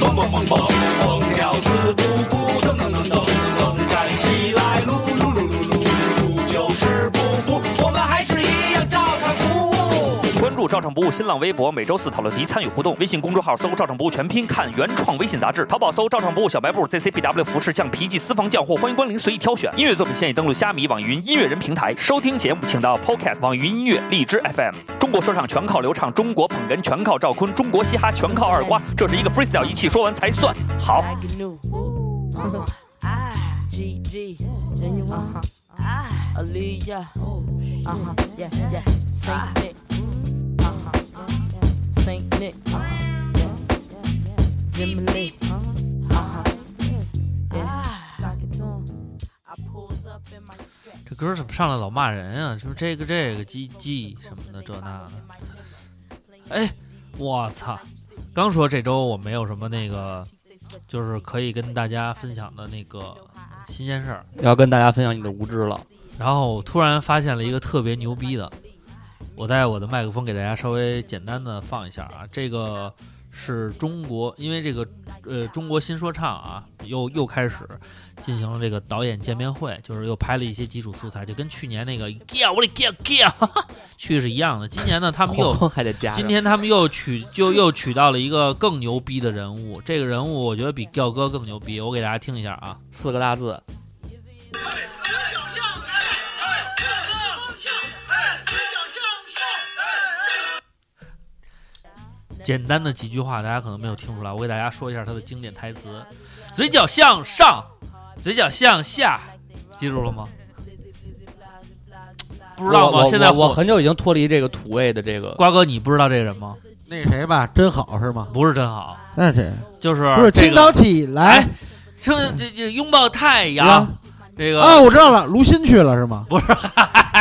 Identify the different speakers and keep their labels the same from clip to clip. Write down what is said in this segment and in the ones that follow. Speaker 1: 蹦蹦蹦，蹦跳四不顾，噔噔噔噔噔，站起来，撸撸撸撸撸撸，就是不服，我们还是一样照常服务。
Speaker 2: 关注“照常不误”新浪微博，每周四讨论题参与互动。微信公众号搜“照常不误全拼”，看原创微信杂志。淘宝搜“照常不误小白布 ”，ZCBW 服饰匠、皮记私房匠货，欢迎光临，随意挑选。音乐作品现已登录虾米、网易云音乐人平台收听节目，请到 Podcast、网易云音乐、荔枝 FM。中国说唱全靠刘畅，中国捧哏全靠赵坤，中国嘻哈全靠二瓜。这是一个 freestyle，一气说完才算好。
Speaker 3: Like a new. Uh-huh. Ah, GG. Uh-huh. Aaliyah. Uh-huh. Yeah, yeah. Ah. Saint Nick. Uh-huh. Saint Nick. Uh-huh. Yeah. Jimmy Lee. Uh-huh. Ah. Yeah. I pulls up in my stretch.
Speaker 4: 这歌怎么上来老骂人啊？就是这个这个鸡鸡什么的这那的。哎，我操！刚说这周我没有什么那个，就是可以跟大家分享的那个新鲜事儿，
Speaker 5: 要跟大家分享你的无知了。
Speaker 4: 然后我突然发现了一个特别牛逼的，我在我的麦克风给大家稍微简单的放一下啊，这个是中国，因为这个呃中国新说唱啊，又又开始进行了这个导演见面会，就是又拍了一些基础素材，就跟去年那个 Yeah 我的 Yeah Yeah 去是一样的。今年呢，他们又
Speaker 5: 还得加上
Speaker 4: 今天他们又取就又取到了一个更牛逼的人物，这个人物我觉得比吊哥更牛逼，我给大家听一下啊。
Speaker 5: 四个大字，
Speaker 6: 哎
Speaker 4: 简单的几句话，大家可能没有听出来，我给大家说一下他的经典台词：嘴角向上，嘴角向下，记住了吗？不知道
Speaker 5: 我
Speaker 4: 吗？
Speaker 5: 我
Speaker 4: 现在
Speaker 5: 我我
Speaker 4: 火
Speaker 5: 很久已经脱离这个土味的这个，
Speaker 4: 瓜哥，你不知道这人吗？
Speaker 6: 那谁吧，真好是吗？
Speaker 4: 不是真好，
Speaker 6: 那是谁？
Speaker 4: 就是
Speaker 6: 不是
Speaker 4: 这
Speaker 6: 清
Speaker 4: 个
Speaker 6: 早起来
Speaker 4: 哎称这这拥抱太阳
Speaker 6: 啊，
Speaker 4: 这个、
Speaker 5: 哦
Speaker 6: 啊！我知道了，卢鑫去了是吗？
Speaker 5: 那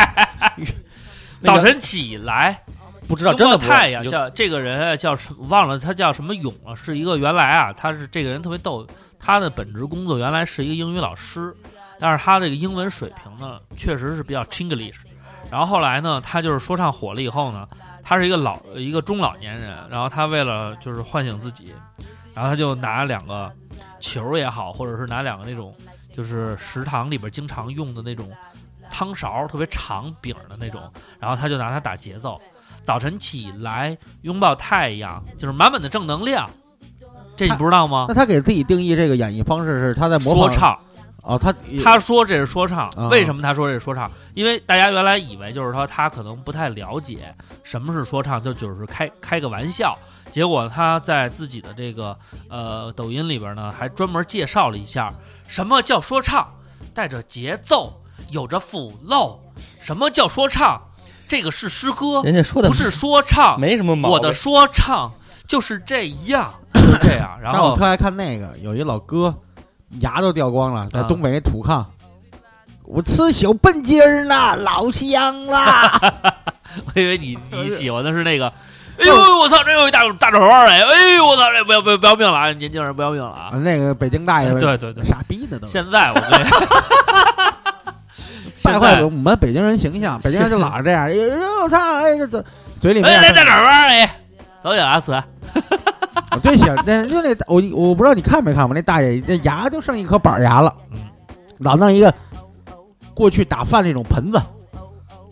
Speaker 4: 早
Speaker 5: 个
Speaker 4: 晨起来
Speaker 5: 不知道
Speaker 4: 拥
Speaker 5: 真
Speaker 4: 抱
Speaker 5: 的不知道
Speaker 4: 太阳
Speaker 5: 你就
Speaker 4: 叫这个人啊叫什么忘了他叫什么勇了，是一个原来啊，他是这个人特别逗，他的本职工作原来是一个英语老师，但是他这个英文水平呢，确实是比较 Chinglish。然后后来呢，他就是说唱火了以后呢，他是一个老一个中老年人，然后他为了就是唤醒自己，然后他就拿两个球也好，或者是拿两个那种就是食堂里边经常用的那种汤勺，特别长柄的那种，然后他就拿它打节奏。早晨起来拥抱太阳，就是满满的正能量，这你不知道吗
Speaker 6: 那？他给自己定义这个演绎方式是他在模
Speaker 4: 说
Speaker 6: 仿
Speaker 4: 唱。
Speaker 6: 哦，他
Speaker 4: 他说这是说唱，
Speaker 6: 啊
Speaker 4: 为什么他说这是说唱？因为大家原来以为就是说他可能不太了解什么是说唱，就只是开开个玩笑。结果他在自己的这个呃抖音里边呢，还专门介绍了一下什么叫说唱，带着节奏，有着腐漏。什么叫说唱？这个是诗歌，
Speaker 5: 人家说的
Speaker 4: 不是说唱。
Speaker 5: 没什么毛病，
Speaker 4: 我的说唱就是这样，就是这 样。然
Speaker 6: 但我
Speaker 4: 后
Speaker 6: 特爱看那个，有一老哥牙都掉光了，在
Speaker 4: 啊
Speaker 6: 东北那土炕，我吃小笨鸡儿呢，老香 啦。
Speaker 4: 我以 为
Speaker 6: 哎
Speaker 4: 你你喜欢的是那个，哎呦我操，这有一大大转弯哎，哎呦我操，这不要不要不要命了啊！年轻人不要命了啊！
Speaker 6: 啊那个北京大爷，
Speaker 4: 对对对，
Speaker 6: 傻逼呢都，
Speaker 4: 现在我 们
Speaker 6: 败
Speaker 4: 现
Speaker 6: 坏
Speaker 4: 在
Speaker 6: 了我们北京人形象。北京人就老是这样，哎呦我操，哎这这嘴里面
Speaker 4: 哎来大转弯哎，走起啊，死！
Speaker 6: 我最喜欢那就那我我不知道你看没看过那大爷，那牙就剩一颗板牙了，
Speaker 4: 嗯
Speaker 6: 老弄一个过去打饭那种盆子，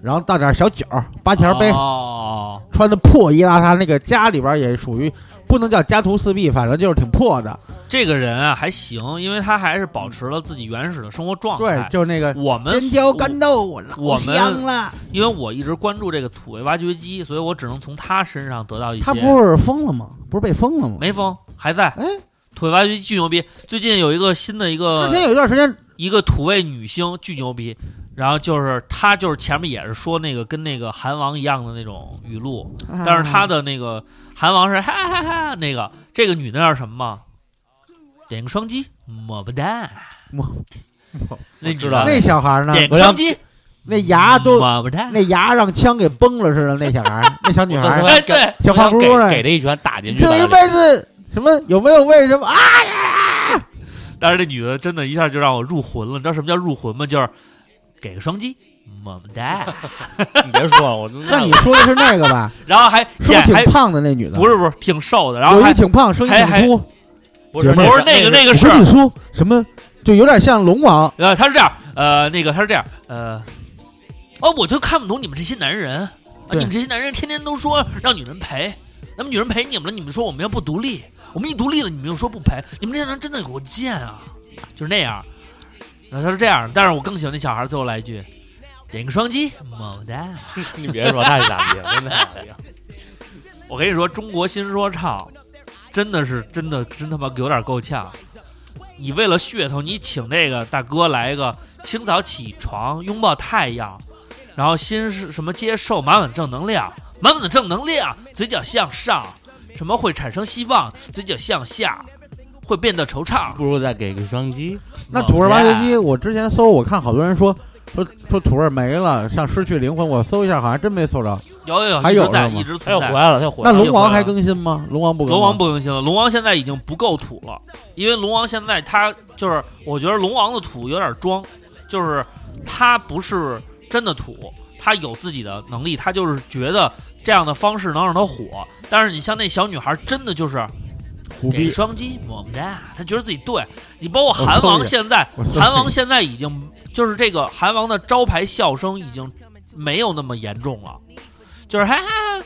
Speaker 6: 然后倒点小酒儿，八钱杯，
Speaker 4: 哦，
Speaker 6: 穿的破衣邋遢，那个家里边也属于不能叫家徒四壁，反正就是挺破的。
Speaker 4: 这个人啊还行，因为他还是保持了自己原始的生活状
Speaker 6: 对，
Speaker 4: 态。
Speaker 6: 就是那个
Speaker 4: 我们
Speaker 6: 尖椒干豆，老
Speaker 4: 我们
Speaker 6: 香了。
Speaker 4: 因为我一直关注这个土味挖掘机，所以我只能从他身上得到一些。
Speaker 6: 他不是疯了吗？不是被封了吗？
Speaker 4: 没封，还在。
Speaker 6: 哎，
Speaker 4: 土味挖掘机巨牛逼！最近有一个新的一个
Speaker 6: 之前有一段时间，
Speaker 4: 一个土味女星，巨牛逼。然后就是她，就是前面也是说那个跟那个韩王一样的那种语录，
Speaker 6: 啊
Speaker 4: 但是她
Speaker 6: 他
Speaker 4: 的那个韩王是哈哈哈哈那个，这个女的叫什么吗？点个双击，么么 哒。
Speaker 6: 么
Speaker 4: 那
Speaker 5: 知道
Speaker 6: 那小孩呢，
Speaker 4: 呃点嗯个双击，
Speaker 6: 那牙都
Speaker 4: 么么哒。
Speaker 6: 那牙让枪给崩了似的，那小 孩儿，那小女孩儿，
Speaker 4: 哎，对，
Speaker 6: 小胖
Speaker 5: 给
Speaker 6: 姑呢？
Speaker 5: 给他一拳打进去，
Speaker 6: 这一辈子什么有没有为什么啊？
Speaker 4: 但是这女的真的一下就让我入魂了。你知道什么叫入魂吗？就是给个双击，么么哒。
Speaker 5: 你别说了，我就
Speaker 6: 那你说的是那个 吧？
Speaker 4: 然后还
Speaker 6: 是不
Speaker 4: 也
Speaker 6: 是
Speaker 4: 还
Speaker 6: 挺胖的那女的？
Speaker 4: 不是不是挺瘦的，然后
Speaker 6: 有
Speaker 4: 还
Speaker 6: 一挺胖，声音
Speaker 4: 还
Speaker 6: 挺粗，
Speaker 4: 不是
Speaker 6: 姐妹儿
Speaker 4: 不是那个那个是
Speaker 6: 我，跟你说什么，就有点像龙王，
Speaker 4: 呃，他是这样，呃，那个他是这样，呃，哦，我就看不懂你们这些男人啊，
Speaker 6: 对
Speaker 4: 你们这些男人天天都说让女人陪，那么女人陪你们了，你们说我们要不独立，我们一独立了，你们又说不陪，你们这些人真的有贱啊，就是那样。那他是这样，但是我更喜欢那小孩最后来一句，点个双击，么么哒。
Speaker 5: 你别说，太傻逼了，真的傻逼了。
Speaker 4: 我跟你说，中国新说唱真的是真的真他妈有点够呛。你为了噱头，你请那个大哥来一个清早起床拥抱太阳，然后新是什么接受满满正能量，满满的正能量，嘴角向上，什么会产生希望，嘴角向下，会变得惆怅。
Speaker 5: 不如再给个双击。
Speaker 6: 那土味儿挖掘
Speaker 5: 哇
Speaker 6: 机，我之前搜，我看好多人说说说土味儿没了，像失去灵魂，我搜一下，好像真没搜着。
Speaker 4: 有有有，
Speaker 6: 还
Speaker 4: 一
Speaker 6: 有
Speaker 4: 直在
Speaker 6: 是吗
Speaker 4: 一直
Speaker 5: 他又
Speaker 4: 存
Speaker 5: 回
Speaker 4: 在。
Speaker 5: 来了，他又回来
Speaker 6: 那
Speaker 5: 了。
Speaker 6: 龙王还更新吗？龙王不更吗？
Speaker 4: 龙王不更新了，龙王现在已经不够土了，因为龙王现在他就是，我觉得龙王的土有点装，就是他不是真的土，他有自己的能力，他就是觉得这样的方式能让他火。但是你像那小女孩，真的就是
Speaker 6: 虎
Speaker 4: 给
Speaker 6: 逼，
Speaker 4: 双击么么哒，她觉得自己对你，包括韩王现在
Speaker 6: 我搜一下
Speaker 4: 韩王现在已经就是这个韩王的招牌笑声已经没有那么严重了，就是哈哈，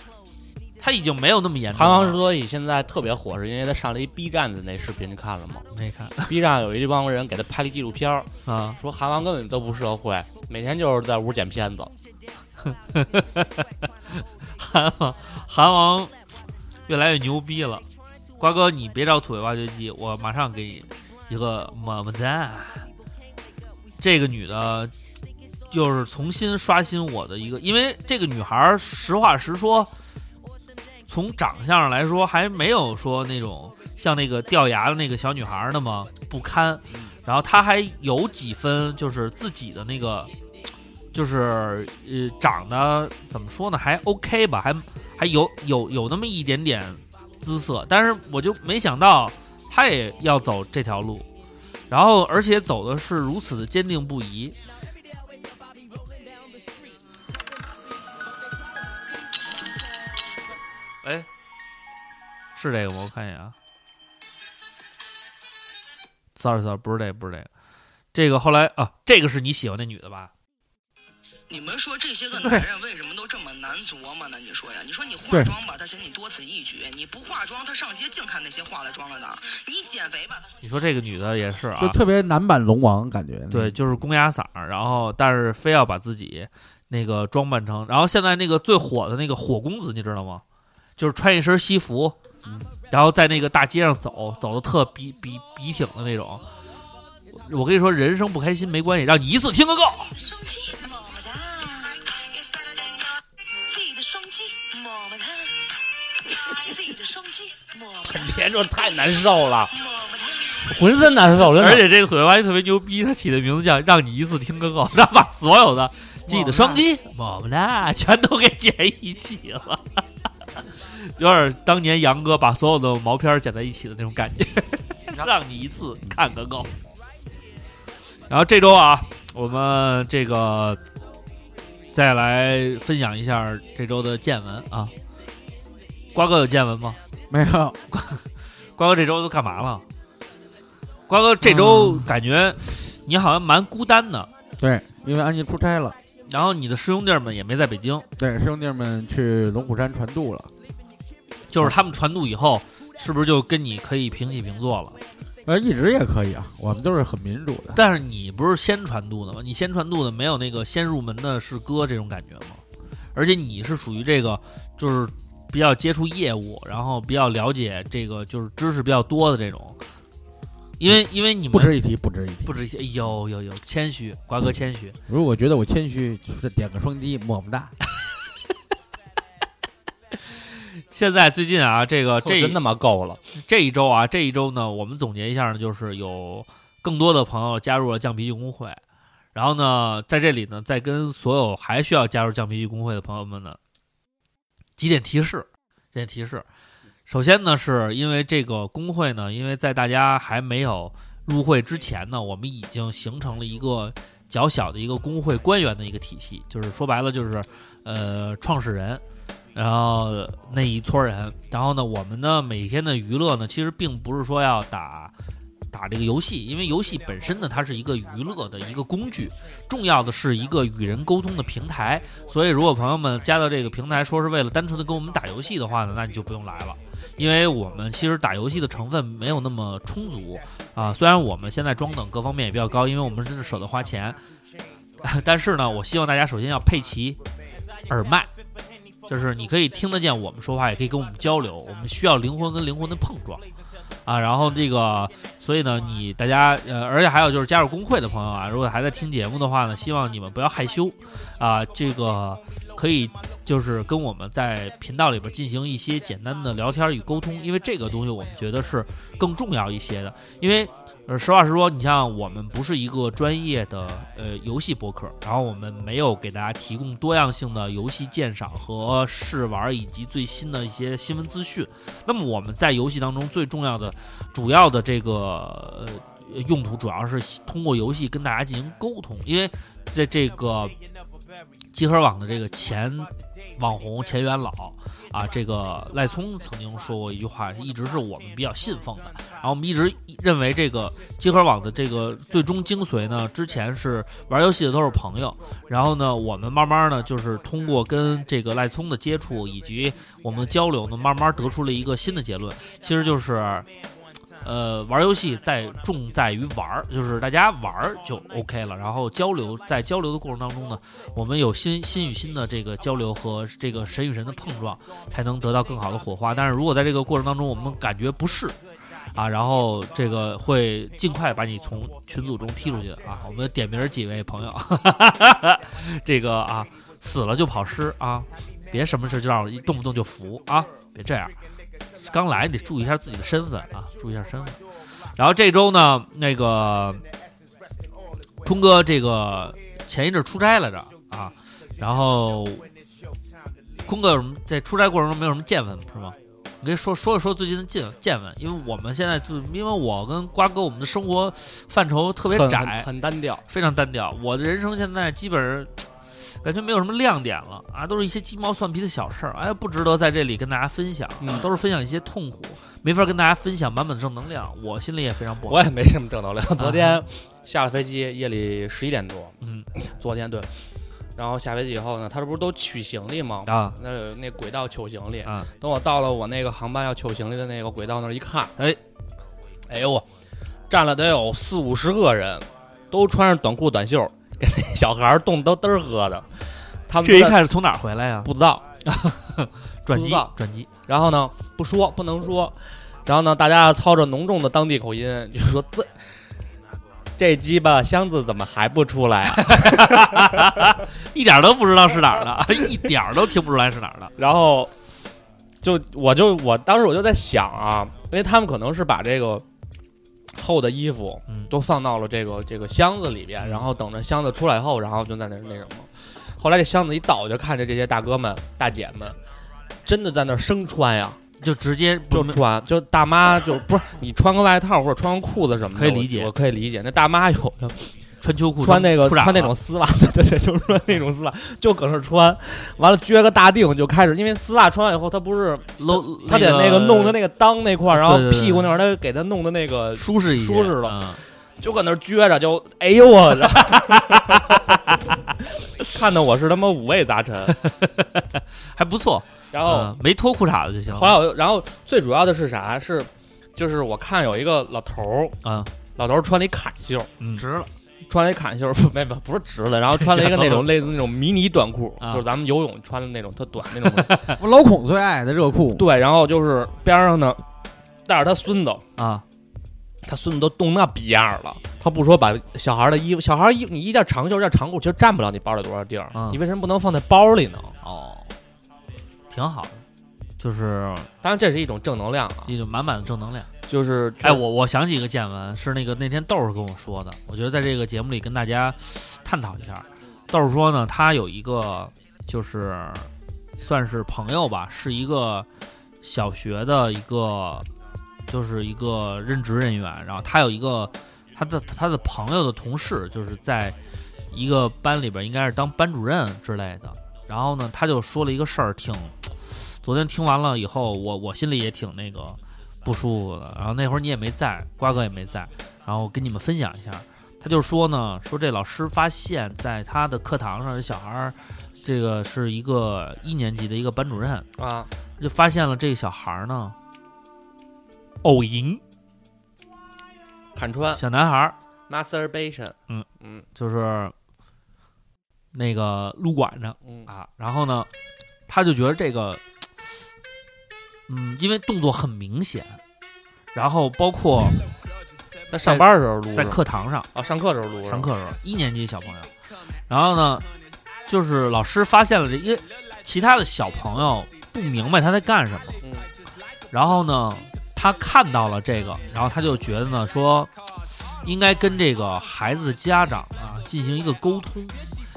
Speaker 4: 他已经没有那么严重
Speaker 5: 韩
Speaker 4: 了。
Speaker 5: 王之所以现在特别火，是因为他上了一 B 站的那视频，你看了吗
Speaker 4: 没看
Speaker 5: ？B 站有一帮人给他拍了一纪录片儿，
Speaker 4: 啊，
Speaker 5: 说韩王根本都不社会，每天就是在屋剪片子。
Speaker 4: 韩王，韩王越来越牛逼了。瓜哥，你别找土味挖掘机，我马上给你一个么么哒。这个女的，就是重新刷新我的一个，因为这个女孩儿，实话实说，从长相上来说，还没有说那种像那个掉牙的那个小女孩儿那么不堪。然后她还有几分就是自己的那个，就是呃，长得怎么说呢，还 OK 吧，还还有有有那么一点点姿色，但是我就没想到她也要走这条路，然后而且走的是如此的坚定不移。哎，是这个吗？我看一眼啊。sorry sorry，不是这个，不是这个，这个后来啊，这个是你喜欢那女的吧？
Speaker 7: 你们说这些个男人为什么都这么难琢磨呢？你说呀，你说你化
Speaker 6: 对
Speaker 7: 妆吧，他嫌你多此一举；你不化妆，他上街净看那些化了妆了的；你减肥吧，他
Speaker 4: 你说这个女的也是啊，
Speaker 6: 就特别男版龙王感觉。
Speaker 4: 对，，就是公鸭嗓儿，然后但是非要把自己那个装扮成，然后现在那个最火的那个火公子，你知道吗？就是穿一身西服，
Speaker 5: 嗯
Speaker 4: 然后在那个大街上走，走的特笔笔笔挺的那种。我跟你说，人生不开心没关系，让你一次听个够。
Speaker 8: 双击么么哒，It's better than your 自己的双击么么哒，自己的双击么么哒
Speaker 5: 别说太难受了，
Speaker 8: 么么哒。
Speaker 5: 浑身难受，真
Speaker 4: 而
Speaker 5: 的。
Speaker 4: 且这个腿歪特别牛逼，他起的名字叫“让你一次听个够”，他把所有 的自己的双击么么哒全都给剪一起了， 有点当年杨哥把所有的毛片儿剪在一起的那种 感觉，让你一次看个够。然后这周啊，我们这个再来分享一下这周的见闻啊。瓜哥有见闻吗？
Speaker 6: 没有，
Speaker 4: 瓜哥这周都干嘛了？瓜哥这周感觉你好像蛮孤单的，
Speaker 6: 对，因为安妮出差了，
Speaker 4: 然后你的师兄弟们也没在北京，
Speaker 6: 对，师兄弟们去龙虎山传渡了。
Speaker 4: 就是他们传渡以后，是不是就跟你可以平起平坐了？
Speaker 6: 呃，一直也可以啊，我们都是很民主的。
Speaker 4: 但是你不是先传渡的吗？你先传渡的没有那个先入门的是哥这种感觉吗？而且你是属于这个，就是比较接触业务，然后比较了解这个就是知识比较多的这种，因为因为你们
Speaker 6: 不值一提，不值一提。
Speaker 4: 不止一些，哎呦呦呦，谦虚，瓜哥谦虚。
Speaker 6: 如果觉得我谦虚，就是点个双击，么么哒。
Speaker 4: 现在最近啊，这个这
Speaker 5: 哦这真他妈够了，
Speaker 4: 这一周啊，这一周呢，我们总结一下呢，就是有更多的朋友加入了酱皮筋工会，然后呢，在这里呢，再跟所有还需要加入酱皮筋工会的朋友们呢，几点提示，几点提示。首先呢，是因为这个工会呢，因为在大家还没有入会之前呢，我们已经形成了一个较小的一个工会官员的一个体系，就是说白了就是，呃，创始人。然后那一撮人，然后呢，我们呢每天的娱乐呢，其实并不是说要打打这个游戏，因为游戏本身呢，它是一个娱乐的一个工具，重要的是一个与人沟通的平台。所以，如果朋友们加到这个平台，说是为了单纯的跟我们打游戏的话呢，那你就不用来了。因为我们其实打游戏的成分没有那么充足啊，虽然我们现在装等各方面也比较高，因为我们真的舍得花钱，但是呢，我希望大家首先要配齐耳麦，就是你可以听得见我们说话，也可以跟我们交流，我们需要灵魂跟灵魂的碰撞啊。然后这个，所以呢，你大家呃，而且还有就是加入工会的朋友啊，如果还在听节目的话呢，希望你们不要害羞啊，这个可以就是跟我们在频道里边进行一些简单的聊天与沟通，因为这个东西我们觉得是更重要一些的，因为。呃，实话实说，你像我们不是一个专业的呃游戏博客，然后我们没有给大家提供多样性的游戏鉴赏和试玩，以及最新的一些新闻资讯。那么我们在游戏当中最重要的、主要的这个呃用途，主要是通过游戏跟大家进行沟通，因为在这个集合网的这个前网红前元老啊，这个赖聪曾经说过一句话，一直是我们比较信奉的。然后我们一直认为这个集合网的这个最终精髓呢，之前是玩游戏的都是朋友，然后呢，我们慢慢呢就是通过跟这个赖聪的接触以及我们的交流呢，慢慢得出了一个新的结论，其实就是。呃，玩游戏在重在于玩儿，就是大家玩儿就 OK 了。然后交流，在交流的过程当中呢，我们有心心与心的这个交流和这个神与神的碰撞，才能得到更好的火花。但是如果在这个过程当中我们感觉不适，啊，然后这个会尽快把你从群组中踢出去的啊。我们点名儿几位朋友， 这个啊死了就跑尸啊，别什么事就让我一动不动就服啊，别这样。刚来你得注意一下自己的身份啊，注意一下身份。然后这周呢，那个冲哥这个前一阵出差来着啊，然后空哥有什么在出差过程中没有什么见闻是吗？你可以说说一说最近的见见闻，因为我们现在就因为我跟瓜哥我们的生活范畴特别
Speaker 5: 很
Speaker 4: 窄，
Speaker 5: 很很单调。
Speaker 4: 非常单调。我的人生现在基本上感觉没有什么亮点了啊，都是一些鸡毛蒜皮的小事儿，哎，不值得在这里跟大家分享，
Speaker 5: 嗯
Speaker 4: 都是分享一些痛苦，没法跟大家分享满满的正能量，我心里也非常不好。
Speaker 5: 我也没什么正能量。昨天下了飞机，夜里十一点多，
Speaker 4: 嗯
Speaker 5: 昨天对。然后下飞机以后呢，他这不是都取行李吗？
Speaker 4: 啊
Speaker 5: 那有那轨道取行李。
Speaker 4: 啊，
Speaker 5: 等我到了我那个航班要取行李的那个轨道那儿一看，
Speaker 4: 哎，
Speaker 5: 哎呦，站了得有四五十个人，都穿着短裤短袖，给那小孩儿冻得都嘚儿喝的。他们
Speaker 4: 这
Speaker 5: 都
Speaker 4: 一
Speaker 5: 在
Speaker 4: 看是从哪儿回来呀、
Speaker 5: 不知道，
Speaker 4: 转
Speaker 5: 不
Speaker 4: 机
Speaker 5: 知道
Speaker 4: 转机，
Speaker 5: 然后呢，不说不能说，然后呢，大家操着浓重的当地口音就说这这鸡巴箱子怎么还不出来、啊？
Speaker 4: 一点儿都不知道是哪儿的， 一点儿都听不出来是哪儿的。
Speaker 5: 然后就我就我当时我就在想啊，因为他们可能是把这个厚的衣服
Speaker 4: 嗯
Speaker 5: 都放到了这个这个箱子里边，然后等着箱子出来后，然后就在那儿那什么。后来这箱子一倒，我就看着这些大哥们、大姐们，真的在那儿生穿呀，
Speaker 4: 就直接
Speaker 5: 就
Speaker 4: 不
Speaker 5: 穿，就大妈就不是你穿个外套或者穿个裤子什么的，
Speaker 4: 可以
Speaker 5: 我
Speaker 4: 理解
Speaker 5: 我可以理解。那大妈有的
Speaker 4: 穿秋裤
Speaker 5: 穿那个
Speaker 4: 裤衩
Speaker 5: 穿那
Speaker 4: 了
Speaker 5: 种丝袜，对对对，就是穿那种丝袜，就搁那儿穿，完了撅个大腚就开始，因为丝袜穿完以后，它不是
Speaker 4: 搂，
Speaker 5: 它得那个弄的那个裆那块儿，然后
Speaker 4: 对对对
Speaker 5: 屁股那块儿，它给它弄的那个，
Speaker 4: 舒适一些
Speaker 5: 舒适了
Speaker 4: 嗯
Speaker 5: 就搁那儿撅着，就哎呦我， 看得我是他妈五 味杂陈。
Speaker 4: 还不错，
Speaker 5: 然后
Speaker 4: 嗯，没脱裤衩子就行了。
Speaker 5: 后来我又，然后最主要的是啥？是就是我看有一个老头儿，
Speaker 4: 啊，
Speaker 5: 老头儿穿了一坎袖。
Speaker 4: 嗯，
Speaker 6: 值了，
Speaker 5: 穿了一坎袖， 不没不不是直的，然后穿了一个那种类似那种迷你短裤，
Speaker 4: 啊
Speaker 5: 就是咱们游泳穿的那种特短那种。
Speaker 6: 我老孔最爱的热裤，
Speaker 5: 对，然后就是边上呢带着他孙子，
Speaker 4: 啊，
Speaker 5: 他孙子都冻那逼样了，他不说把小孩的衣服，小孩衣服你一件长袖一件长裤，其实占不了你包里多少地儿，
Speaker 4: 嗯
Speaker 5: 你为什么不能放在包里呢？
Speaker 4: 哦，挺好的，就是
Speaker 5: 当然这是一种正能量啊，
Speaker 4: 一种满满的正能量。
Speaker 5: 就是
Speaker 4: 嗯哎，我我想起一个见闻，是那个那天豆儿跟我说的，我觉得在这个节目里跟大家探讨一下。豆儿说呢，他有一个就是算是朋友吧，是一个小学的一个就是一个任职人员，然后他有一个他的他的朋友的同事，就是在一个班里边应该是当班主任之类的。然后呢，他就说了一个事儿，挺昨天听完了以后，我我心里也挺那个不舒服的。然后那会儿你也没在，瓜哥也没在，然后跟你们分享一下。他就说呢，说这老师发现，在他的课堂上，有小孩儿，这个是一个一年级的一个班主任，
Speaker 5: 啊，
Speaker 4: 就发现了这个小孩儿呢，偶淫
Speaker 5: 砍穿
Speaker 4: 小男孩儿，
Speaker 5: masturbation，
Speaker 4: 嗯
Speaker 5: 嗯
Speaker 4: 就是那个撸管着
Speaker 5: 嗯
Speaker 4: 啊，然后呢，他就觉得这个，嗯，因为动作很明显，然后包括
Speaker 5: 在上班的时候录
Speaker 4: 在
Speaker 5: 是吧
Speaker 4: 课堂上。
Speaker 5: 啊，上课的时候录是吧
Speaker 4: 上课的时候，一年级小朋友。然后呢，就是老师发现了这，因为其他的小朋友不明白他在干什么。
Speaker 5: 嗯
Speaker 4: 然后呢，他看到了这个，然后他就觉得呢，说应该跟这个孩子的家长啊进行一个沟通，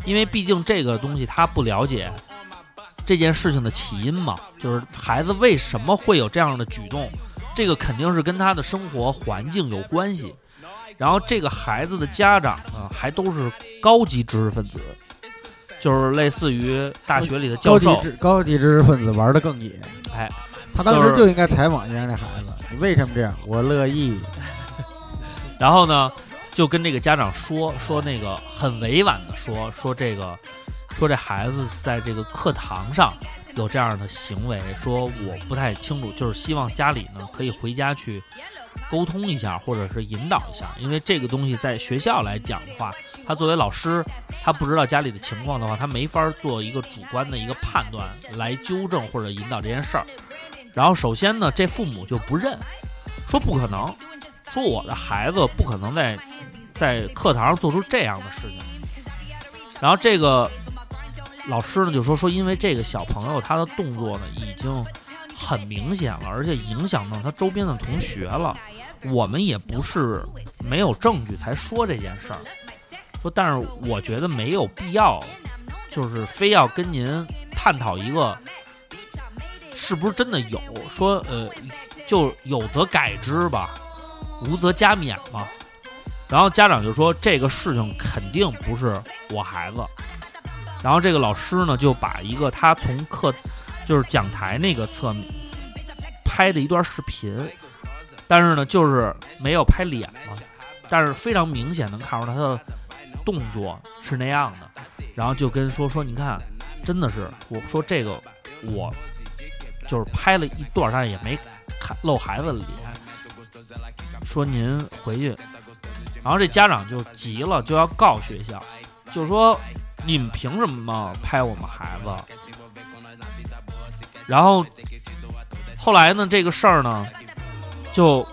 Speaker 4: 因为毕竟这个东西他不了解这件事情的起因嘛，就是孩子为什么会有这样的举动，这个肯定是跟他的生活环境有关系。然后这个孩子的家长呢，还都是高级知识分子，就是类似于大学里的教
Speaker 6: 高级
Speaker 4: 授，
Speaker 6: 知高级知识分子玩的更野。
Speaker 4: 哎，
Speaker 6: 他当
Speaker 4: 就
Speaker 6: 时
Speaker 4: 是
Speaker 6: 就应该采访一下那孩子，你为什么这样？我乐意。
Speaker 4: 然后呢，就跟这个家长说说那个很委婉的说说这个说这孩子在这个课堂上有这样的行为，说我不太清楚，就是希望家里呢可以回家去沟通一下，或者是引导一下，因为这个东西在学校来讲的话，他作为老师，他不知道家里的情况的话，他没法做一个主观的一个判断来纠正或者引导这件事儿。然后首先呢，这父母就不认，说不可能，说我的孩子不可能在在课堂上做出这样的事情。然后这个老师呢就说说，因为这个小朋友他的动作呢已经很明显了，而且影响到他周边的同学了。我们也不是没有证据才说这件事儿，说但是我觉得没有必要，就是非要跟您探讨一个是不是真的有，说呃就有则改之吧，无则加勉嘛。然后家长就说这个事情肯定不是我孩子。然后这个老师呢就把一个他从课就是讲台那个侧面拍的一段视频，但是呢就是没有拍脸嘛，但是非常明显能看出他的动作是那样的。然后就跟说说你看，真的是我说这个我就是拍了一段，但是也没看露孩子的脸。说您回去，然后这家长就急了，就要告学校，就说你们凭什么拍我们孩子？然后后来呢，这个事儿呢，就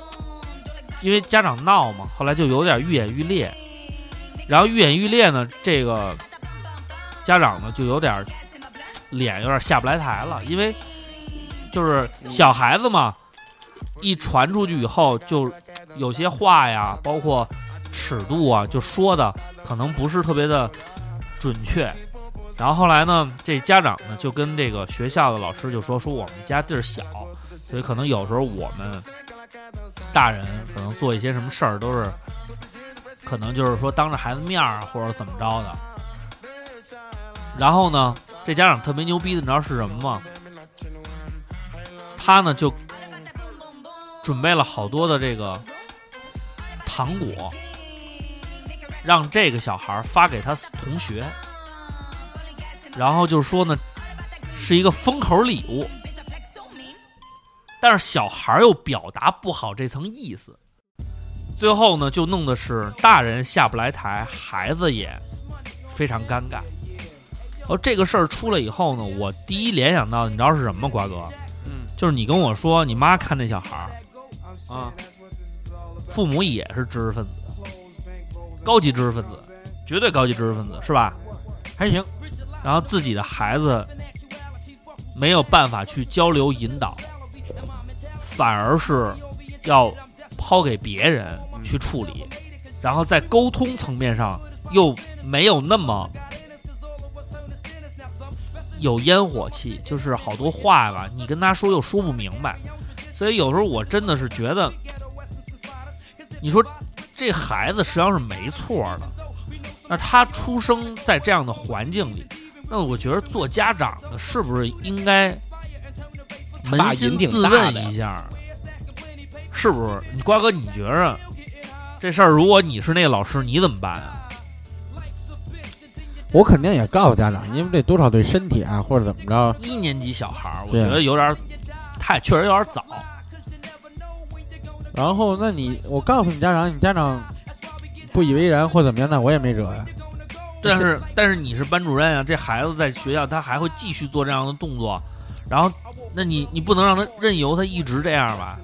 Speaker 4: 因为家长闹嘛，后来就有点愈演愈烈，然后愈演愈烈呢，这个家长呢就有点脸有点下不来台了，因为就是小孩子嘛，一传出去以后，就有些话呀，包括尺度啊，就说的可能不是特别的准确。然后后来呢，这家长呢就跟这个学校的老师就说，说我们家地儿小，所以可能有时候我们大人可能做一些什么事儿都是，可能就是说当着孩子面儿啊或者怎么着的。然后呢，这家长特别牛逼的，你知道是什么吗？他呢就准备了好多的这个糖果，让这个小孩儿发给他同学，然后就说呢是一个封口礼物，但是小孩儿又表达不好这层意思，最后呢就弄的是大人下不来台，孩子也非常尴尬。而这个事儿出来以后呢，我第一联想到的你知道是什么吗，瓜哥？
Speaker 5: 嗯
Speaker 4: 就是你跟我说你妈看那小孩儿，
Speaker 5: 啊，
Speaker 4: 父母也是知识分子，高级知识分子，绝对高级知识分子，是吧？
Speaker 6: 还行，
Speaker 4: 然后自己的孩子没有办法去交流引导，反而是要抛给别人去处理，然后在沟通层面上又没有那么有烟火气，就是好多话吧，你跟他说又说不明白，所以有时候我真的是觉得，你说这孩子实际上是没错的。那他出生在这样的环境里，那我觉得做家长的是不是应该扪心自问一下，是不是？你瓜哥，你觉着这事儿，如果你是那个老师，你怎么办啊？
Speaker 6: 我肯定也告诉家长，因为这多少对身体啊，或者怎么着，
Speaker 4: 一年级小孩儿，我
Speaker 6: 对
Speaker 4: 觉得有点儿太，确实有点儿早。
Speaker 6: 然后，那你我告诉你家长，你家长不以为然或怎么样，那我也没辙呀。
Speaker 4: 但是但是你是班主任啊，这孩子在学校他还会继续做这样的动作，然后那你你不能让他任由他一直这样吧？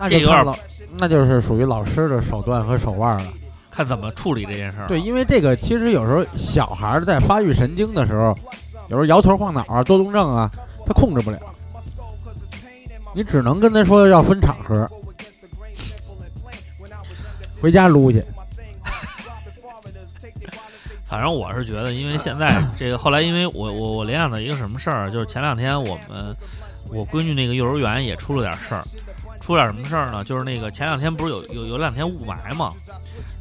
Speaker 6: 那
Speaker 4: 这
Speaker 6: 就
Speaker 4: 有点
Speaker 6: 看老，那就是属于老师的手段和手腕了。
Speaker 4: 看怎么处理这件事儿。
Speaker 6: 对，，因为这个其实有时候小孩儿在发育神经的时候，有时候摇头晃脑啊、多动症啊，他控制不了。你只能跟他说要分场合，回家撸去。
Speaker 4: 反正我是觉得，因为现在这个后来，因为我我我联想到一个什么事儿，就是前两天我们我闺女那个幼儿园也出了点事儿，出了点什么事儿呢？就是那个前两天不是有有有两天雾霾嘛，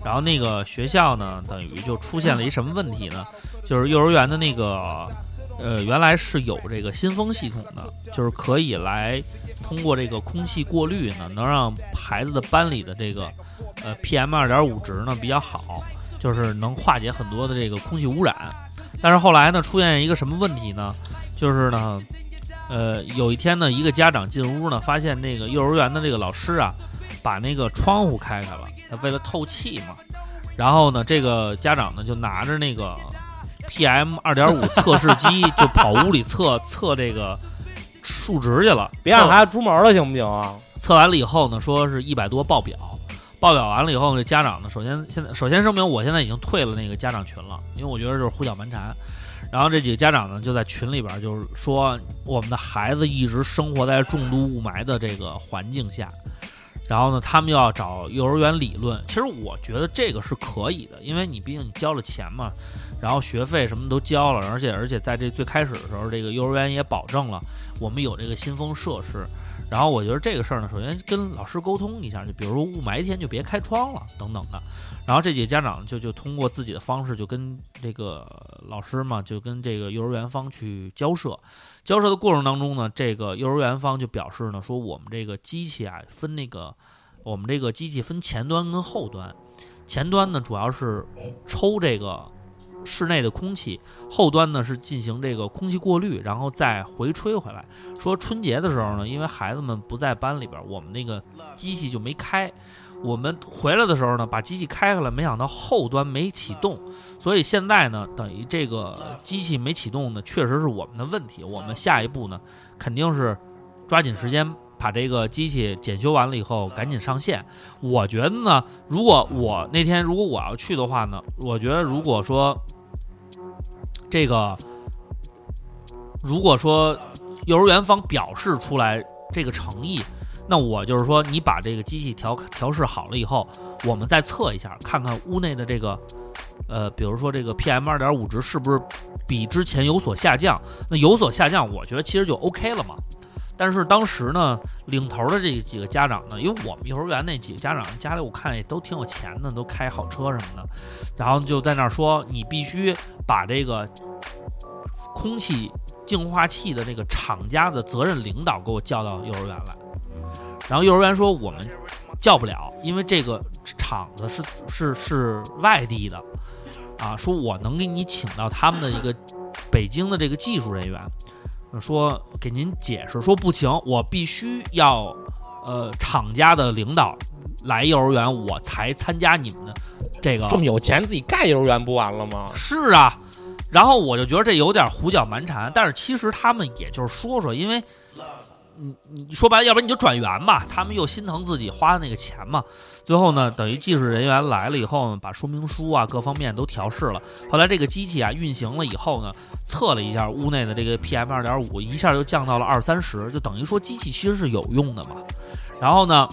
Speaker 4: 然后那个学校呢，等于就出现了一什么问题呢？就是幼儿园的那个呃，原来是有这个新风系统的，就是可以来通过这个空气过滤呢，能让孩子的班里的这个呃 PM 二点五值呢比较好。就是能化解很多的这个空气污染。但是后来呢，出现一个什么问题呢？就是呢，呃，有一天呢，一个家长进屋呢，发现那个幼儿园的这个老师啊，把那个窗户开开了，他为了透气嘛。然后呢，这个家长呢就拿着那个 PM 二点五测试机，就跑屋里测测这个数值去了。
Speaker 5: 别让孩子出门了，行不行啊？
Speaker 4: 测完了以后呢，说是一百多报表，报表完了以后，这家长呢，首先现在首先声明，我现在已经退了那个家长群了，因为我觉得就是胡搅蛮缠。然后这几个家长呢，就在群里边就是说，我们的孩子一直生活在重度雾霾的这个环境下，然后呢，他们要找幼儿园理论。其实我觉得这个是可以的，因为你毕竟你交了钱嘛，然后学费什么都交了，而且而且在这最开始的时候，这个幼儿园也保证了我们有这个新风设施。然后我觉得这个事儿呢，首先跟老师沟通一下，就比如说雾霾天就别开窗了等等的。然后这几个家长就就通过自己的方式，就跟这个老师嘛，就跟这个幼儿园方去交涉。交涉的过程当中呢，这个幼儿园方就表示呢，说我们这个机器啊分那个，我们这个机器分前端跟后端，前端呢主要是抽这个室内的空气，后端呢是进行这个空气过滤，然后再回吹回来。说春节的时候呢，因为孩子们不在班里边，我们那个机器就没开。我们回来的时候呢，把机器开开了，没想到后端没启动，所以现在呢，等于这个机器没启动呢，确实是我们的问题。我们下一步呢，肯定是抓紧时间把这个机器检修完了以后，赶紧上线。我觉得呢，如果我那天如果我要去的话呢，我觉得如果说这个，如果说幼儿园方表示出来这个诚意，那我就是说，你把这个机器调调试好了以后，我们再测一下，看看屋内的这个，呃，比如说这个 PM 二点五值是不是比之前有所下降？那有所下降，我觉得其实就 OK 了嘛。但是当时呢，领头的这几个家长呢，因为我们幼儿园那几个家长家里我看也都挺有钱的，都开好车什么的，然后就在那儿说，你必须把这个空气净化器的这个厂家的责任领导给我叫到幼儿园来。然后幼儿园说我们叫不了，因为这个厂子是是是外地的，啊，说我能给你请到他们的一个北京的这个技术人员，说给您解释，说不行，我必须要呃厂家的领导来幼儿园，我才参加你们的这个
Speaker 5: 这么有钱，自己盖幼儿园不完了吗？
Speaker 4: 是啊，然后我就觉得这有点胡搅蛮缠，但是其实他们也就是说说，因为你你说白了，要不然你就转园吧，他们又心疼自己花的那个钱嘛。最后呢，等于技术人员来了以后，把说明书啊各方面都调试了。后来这个机器啊运行了以后呢，测了一下屋内的这个 PM 二点五，一下就降到了二三十，就等于说机器其实是有用的嘛。然后呢，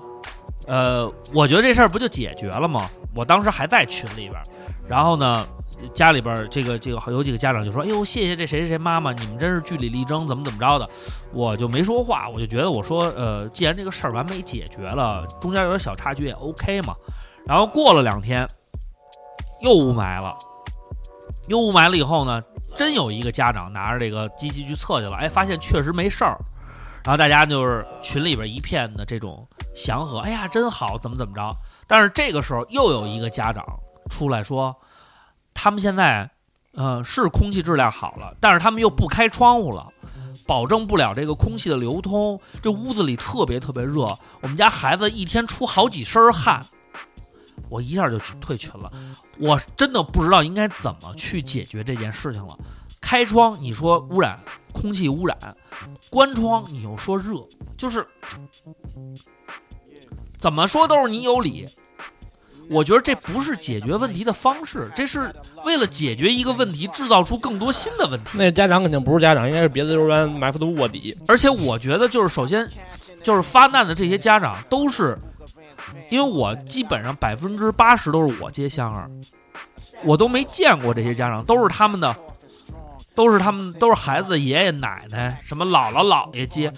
Speaker 4: 呃，我觉得这事儿不就解决了吗？我当时还在群里边儿，然后呢，家里边儿这个这个有几个家长就说：“哎呦，谢谢这谁谁谁妈妈，你们真是据理力争，怎么怎么着的。”我就没说话，我就觉得我说，呃，既然这个事儿完美解决了，中间有点小插曲也 OK 嘛。然后过了两天，又雾霾了，又雾霾了以后呢，真有一个家长拿着这个机器去测去了，哎，发现确实没事儿，然后大家就是群里边一片的这种祥和，哎呀，真好，怎么怎么着。但是这个时候又有一个家长出来说，他们现在，呃，是空气质量好了，但是他们又不开窗户了。保证不了这个空气的流通，这屋子里特别特别热，我们家孩子一天出好几身儿汗，我一下就去退群了。我真的不知道应该怎么去解决这件事情了。开窗，你说污染空气污染；关窗，你又说热，就是怎么说都是你有理。我觉得这不是解决问题的方式，这是为了解决一个问题，制造出更多新的问题。
Speaker 5: 那家长肯定不是家长，应该是别的幼儿园埋伏的卧底。
Speaker 4: 而且我觉得就是首先就是发难的这些家长都是，因为我基本上百分之八十都是我接香儿，我都没见过这些家长，都是他们的，都是他们都是孩子的爷爷奶奶什么姥姥姥爷接。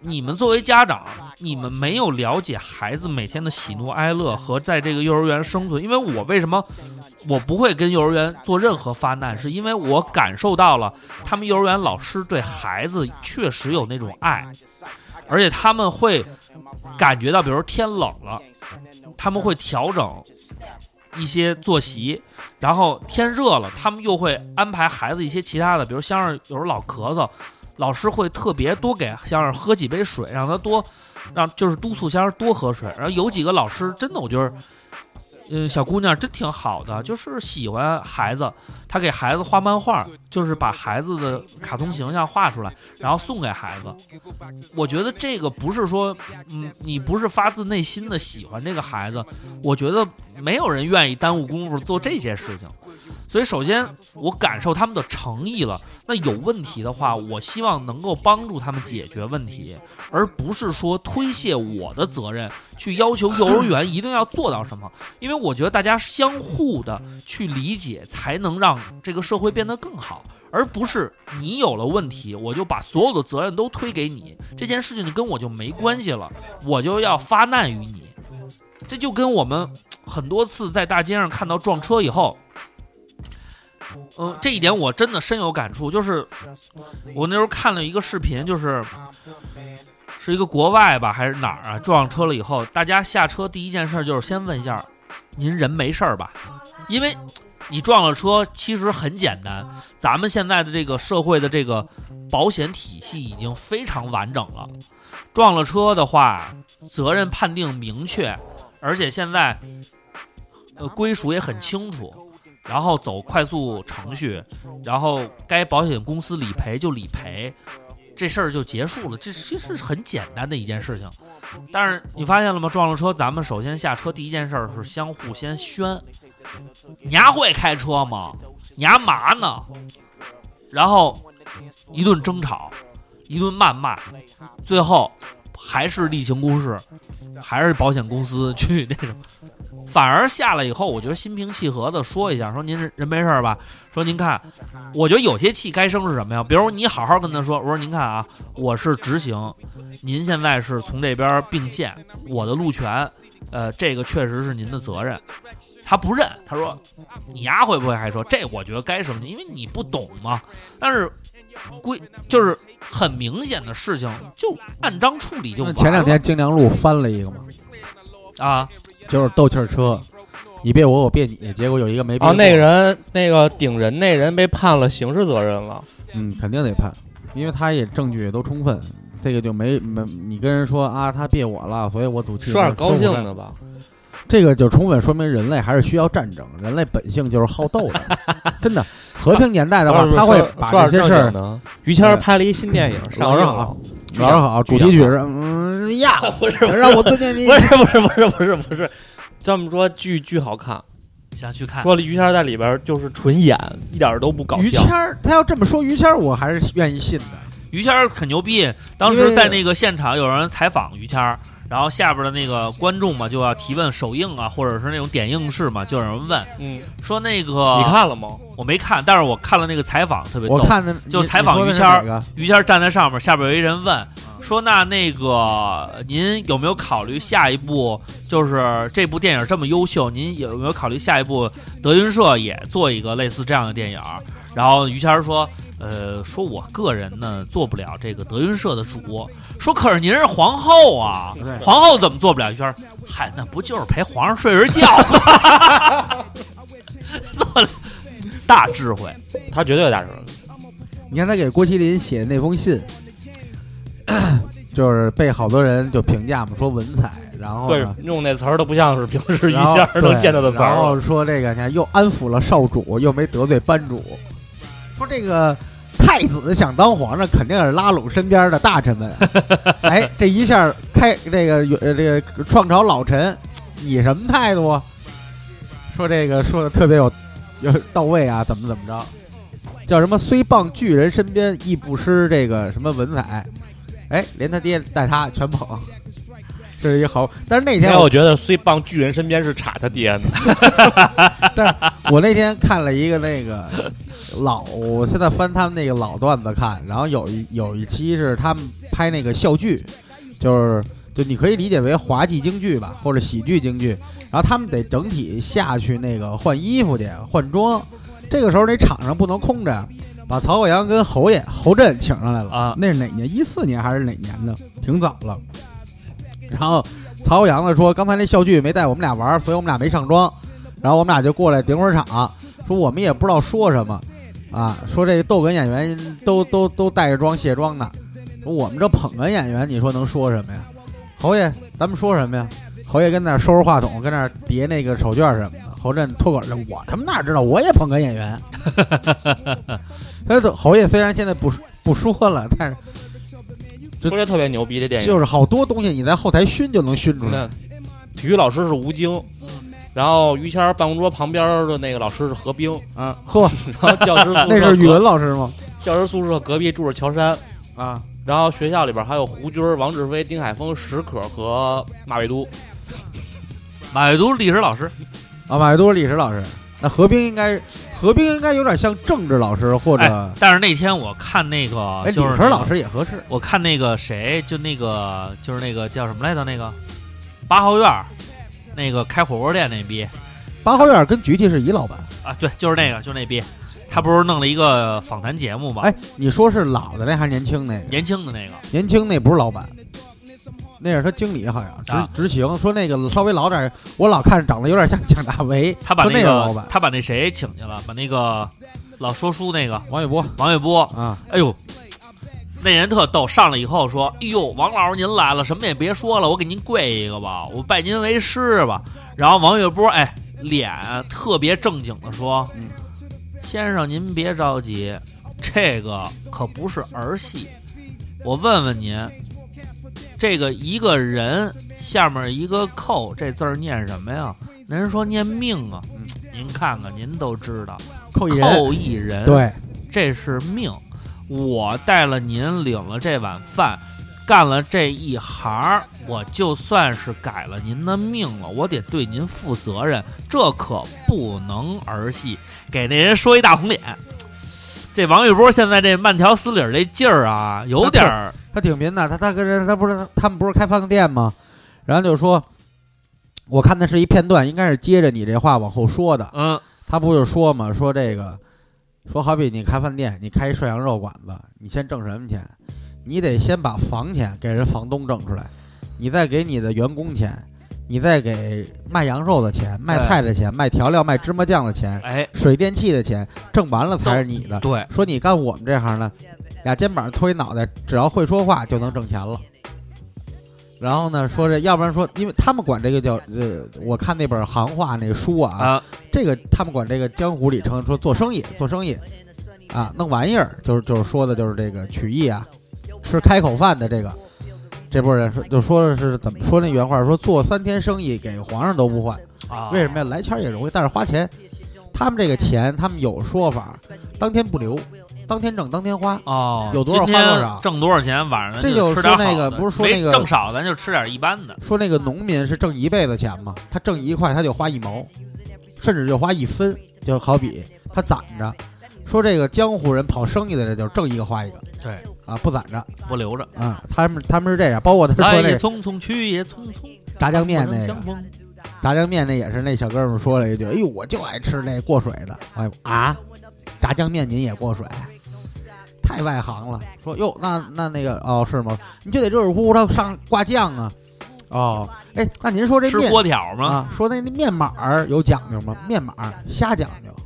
Speaker 4: 你们作为家长，你们没有了解孩子每天的喜怒哀乐和在这个幼儿园生存。因为我为什么我不会跟幼儿园做任何发难，是因为我感受到了他们幼儿园老师对孩子确实有那种爱，而且他们会感觉到，比如天冷了，他们会调整一些作息，然后天热了，他们又会安排孩子一些其他的，比如香儿有时候老咳嗽，老师会特别多给香儿喝几杯水，让他多让就是督促香儿多喝水。然后有几个老师真的，我觉得。嗯，小姑娘真挺好的，就是喜欢孩子，她给孩子画漫画，就是把孩子的卡通形象画出来，然后送给孩子。我觉得这个不是说，嗯，你不是发自内心的喜欢这个孩子，我觉得没有人愿意耽误功夫做这些事情。所以，首先我感受他们的诚意了。那有问题的话，我希望能够帮助他们解决问题，而不是说推卸我的责任去要求幼儿园一定要做到什么。因为我觉得大家相互的去理解，才能让这个社会变得更好，而不是你有了问题，我就把所有的责任都推给你，这件事情就跟我就没关系了，我就要发难于你。这就跟我们很多次在大街上看到撞车以后。嗯，这一点我真的深有感触。就是我那时候看了一个视频，就是是一个国外吧还是哪儿啊，撞车了以后，大家下车第一件事就是先问一下您人没事儿吧？因为你撞了车，其实很简单。咱们现在的这个社会的这个保险体系已经非常完整了。撞了车的话，责任判定明确，而且现在呃归属也很清楚。然后走快速程序，然后该保险公司理赔就理赔，这事儿就结束了。这其实是很简单的一件事情，但是你发现了吗？撞了车，咱们首先下车第一件事儿是相互先宣，你丫会开车吗？你丫嘛呢？然后一顿争吵，一顿谩骂，最后还是例行公事，还是保险公司去那种。反而下来以后，我觉得心平气和的说一下，说您人没事儿吧？说您看，我觉得有些气该生是什么呀？比如你好好跟他说，我说您看啊，我是执行，您现在是从这边并线，我的路权，呃，这个确实是您的责任。他不认，他说你丫会不会还说这？我觉得该生气，因为你不懂嘛。但是规就是很明显的事情，就按章处理就完
Speaker 6: 那
Speaker 4: 了。
Speaker 6: 前两天京良路翻了一个嘛，
Speaker 4: 啊，
Speaker 6: 就是斗气儿车，你别我，我别你，结果有一个没别
Speaker 5: 哦，那
Speaker 6: 过，
Speaker 5: 个人那个顶人那人被判了刑事责任了。
Speaker 6: 嗯，肯定得判，因为他也证据也都充分，这个就没没你跟人说啊，他别我了，所以我赌气，
Speaker 5: 说点高兴
Speaker 6: 我
Speaker 5: 的吧，
Speaker 6: 这个就充分说明人类还是需要战争，人类本性就是好斗 的，真的。和平年代的话
Speaker 5: 啊不，是
Speaker 6: 他
Speaker 5: 不
Speaker 6: 会
Speaker 5: 是说
Speaker 6: 把
Speaker 5: 说
Speaker 6: 这
Speaker 5: 点
Speaker 6: 些
Speaker 5: 正
Speaker 6: 事
Speaker 5: 经
Speaker 6: 儿
Speaker 5: 的。于谦儿
Speaker 6: 嗯
Speaker 5: 拍了一新电影，上
Speaker 6: 老
Speaker 5: 映
Speaker 6: 师
Speaker 5: 了
Speaker 6: 好。老师好，主题曲是嗯呀，让我尊敬你
Speaker 5: 不。是不是不是不是不是，这么说巨巨好看。
Speaker 4: 想去看。
Speaker 5: 说了于谦儿在里边儿就是纯演，一点儿都不搞
Speaker 6: 于
Speaker 5: 笑
Speaker 6: 谦。儿，他要这么说，于谦儿我还是愿意信的。
Speaker 4: 于谦儿很牛逼，当时在那个现场有人采访于谦儿，然后下边的那个观众嘛就要提问首映啊，或者是那种点映式嘛，就有人问
Speaker 5: 嗯，
Speaker 4: 说那个
Speaker 5: 你看了吗？
Speaker 4: 我没看，但是我看了那个采访特别
Speaker 6: 我
Speaker 4: 逗。
Speaker 6: 看的
Speaker 4: 就采访于谦儿于谦儿站在上面，下边有一人问说：“那那个您有没有考虑下一部？就是这部电影这么优秀，您有没有考虑下一部德云社也做一个类似这样的电影儿？”然后于谦儿说，呃，说我个人呢做不了这个德云社的主，说可是您是皇后啊，
Speaker 6: 对
Speaker 4: 皇后怎么做不了？于谦儿，嗨，那不就是陪皇上睡睡觉吗？ 做了大智慧，
Speaker 5: 他绝对有大
Speaker 6: 啊
Speaker 5: 师。
Speaker 6: 你看他给郭麒麟写那封信， 就是被好多人就评价嘛，说文采，然后
Speaker 5: 对
Speaker 6: 呢，
Speaker 5: 用那词儿都不像是平时于
Speaker 6: 然后
Speaker 5: 谦儿能
Speaker 6: 对
Speaker 5: 见到的词
Speaker 6: 然
Speaker 5: 儿。
Speaker 6: 后说这个，你看又安抚了少主，又没得罪班主，说这个太子想当皇上，肯定是拉拢身边的大臣们。哎，这一下开这个呃这个创朝老臣，你什么态度啊？说这个说的特别有有到位啊，怎么怎么着？叫什么？虽傍巨人身边，亦不失这个什么文采。哎，连他爹带他全捧，这是一好。但是那天
Speaker 5: 但
Speaker 6: 我
Speaker 5: 我觉得虽傍巨人身边是插 他爹呢，
Speaker 6: 我那天看了一个那个老，我现在翻他们那个老段子看，然后有一有一期是他们拍那个笑剧，就是就你可以理解为滑稽京剧吧，或者喜剧京剧，然后他们得整体下去那个换衣服去换装，这个时候那场上不能空着呀，把曹国阳跟侯爷侯震请上来了
Speaker 4: 啊
Speaker 6: 那是哪年？一四年还是哪年的？挺早了。然后曹国阳呢说，刚才那笑剧没带我们俩玩儿，所以我们俩没上妆。然后我们俩就过来顶会儿场，说我们也不知道说什么，啊，说这逗哏演员都都都带着妆卸妆呢，说我们这捧哏演员，你说能说什么呀？侯爷，咱们说什么呀？侯爷跟那儿收拾话筒，跟那儿叠那个手绢什么的。侯震脱口而出：“我他妈哪知道？我也捧哏演员。” 他说侯爷虽然现在不不说了，但是
Speaker 5: 不是特别牛逼这电影。
Speaker 6: 就是好多东西你在后台熏就能熏出来
Speaker 5: 那。体育老师是吴京，
Speaker 6: 嗯
Speaker 5: 然后于谦儿办公桌旁边儿的那个老师是何冰，
Speaker 6: 啊，呵，
Speaker 5: 然后教师宿
Speaker 6: 那
Speaker 5: 舍
Speaker 6: 是语
Speaker 5: 隔
Speaker 6: 文老师吗？
Speaker 5: 教师宿舍隔壁住着乔杉，
Speaker 6: 啊，
Speaker 5: 然后学校里边还有胡军儿、王志飞、丁海峰、史可和马未都。
Speaker 4: 马未都历史老师，
Speaker 6: 啊，马未都是历史老师。那何冰应该，何冰应该有点像政治老师或者
Speaker 4: 哎，但是那天我看那个
Speaker 6: 哎，理
Speaker 4: 啊就是
Speaker 6: 科
Speaker 4: 那
Speaker 6: 老
Speaker 4: 个
Speaker 6: 师也合适。
Speaker 4: 我看那个谁，就那个就是那个叫什么来着？那个八号院儿，那个开火锅店那逼
Speaker 6: 八号院跟菊菊是一老板。
Speaker 4: 啊，对，就是那个，就是那逼，他不是弄了一个访谈节目吗？
Speaker 6: 哎，你说是老的那还是年轻那个？
Speaker 4: 年轻的那个
Speaker 6: 年轻那不是老板，那是他经理好像
Speaker 4: 啊
Speaker 6: 执执行。说那个稍微老点儿，我老看着长得有点像蒋大为，
Speaker 4: 他把
Speaker 6: 说那
Speaker 4: 那
Speaker 6: 是老板
Speaker 4: 他把那谁请去了，把那个老说书那个
Speaker 6: 王玥波
Speaker 4: 王玥波，
Speaker 6: 啊，
Speaker 4: 哎呦，那人特逗，上来以后说：“哎呦，王老师您来了，什么也别说了，我给您跪一个吧，我拜您为师吧。”然后王月波哎，脸特别正经的说：“先生您别着急，这个可不是儿戏，我问问您，这个一个人下面一个扣，这字儿念什么呀？”您说念命啊
Speaker 6: 嗯，
Speaker 4: 您看看，您都知道，
Speaker 6: 寇一人，
Speaker 4: 扣一人，
Speaker 6: 对，
Speaker 4: 这是命。我带了您领了这碗饭，干了这一行儿，我就算是改了您的命了，我得对您负责任，这可不能儿戏。给那人说一大红脸。这王玥波现在这慢条斯理儿这劲儿啊，有 点儿
Speaker 6: 他挺贫的，他他跟人他不是他们不是开饭店吗？然后就说，我看的是一片段，应该是接着你这话往后说的。
Speaker 4: 嗯
Speaker 6: 他不就说嘛，说这个，说好比你开饭店，你开一涮羊肉馆子，你先挣什么钱？你得先把房钱给人房东挣出来，你再给你的员工钱，你再给卖羊肉的钱、卖菜的钱、卖调料、卖芝麻酱的钱、
Speaker 4: 哎
Speaker 6: 水电气的钱，挣完了才是你的。
Speaker 4: 对，
Speaker 6: 说你干我们这行呢，俩肩膀托一脑袋，只要会说话就能挣钱了。然后呢，说这要不然说，因为他们管这个叫呃，我看那本行话那书
Speaker 4: 啊
Speaker 6: 这个他们管这个江湖里称说做生意，做生意啊，弄玩意儿，就是就是说的就是这个曲艺啊，吃开口饭的这个，这波人说就说的是怎么说那原话，说做三天生意给皇上都不换，
Speaker 4: 啊，
Speaker 6: 为什么呀？来钱儿也容易，但是花钱，他们这个钱他们有说法，当天不留，当天挣当天花。
Speaker 4: 哦，
Speaker 6: 有多少
Speaker 4: 今
Speaker 6: 花
Speaker 4: 天
Speaker 6: 多少
Speaker 4: 挣多少钱，晚上
Speaker 6: 这
Speaker 4: 就
Speaker 6: 就
Speaker 4: 吃点
Speaker 6: 说那
Speaker 4: 好
Speaker 6: 个
Speaker 4: 的
Speaker 6: 不是说
Speaker 4: 没
Speaker 6: 那个
Speaker 4: 挣少，咱就吃点一般的。
Speaker 6: 说那个农民是挣一辈子钱嘛，他挣一块他就花一毛，甚至就花一分，就好比他攒着。说这个江湖人跑生意的人就是挣一个花一个，
Speaker 4: 对
Speaker 6: 啊，不攒着
Speaker 4: 我留着，
Speaker 6: 啊，他们他们是这样，包括他
Speaker 4: 来
Speaker 6: 说
Speaker 4: 也
Speaker 6: 那
Speaker 4: 匆匆，去也匆匆，
Speaker 6: 炸酱面
Speaker 4: 哎不
Speaker 6: 那
Speaker 4: 能
Speaker 6: 个
Speaker 4: 相逢。
Speaker 6: 炸酱面那也是那小哥们说了一句，哎呦，我就爱吃那过水的，哎呦啊，炸酱面您也过水，太外行了。说哟，那那那个哦是吗？你就得热热乎乎的上挂酱啊。哦，哎，那您说这
Speaker 4: 吃
Speaker 6: 面
Speaker 4: 锅条吗？
Speaker 6: 啊，说那那面码儿有讲究吗？面码儿瞎讲究，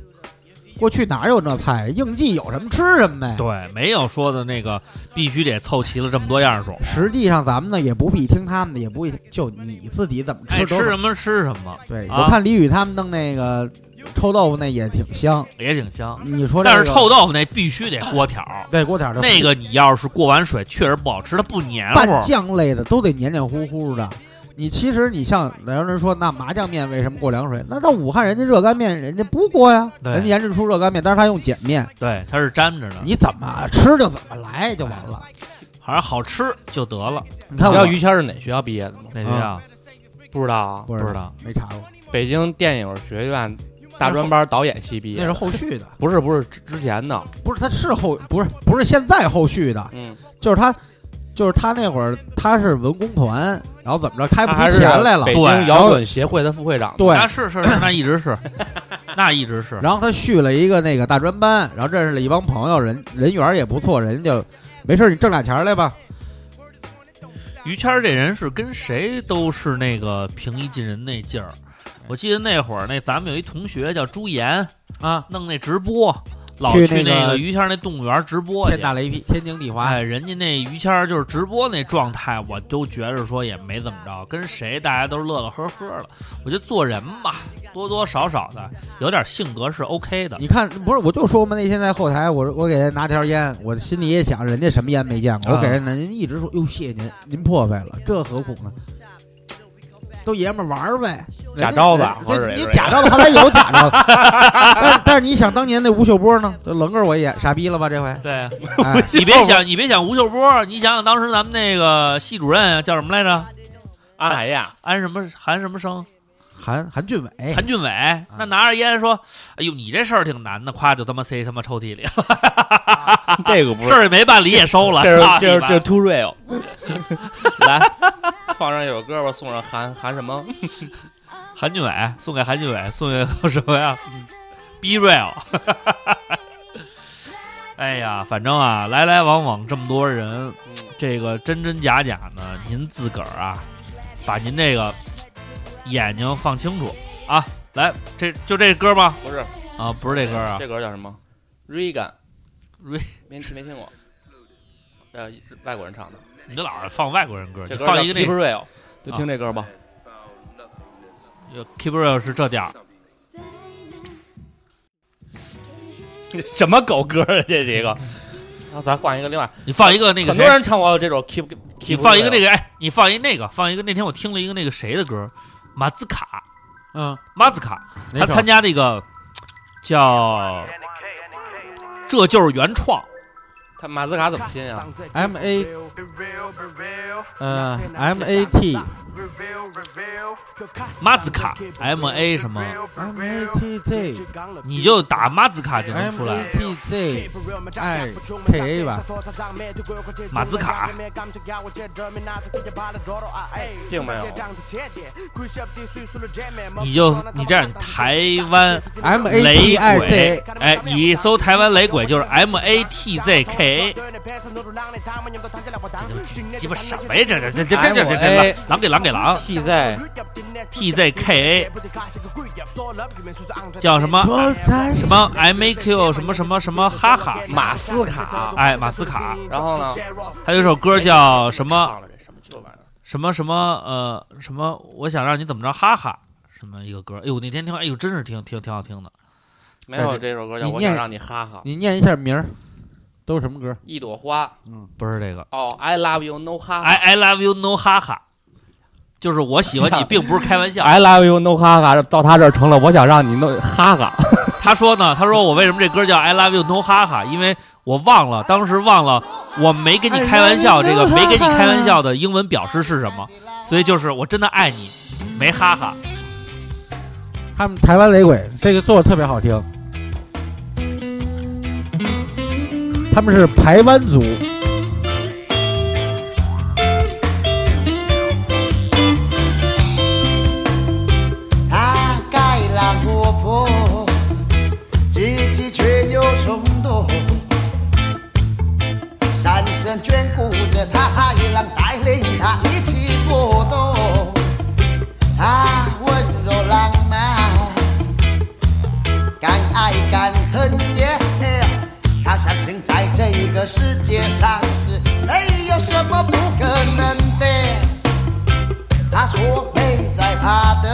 Speaker 6: 过去哪有那菜？应季有什么吃什么呗。
Speaker 4: 对，没有说的那个必须得凑齐了这么多样种，
Speaker 6: 实际上咱们呢也不必听他们的，也不必就你自己怎么
Speaker 4: 爱
Speaker 6: 吃
Speaker 4: 哎吃
Speaker 6: 都
Speaker 4: 什么吃什么，
Speaker 6: 对，
Speaker 4: 啊
Speaker 6: 我看李宇他们弄那个臭豆腐那也挺香。
Speaker 4: 也挺香。
Speaker 6: 你说这
Speaker 4: 但
Speaker 6: 个、
Speaker 4: 是臭豆腐那必须得锅条，
Speaker 6: 对锅条的
Speaker 4: 那个你要是过完水确实不好吃，它不黏
Speaker 6: 拌
Speaker 4: 糊。
Speaker 6: 酱类的都得黏黏糊糊的。你其实你像有人说，那麻酱面为什么过凉水？那到武汉人家热干面人家不过呀，
Speaker 4: 对
Speaker 6: 人家研制出热干面，但是他用碱面，
Speaker 4: 对，它是粘着的，
Speaker 6: 你怎么吃就怎么来就完了。
Speaker 4: 反正好吃就得了。
Speaker 6: 你
Speaker 5: 你
Speaker 6: 看
Speaker 5: 知
Speaker 6: 我
Speaker 5: 道于谦是哪学校毕业的吗？
Speaker 4: 那学
Speaker 6: 嗯
Speaker 4: 校
Speaker 5: 不知道啊，
Speaker 6: 不
Speaker 4: 不知道，
Speaker 6: 没查过，
Speaker 5: 北京电影学院大专班导演系毕
Speaker 6: 那
Speaker 5: 业
Speaker 6: 是
Speaker 5: 的。
Speaker 6: 后续的，
Speaker 5: 不是不是之之前的，
Speaker 6: 不是他是后不是不是现在后续的，
Speaker 5: 嗯，
Speaker 6: 就是他就是他那会儿他是文工团，然后怎么着开
Speaker 5: 他
Speaker 6: 不
Speaker 5: 还
Speaker 6: 出
Speaker 5: 是
Speaker 6: 钱来了
Speaker 5: 北，
Speaker 6: 对
Speaker 5: 京
Speaker 6: 然
Speaker 5: 摇
Speaker 6: 后
Speaker 5: 滚协会的副会长。
Speaker 6: 对
Speaker 4: 那是是是，那一直 是，那一直是。
Speaker 6: 然后他续了一个那个大专班，然后认识了一帮朋友，人人缘儿也不错，人家就没事儿你挣俩钱儿来吧。
Speaker 4: 于谦儿这人是跟谁都是那个平易近人那劲儿。我记得那会儿那咱们有一同学叫朱岩
Speaker 6: 啊，
Speaker 4: 弄那直播，老
Speaker 6: 去
Speaker 4: 去
Speaker 6: 那
Speaker 4: 那
Speaker 6: 个
Speaker 4: 个于谦儿那动物园直播
Speaker 6: 天
Speaker 4: 去。
Speaker 6: 打雷劈，天经地义。
Speaker 4: 哎，人家那于谦儿就是直播那状态，我都觉着说也没怎么着，跟谁大家都乐乐呵呵的。我觉得做人吧，多多少少的有点性格是 OK 的。
Speaker 6: 你看，不是我就说嘛，那天在后台，我我给人拿条烟，我心里也想，人家什么烟没见过，
Speaker 4: 啊
Speaker 6: 我给人家人家一直说，哟，谢谢您，您破费了，这何苦呢？都爷们儿玩儿呗，
Speaker 5: 假招子
Speaker 6: 人家
Speaker 5: 或者
Speaker 6: 人
Speaker 5: 是
Speaker 6: 家假招子，他还有假招子。 但是但是你想，当年那吴秀波呢，就棱个我一眼，傻逼了吧？这回，
Speaker 4: 对，
Speaker 6: 哎
Speaker 4: 你别想，你别想吴秀波，你想想当时咱们那个系主任啊叫什么来着？
Speaker 5: 安海亚，
Speaker 4: 安什么韩什么生？
Speaker 6: 韩韩俊伟，
Speaker 4: 韩俊伟那拿着烟说：“哎呦，你这事儿挺难的，夸就他妈塞他妈抽屉里，
Speaker 5: 这个不
Speaker 4: 事儿也没办，理也收了，
Speaker 5: 这
Speaker 4: 操
Speaker 5: 是这
Speaker 4: 你
Speaker 5: 是
Speaker 4: 妈
Speaker 5: 这是 Too Real。来，放上一首歌吧，送上韩韩什么？
Speaker 4: 韩俊伟送给韩俊伟，送给 什么呀？Be real。哎呀，反正啊，来来往往这么多人，这个真真假假呢，您自个儿啊，把您这个眼睛放清楚啊。来，这就这歌吗？
Speaker 5: 不是，
Speaker 4: 啊，不是这歌啊，
Speaker 5: 这歌叫什么？Regan。
Speaker 4: Re-
Speaker 5: 没没听过。呃，外国人唱的。
Speaker 4: 你这老是放外国人歌，
Speaker 5: 这
Speaker 4: 你
Speaker 5: 歌
Speaker 4: 放一个那
Speaker 5: Keep
Speaker 4: 个
Speaker 5: Real，就听这歌吧。
Speaker 4: Keep Real 呃是这调儿。
Speaker 5: 什么狗歌啊？ 这是一个。然啊后咱换一个另外，
Speaker 4: 你放一个那个
Speaker 5: 很
Speaker 4: 谁
Speaker 5: 多人唱过这首 Keep Keep。
Speaker 4: 你放一个那
Speaker 5: 个，
Speaker 4: 个，哎，你放一那个，放一个。那天我听了一个那个谁的歌，马兹卡，
Speaker 6: 嗯，
Speaker 4: 马兹卡，他
Speaker 6: 哪首
Speaker 4: 参加这个叫《这就是原创》，
Speaker 5: 他马自卡怎么拼啊？
Speaker 6: M A 呃 M A T
Speaker 4: 马兹卡 M A 什么，
Speaker 6: M A T Z
Speaker 4: 你就打马兹卡就能
Speaker 6: M
Speaker 4: 出来
Speaker 6: A。T Z I 哎 K A 吧，
Speaker 4: 马兹卡，
Speaker 5: 并没有。
Speaker 4: 你就你这样，台湾
Speaker 6: M A
Speaker 4: 雷
Speaker 6: T I
Speaker 4: 鬼
Speaker 6: Z，
Speaker 4: 哎，你搜台湾雷鬼就是 M A T Z K A。这鸡巴什么呀？这这这这这这这这
Speaker 5: MA
Speaker 4: 狼给狼给狼
Speaker 5: T Z
Speaker 4: T Z K A 叫什么？什么 M A Q 什么什么什么哈哈
Speaker 5: 马斯卡，
Speaker 4: 哎马斯卡，
Speaker 5: 然后呢？
Speaker 4: 还有一首歌叫什么
Speaker 5: 唱了这什么鸡巴玩意儿？
Speaker 4: 什么什么呃什么，我想让你怎么着哈哈什么一个歌，哎呦那天听，哎呦真是挺挺挺好听的，
Speaker 5: 没有这首歌叫
Speaker 6: 你
Speaker 5: 我
Speaker 6: 念
Speaker 5: 想让你哈哈。
Speaker 6: 你念一下名儿，都是什么歌？
Speaker 5: 一朵花，
Speaker 4: 不是这个
Speaker 5: 哦，I love you no 哈哈
Speaker 4: I I love you no 哈哈，就是我喜欢你，并不是开玩笑。
Speaker 5: ，I love you no 哈哈，到他这儿成了我想让你弄哈哈。
Speaker 4: 他说呢，他说我为什么这歌叫 I Love You No 哈哈，因为我忘了，当时忘了我没跟你开玩笑，这个没跟你开玩笑的英文表示是什么，所以就是我真的爱你，没哈哈。
Speaker 6: 他们台湾雷鬼这个做的特别好听，他们是台湾族，
Speaker 9: 她开朗活泼，积极却又从人眷顾着他，也让带领他一起过冬。他温柔浪漫，敢爱敢恨耶。他相信在这个世界上是没有什么不可能的。他说没在怕的。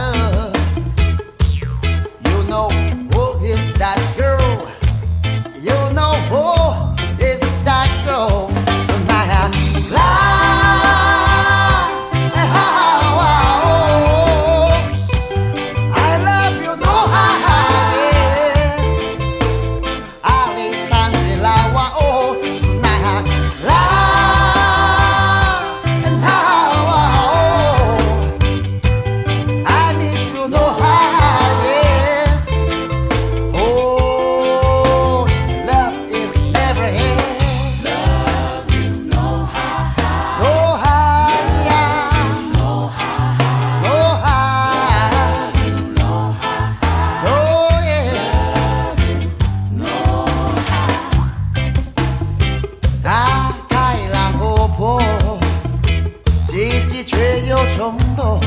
Speaker 9: You know who is that girl? You know who is that girl? So now, la. I love you, no high. Alexandra, oh, Snai, la, and oh, how, I miss you, no high. Oh, love is never end. Love you, no high, no high, no high, no high. Oh yeah，他开朗活泼，积极却又冲动，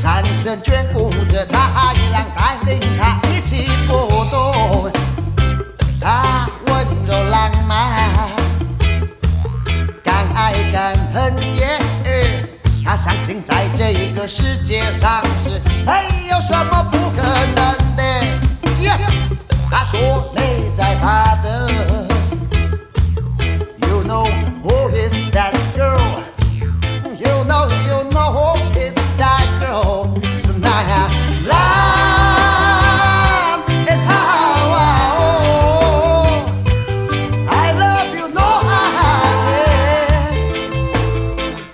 Speaker 9: 山神眷顾着他，一浪带领他一起波动。他温柔浪漫，敢爱敢恨耶。他相信在这一个世界上是没有什么不可能的。耶他说没在怕的。You know who is that girl? You know, you know who is that girl? Tonight, love and how I love you, no high.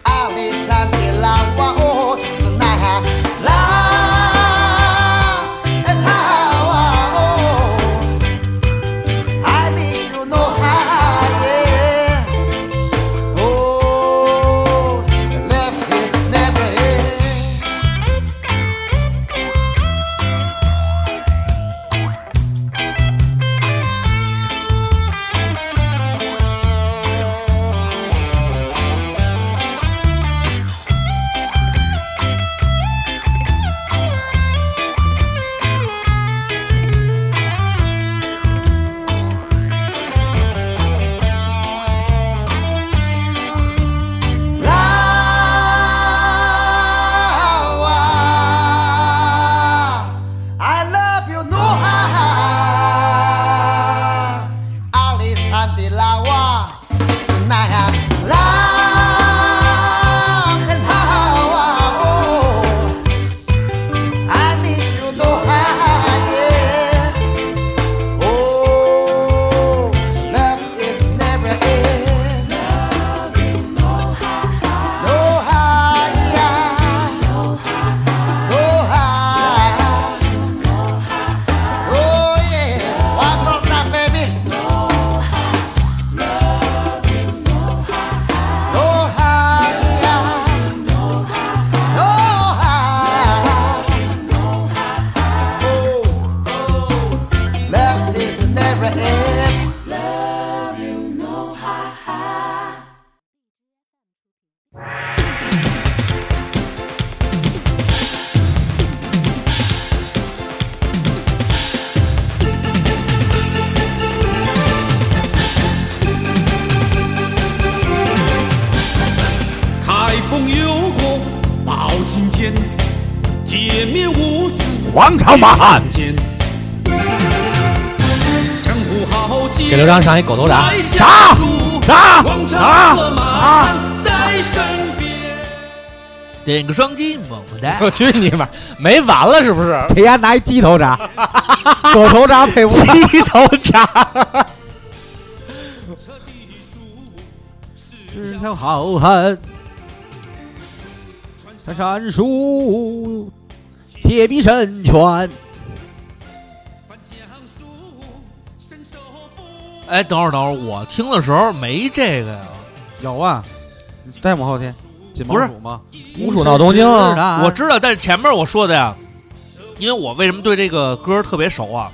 Speaker 9: I wish I did like what oh tonight. Love and how I wish you know how Oh love is never end. 啦哇，I love you，no 哈哈，阿里山的拉哇，是那呀啦，很好啊哦，I oh. miss you，no 哈哈耶，Oh love is never end。No higher, no higher, oh yeah, one more time, baby. No higher, no Oh, higher, oh, love is never end.
Speaker 5: 给刘璋上一狗头铡。
Speaker 1: 啥啥啥啊！在身边。
Speaker 4: 点个双击，么么哒。
Speaker 5: 我去你妈，没完了是不是？
Speaker 6: 给丫拿一鸡头铡，狗头铡配不上。
Speaker 5: 鸡头铡，
Speaker 6: 是条好汉，三山鼠，铁臂神拳。
Speaker 4: 哎，等会儿等会儿，我听的时候没这个呀。
Speaker 6: 有啊，你再往后听，锦
Speaker 4: 不是
Speaker 6: 鼠吗？
Speaker 5: 五鼠闹东京啊！
Speaker 4: 我知道，但是前面我说的呀，因为我为什么对这个歌特别熟啊？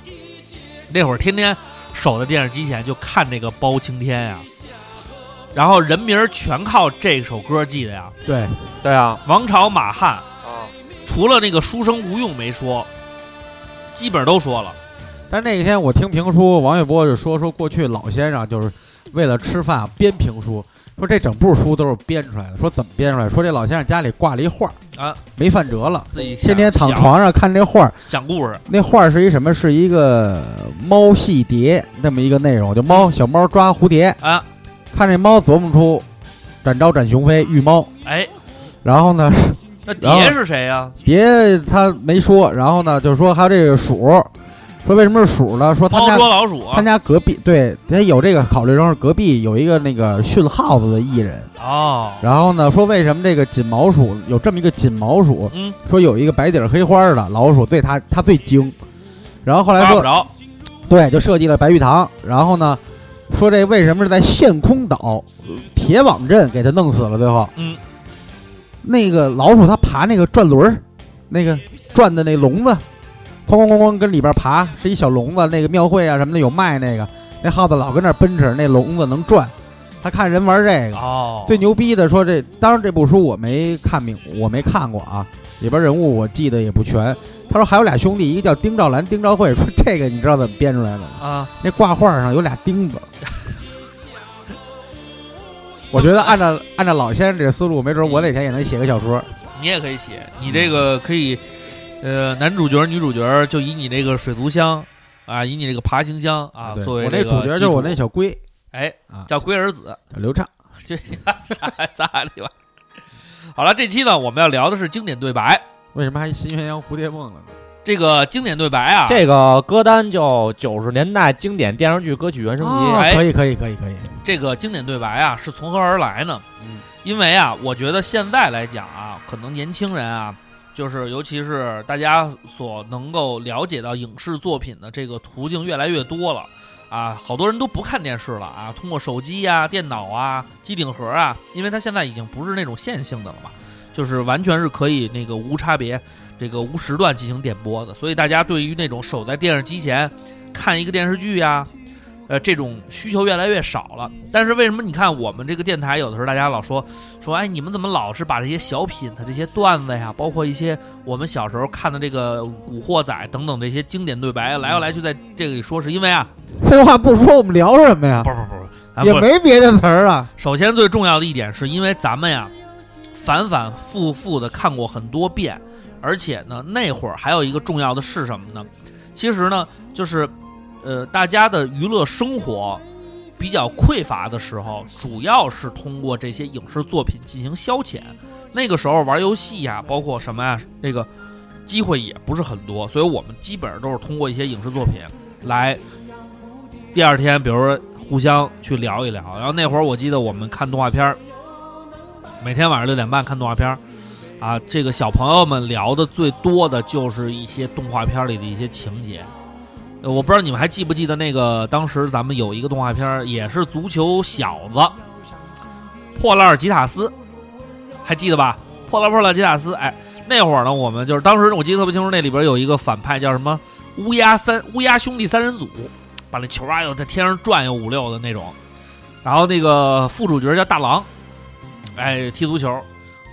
Speaker 4: 那会儿天天守在电视机前就看这个包青天呀。然后人名儿全靠这首歌记的呀，
Speaker 6: 对，
Speaker 5: 对啊，
Speaker 4: 王朝、马汉，
Speaker 5: 啊，
Speaker 4: 除了那个书生吴用没说，基本上都说了。
Speaker 6: 但那天我听评书，王玥波就说说过去老先生就是为了吃饭编评书，说这整部书都是编出来的，说怎么编出来？说这老先生家里挂了一画
Speaker 4: 啊，
Speaker 6: 没饭辙了，
Speaker 4: 自己
Speaker 6: 天天
Speaker 4: 想
Speaker 6: 躺床上看这画，
Speaker 4: 想故事，
Speaker 6: 那画是一什么？是一个猫戏蝶那么一个内容，就猫小猫抓蝴蝶
Speaker 4: 啊，
Speaker 6: 看这猫琢磨出展昭、展雄飞、御猫，
Speaker 4: 哎，
Speaker 6: 然后呢，
Speaker 4: 那蝶是谁呀、
Speaker 6: 蝶他没说，然后呢，就是说还有这个鼠，说为什么是鼠呢？说他
Speaker 4: 猫
Speaker 6: 家
Speaker 4: 捉老鼠啊
Speaker 6: 他家隔壁对他有这个考虑，然后隔壁有一个那个训耗子的艺人，
Speaker 4: 哦，
Speaker 6: 然后呢说为什么这个锦毛鼠有这么一个锦毛鼠，
Speaker 4: 嗯，
Speaker 6: 说有一个白底儿黑花儿的老鼠对它它最精，然后后来
Speaker 4: 抓
Speaker 6: 说
Speaker 4: 不着，
Speaker 6: 对就设计了白玉堂，然后呢说这为什么是在陷空岛铁网阵给它弄死了最后，
Speaker 4: 嗯，
Speaker 6: 那个老鼠它爬那个转轮儿，那个转的那笼子，哐哐哐哐跟里边爬，是一小笼子。那个庙会啊什么的有卖那个，那耗子老跟那儿奔驰，那笼子能转。他看人玩这个，
Speaker 4: 哦，
Speaker 6: 最牛逼的说这，当然这部书我没看明，我没看过啊，里边人物我记得也不全。他说还有俩兄弟，一个叫丁兆兰、丁兆慧，说这个你知道怎么编出来的吗？
Speaker 4: 啊，
Speaker 6: 那挂画上有俩钉子。我觉得按照按照老先生这思路，没准我哪天也能写个小说。
Speaker 4: 你也可以写，
Speaker 6: 嗯
Speaker 4: 你这个可以，呃，男主角、女主角就以你这个水族箱啊，以你这个爬行箱啊
Speaker 6: 对
Speaker 4: 作为
Speaker 6: 我那
Speaker 4: 这个
Speaker 6: 主角就是我那
Speaker 4: 基础
Speaker 6: 小龟
Speaker 4: 哎
Speaker 6: 啊，
Speaker 4: 叫龟儿子，
Speaker 6: 叫刘畅。
Speaker 4: 这咱俩里边。好了，这期呢我们要聊的是经典对白，
Speaker 6: 为什么还新鸳鸯蝴蝶梦了呢？
Speaker 4: 这个经典对白啊，
Speaker 5: 这个歌单叫九十年代经典电视剧歌曲原声集，
Speaker 4: 哎
Speaker 6: 可以可以可以可以，
Speaker 4: 这个经典对白啊是从何而来呢？
Speaker 6: 嗯，
Speaker 4: 因为啊，我觉得现在来讲啊，可能年轻人啊，就是尤其是大家所能够了解到影视作品的这个途径越来越多了啊，好多人都不看电视了啊，通过手机呀、电脑啊、机顶盒啊，因为它现在已经不是那种线性的了嘛， 就是完全是可以那个无差别、这个无时段进行点播的，所以大家对于那种守在电视机前看一个电视剧呀、呃，这种需求越来越少了。但是为什么你看我们这个电台有的时候大家老说说，哎，你们怎么老是把这些小品的这些段子呀，包括一些我们小时候看的这个《古惑仔》等等这些经典对白，来来去在这个里说，是因为啊，
Speaker 6: 废话不说，我们聊什么呀
Speaker 4: 不？是不是不是，咱
Speaker 6: 也
Speaker 4: 不
Speaker 6: 没别的词儿啊。
Speaker 4: 首先最重要的一点是因为咱们呀，反反复复的看过很多遍，而且呢，那会儿还有一个重要的是什么呢？其实呢，就是，呃，大家的娱乐生活比较匮乏的时候，主要是通过这些影视作品进行消遣。那个时候玩游戏呀，包括什么呀，那个机会也不是很多，所以我们基本上都是通过一些影视作品来第二天，比如说互相去聊一聊。然后那会儿我记得我们看动画片儿，每天晚上六点半看动画片儿，啊，这个小朋友们聊的最多的就是一些动画片里的一些情节。呃我不知道你们还记不记得那个当时咱们有一个动画片儿，也是足球小子破烂吉塔斯，还记得吧？破烂破烂吉塔斯，哎，那会儿呢，我们就是当时我记得特别清楚，那里边有一个反派叫什么乌鸦三乌鸦兄弟三人组，把那球啊又在天上转悠五六的那种。然后那个副主角叫大郎，哎，踢足球，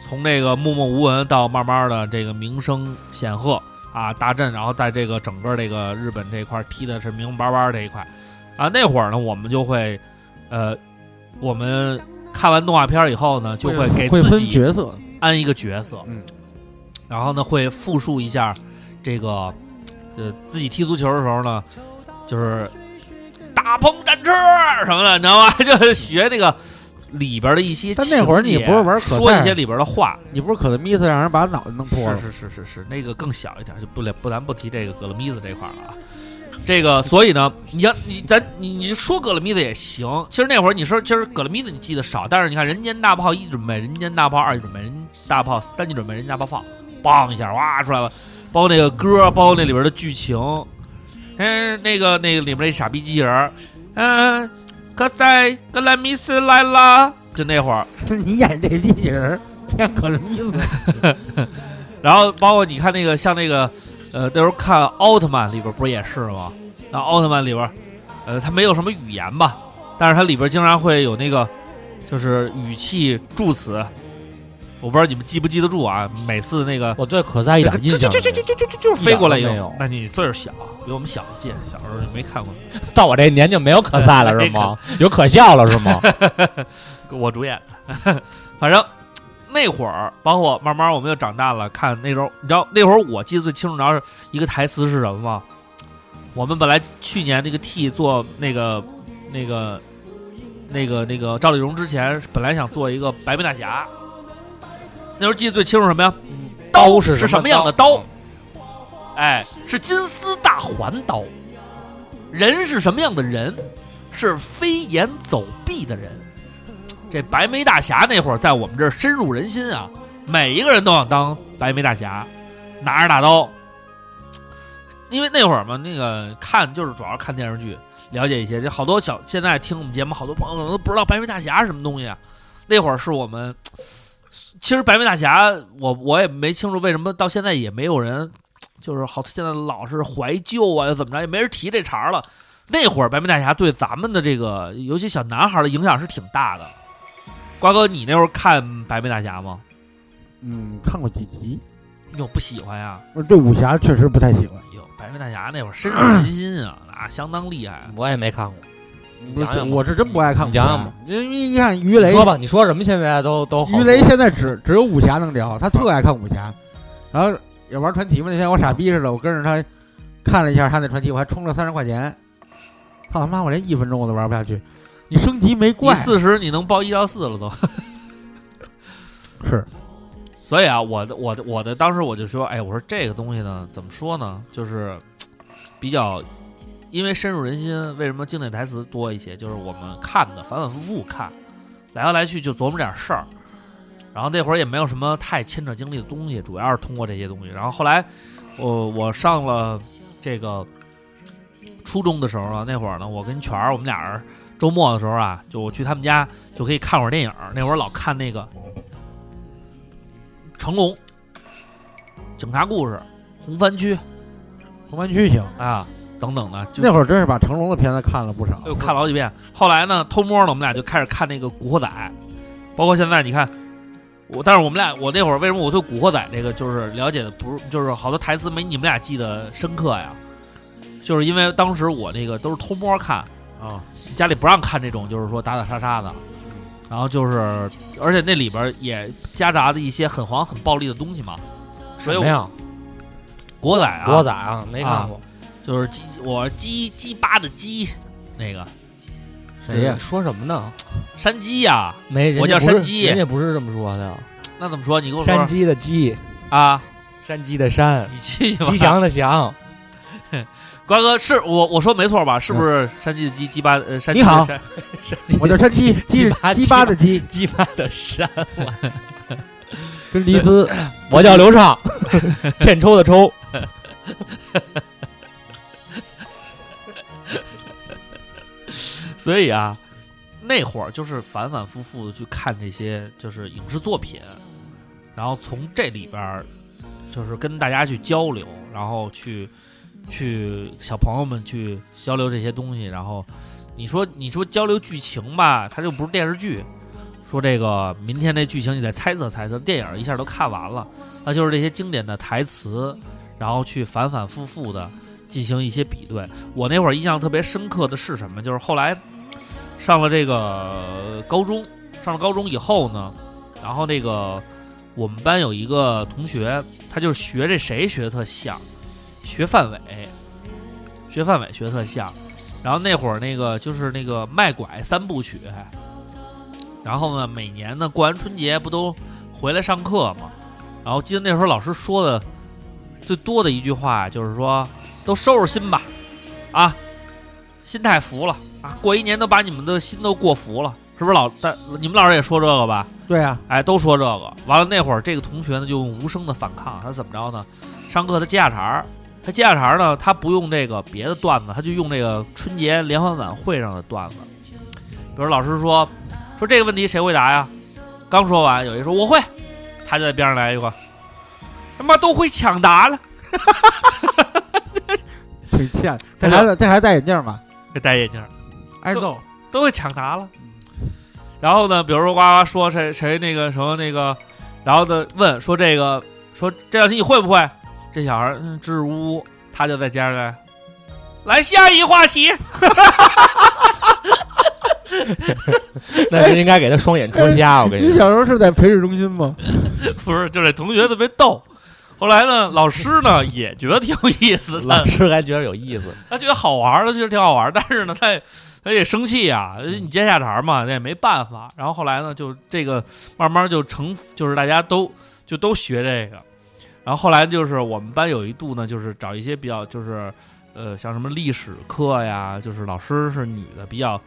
Speaker 4: 从这个默默无闻到慢慢的这个名声显赫啊，大振，然后在这个整个这个日本这一块踢的是明明白白这一块啊。那会儿呢，我们就会，呃，我们看完动画片以后呢，就会给
Speaker 6: 会
Speaker 4: 自
Speaker 6: 分
Speaker 4: 己
Speaker 6: 角色，
Speaker 4: 安一个角色，
Speaker 6: 嗯，
Speaker 4: 然后呢会复述一下这个，呃，自己踢足球的时候呢，就是大鹏展翅什么的，你知道吗？ 就是学那个里边的一些情节。
Speaker 6: 但那会儿你不是玩可赛
Speaker 4: 说一些里边的话，
Speaker 6: 你不是可能意思让人把脑袋弄破
Speaker 4: 是
Speaker 6: 了？
Speaker 4: 是是是是，那个更小一点，就不聊不咱不提这个格勒米子这块儿了啊。这个，所以呢，你要你咱你你说格勒米子也行。其实那会儿你说，其实格勒米子你记得少，但是你看《人间大炮》一准备，《人间大炮》二一准备，《人间大炮》三一准备，《人间大炮》放，梆一下哇出来了，包括那个歌，包括那里边的剧情，嗯，那个那个里面那傻逼机器人儿，嗯，可赛格莱米斯来啦，就那会儿，
Speaker 6: 你演这机器人儿，演可能意思。
Speaker 4: 然后包括你看那个像那个，呃，那时候看奥特曼里边不是也是吗？那奥特曼里边，呃，它没有什么语言吧，但是它里边经常会有那个就是语气、助词，我不知道你们记不记得住啊？每次那个
Speaker 5: 我对可赛一
Speaker 4: 就
Speaker 5: 点印
Speaker 4: 就
Speaker 5: 象
Speaker 4: 就
Speaker 5: 都
Speaker 4: 就
Speaker 5: 没
Speaker 4: 就
Speaker 5: 有，
Speaker 4: 就就就是飞过来一个
Speaker 5: 一点都没有
Speaker 4: 那你岁数小，比我们小一届，小时候没看过。
Speaker 5: 到我这年纪没有可 赛了是吗？有可笑了是吗？
Speaker 4: 我主演 的，反正那会儿，包括慢慢我们又长大了，看那时候，你知道那会儿我记得最清楚，然后是一个台词是什么吗？我们本来去年那个 T 做那个那个那个那个赵丽蓉之前，本来想做一个白眉大侠，那时候记得最清楚什么呀？刀
Speaker 5: 嗯是
Speaker 4: 是
Speaker 5: 什
Speaker 4: 么样的
Speaker 5: 刀
Speaker 4: 刀？？哎，是金丝大环刀。人是什么样的人？是飞檐走壁的人。这白眉大侠那会儿在我们这儿深入人心啊，每一个人都想当白眉大侠，拿着大刀。因为那会儿嘛，那个看就是主要是看电视剧，了解一些。这好多小现在听我们节目，好多朋友可能都不知道白眉大侠是什么东西啊。那会儿是我们，其实白眉大侠，我 我也没清楚为什么到现在也没有人就是好，现在老是怀旧啊，又怎么着，也没人提这茬儿了。那会儿白眉大侠对咱们的这个，尤其小男孩的影响是挺大的。瓜哥，你那会儿看白眉大侠吗？
Speaker 6: 嗯，看过几集，
Speaker 4: 哟，不喜欢呀？
Speaker 6: 我对武侠确实不太喜欢。
Speaker 4: 哟，白眉大侠那会儿深入人心啊，啊，相当厉害。
Speaker 5: 我也没看过，你讲讲吧
Speaker 6: 我是真不爱看武
Speaker 5: 你
Speaker 6: 侠。
Speaker 5: 讲讲吧，
Speaker 6: 因为你看于
Speaker 5: 你
Speaker 6: 雷，
Speaker 5: 说吧，你说什么现在都都好
Speaker 6: 于雷现在只只有武侠能聊，他特爱看武侠，然后也玩传奇嘛。那天我傻逼似的，我跟着他看了一下他那传奇，我还充了三十块钱。操他妈！我连一分钟我都玩不下去。你升级没
Speaker 4: 你
Speaker 6: 怪
Speaker 4: 四十，你能报一到四了都。
Speaker 6: 是，
Speaker 4: 所以啊，我的我的我的当时我就说，哎，我说这个东西呢，怎么说呢，就是嘖比较因为深入人心。为什么经典台词多一些？就是我们看的反反复复看，来来来去就琢磨点事儿。然后那会儿也没有什么太牵扯经历的东西，主要是通过这些东西。然后后来，我、我上了这个初中的时候啊，那会儿呢，我跟全儿我们俩人周末的时候啊，就我去他们家就可以看会儿电影。那会儿老看那个成龙《警察故事》《红番区
Speaker 6: 红番区行。》
Speaker 4: 啊等等的，就
Speaker 6: 那会儿真是把成龙的片子看了不
Speaker 5: 哎
Speaker 6: 少。
Speaker 4: 又看了好几遍。后来呢，偷摸的我们俩就开始看那个《古惑仔》，包括现在你看我，但是我们俩我那会儿为什么我对《古惑仔》这个就是了解的不是，就是好多台词没你们俩记得深刻呀，就是因为当时我那个都是偷摸看。
Speaker 6: 啊，
Speaker 4: 家里不让看这种，就是说打打杀杀的，然后就是，而且那里边也夹杂着一些很黄、很暴力的东西嘛。所以
Speaker 5: 什
Speaker 4: 我
Speaker 5: 么呀？
Speaker 4: 国仔啊，
Speaker 5: 国仔啊，没看过。
Speaker 4: 就是鸡，我鸡鸡巴的鸡，那个
Speaker 6: 谁呀
Speaker 5: 你说什么呢？
Speaker 4: 山鸡呀、
Speaker 5: 没，人家
Speaker 4: 我叫
Speaker 5: 不是
Speaker 4: 山鸡
Speaker 5: 人家不是这么说的。
Speaker 4: 那怎么说？你跟我说
Speaker 5: 山鸡的鸡，
Speaker 4: 啊，
Speaker 5: 山鸡的山，
Speaker 4: 你去吧
Speaker 5: 吉，祥的祥，
Speaker 4: 瓜哥是我我说没错吧？是不
Speaker 5: 嗯
Speaker 4: 是山鸡的鸡鸡巴呃山鸡
Speaker 6: 你好
Speaker 4: 的山
Speaker 5: 山鸡
Speaker 6: 我叫山鸡，鸡
Speaker 5: 鸡巴
Speaker 6: 鸡巴的鸡，
Speaker 5: 鸡巴的山。
Speaker 6: 跟黎姿
Speaker 5: 我叫刘畅， 欠抽的抽。
Speaker 4: 所以啊，那会儿就是反反复复的去看这些就是影视作品，然后从这里边儿就是跟大家去交流，然后去去小朋友们去交流这些东西，然后你说你说交流剧情吧，它就不是电视剧。说这个明天这剧情，你再猜测猜测。电影一下都看完了，那就是这些经典的台词，然后去反反复复的进行一些比对。我那会儿印象特别深刻的是什么？就是后来上了这个高中，上了高中以后呢，然后那个我们班有一个同学，他就是学这谁学的特像，学范伟，学范伟学的特像。然后那会儿那个就是那个卖拐三部曲，然后呢，每年呢过完春节不都回来上课嘛，然后记得那时候老师说的最多的一句话就是说，都收拾心吧，啊，心太服了啊！过一年都把你们的心都过服了，是不是老？但你们老师也说这个吧？
Speaker 6: 对啊，
Speaker 4: 哎，都说这个。完了那会儿，这个同学呢就无声的反抗，他怎么着呢？上课他接下茬儿，他接下茬儿呢，他不用这个别的段子，他就用这个春节联欢晚会上的段子。比如老师说说这个问题谁会答呀？刚说完，有一说我会，他就在边上来一个，他妈都会抢答了。
Speaker 6: 挺欠。这孩子这孩子戴眼镜吧？
Speaker 4: 这戴眼镜儿
Speaker 6: 挨揍。
Speaker 4: 都会抢答了。然后呢，比如说呱呱说谁谁那个什么那个，然后呢问说这个说这道题你会不会？这小孩儿嗯支支吾吾，他就在接着来，来下一话题。
Speaker 5: 那是应该给他双眼戳 瞎。我跟你
Speaker 6: 你
Speaker 5: 说，
Speaker 6: 小时候是在培训中心吗？
Speaker 4: 不是，就这同学特别逗。后来呢，老师呢也觉得挺有意思
Speaker 5: 老
Speaker 4: 的，
Speaker 5: 师还觉得有意思，
Speaker 4: 他觉得好玩儿，他觉得挺好玩儿。但是呢，他也他也生气呀、你接下茬儿嘛，那也没办法。然后后来呢，就这个慢慢就成，就是大家都就都学这个。然后后来就是我们班有一度呢，就是找一些比较就是呃像什么历史课呀，就是老师是女的，比较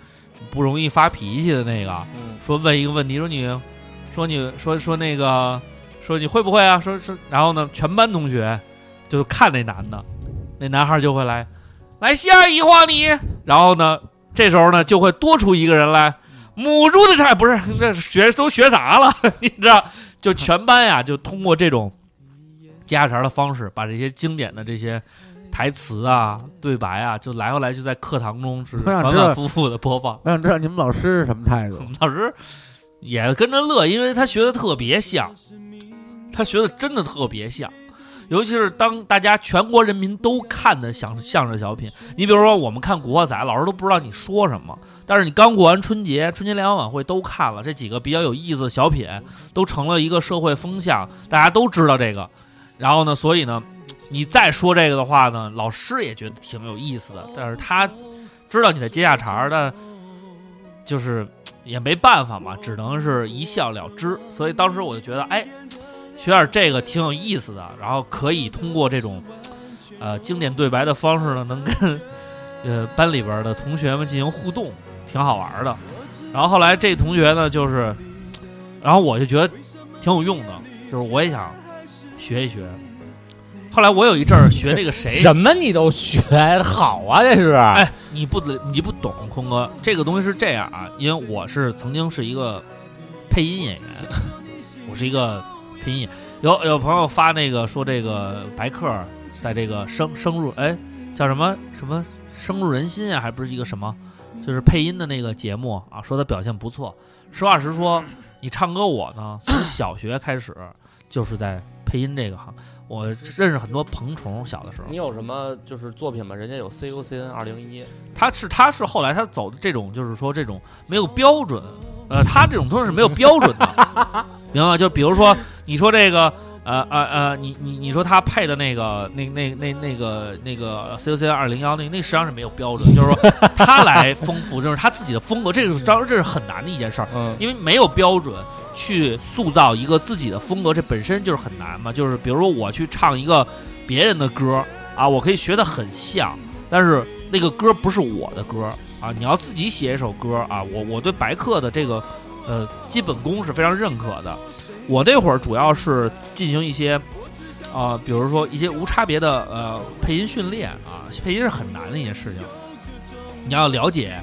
Speaker 4: 不容易发脾气的那个，说问一个问题，说你，说你说说那个，说你会不会啊？说说，然后呢，全班同学就看那男的，那男孩就会来，来下一话你，然后呢，这时候呢就会多出一个人来，母猪的产不是这学都学啥了？ 你知道，就全班呀，就通过这种接下茬的方式，把这些经典的这些。台词啊，对白啊，就来回来去在课堂中是
Speaker 6: 我想
Speaker 4: 反
Speaker 6: 啊知道
Speaker 4: 反复复的播放。
Speaker 6: 我想知道你们老师是什么态度
Speaker 4: 我。们老师也跟着乐，因为他学的特别像，他学的真的特别像。尤其是当大家全国人民都看的相相声小品，你比如说我们看《古惑仔》，老师都不知道你说什么，但是你刚过完春节，春节联欢晚会都看了，这几个比较有意思的小品都成了一个社会风向，大家都知道这个。然后呢，所以呢，你再说这个的话呢，老师也觉得挺有意思的，但是他知道你在接下茬儿，但就是也没办法嘛，只能是一笑了之。所以当时我就觉得，哎，学点这个挺有意思的，然后可以通过这种呃经典对白的方式呢，能跟 呃班里边的同学们进行互动，挺好玩的。然后后来这同学呢，就是，然后我就觉得挺有用的，就是我也想学一学。后来我有一阵儿学这个谁，
Speaker 5: 什么你都学好啊，这是。
Speaker 4: 哎，你不得你不懂，坤哥，这个东西是这样啊，因为我是曾经是一个配音演员，我是一个配音演有有朋友发那个说这个白客在这个深深入哎叫什么什么深入人心啊，还不是一个什么，就是配音的那个节目啊，说他表现不错。实话实说，你唱歌我呢，从小学开始就是在配音这个行，我认识很多彭虫，小的时候
Speaker 5: 你。有什么就是作品吗？人家有 C U C N 二零一，
Speaker 4: 他是他是后来他走的这种，就是说这种没有标准，呃，他这种东西是没有标准的，明白吗？就比如说你说这个，呃呃呃，你你你说他配的那个那那那那个那个 C O C 二零幺那那实际上是没有标准，就是说他来丰富，就是他自己的风格，这个是当然这是很难的一件事儿。
Speaker 5: 嗯，
Speaker 4: 因为没有标准去塑造一个自己的风格，这本身就是很难嘛。就是比如说我去唱一个别人的歌啊，我可以学得很像，但是那个歌不是我的歌啊。你要自己写一首歌啊，我我对白客的这个呃基本功是非常认可的。我那会儿主要是进行一些。啊、比如说一些无差别的呃配音训练啊，配音是很难的一件事情，你要了解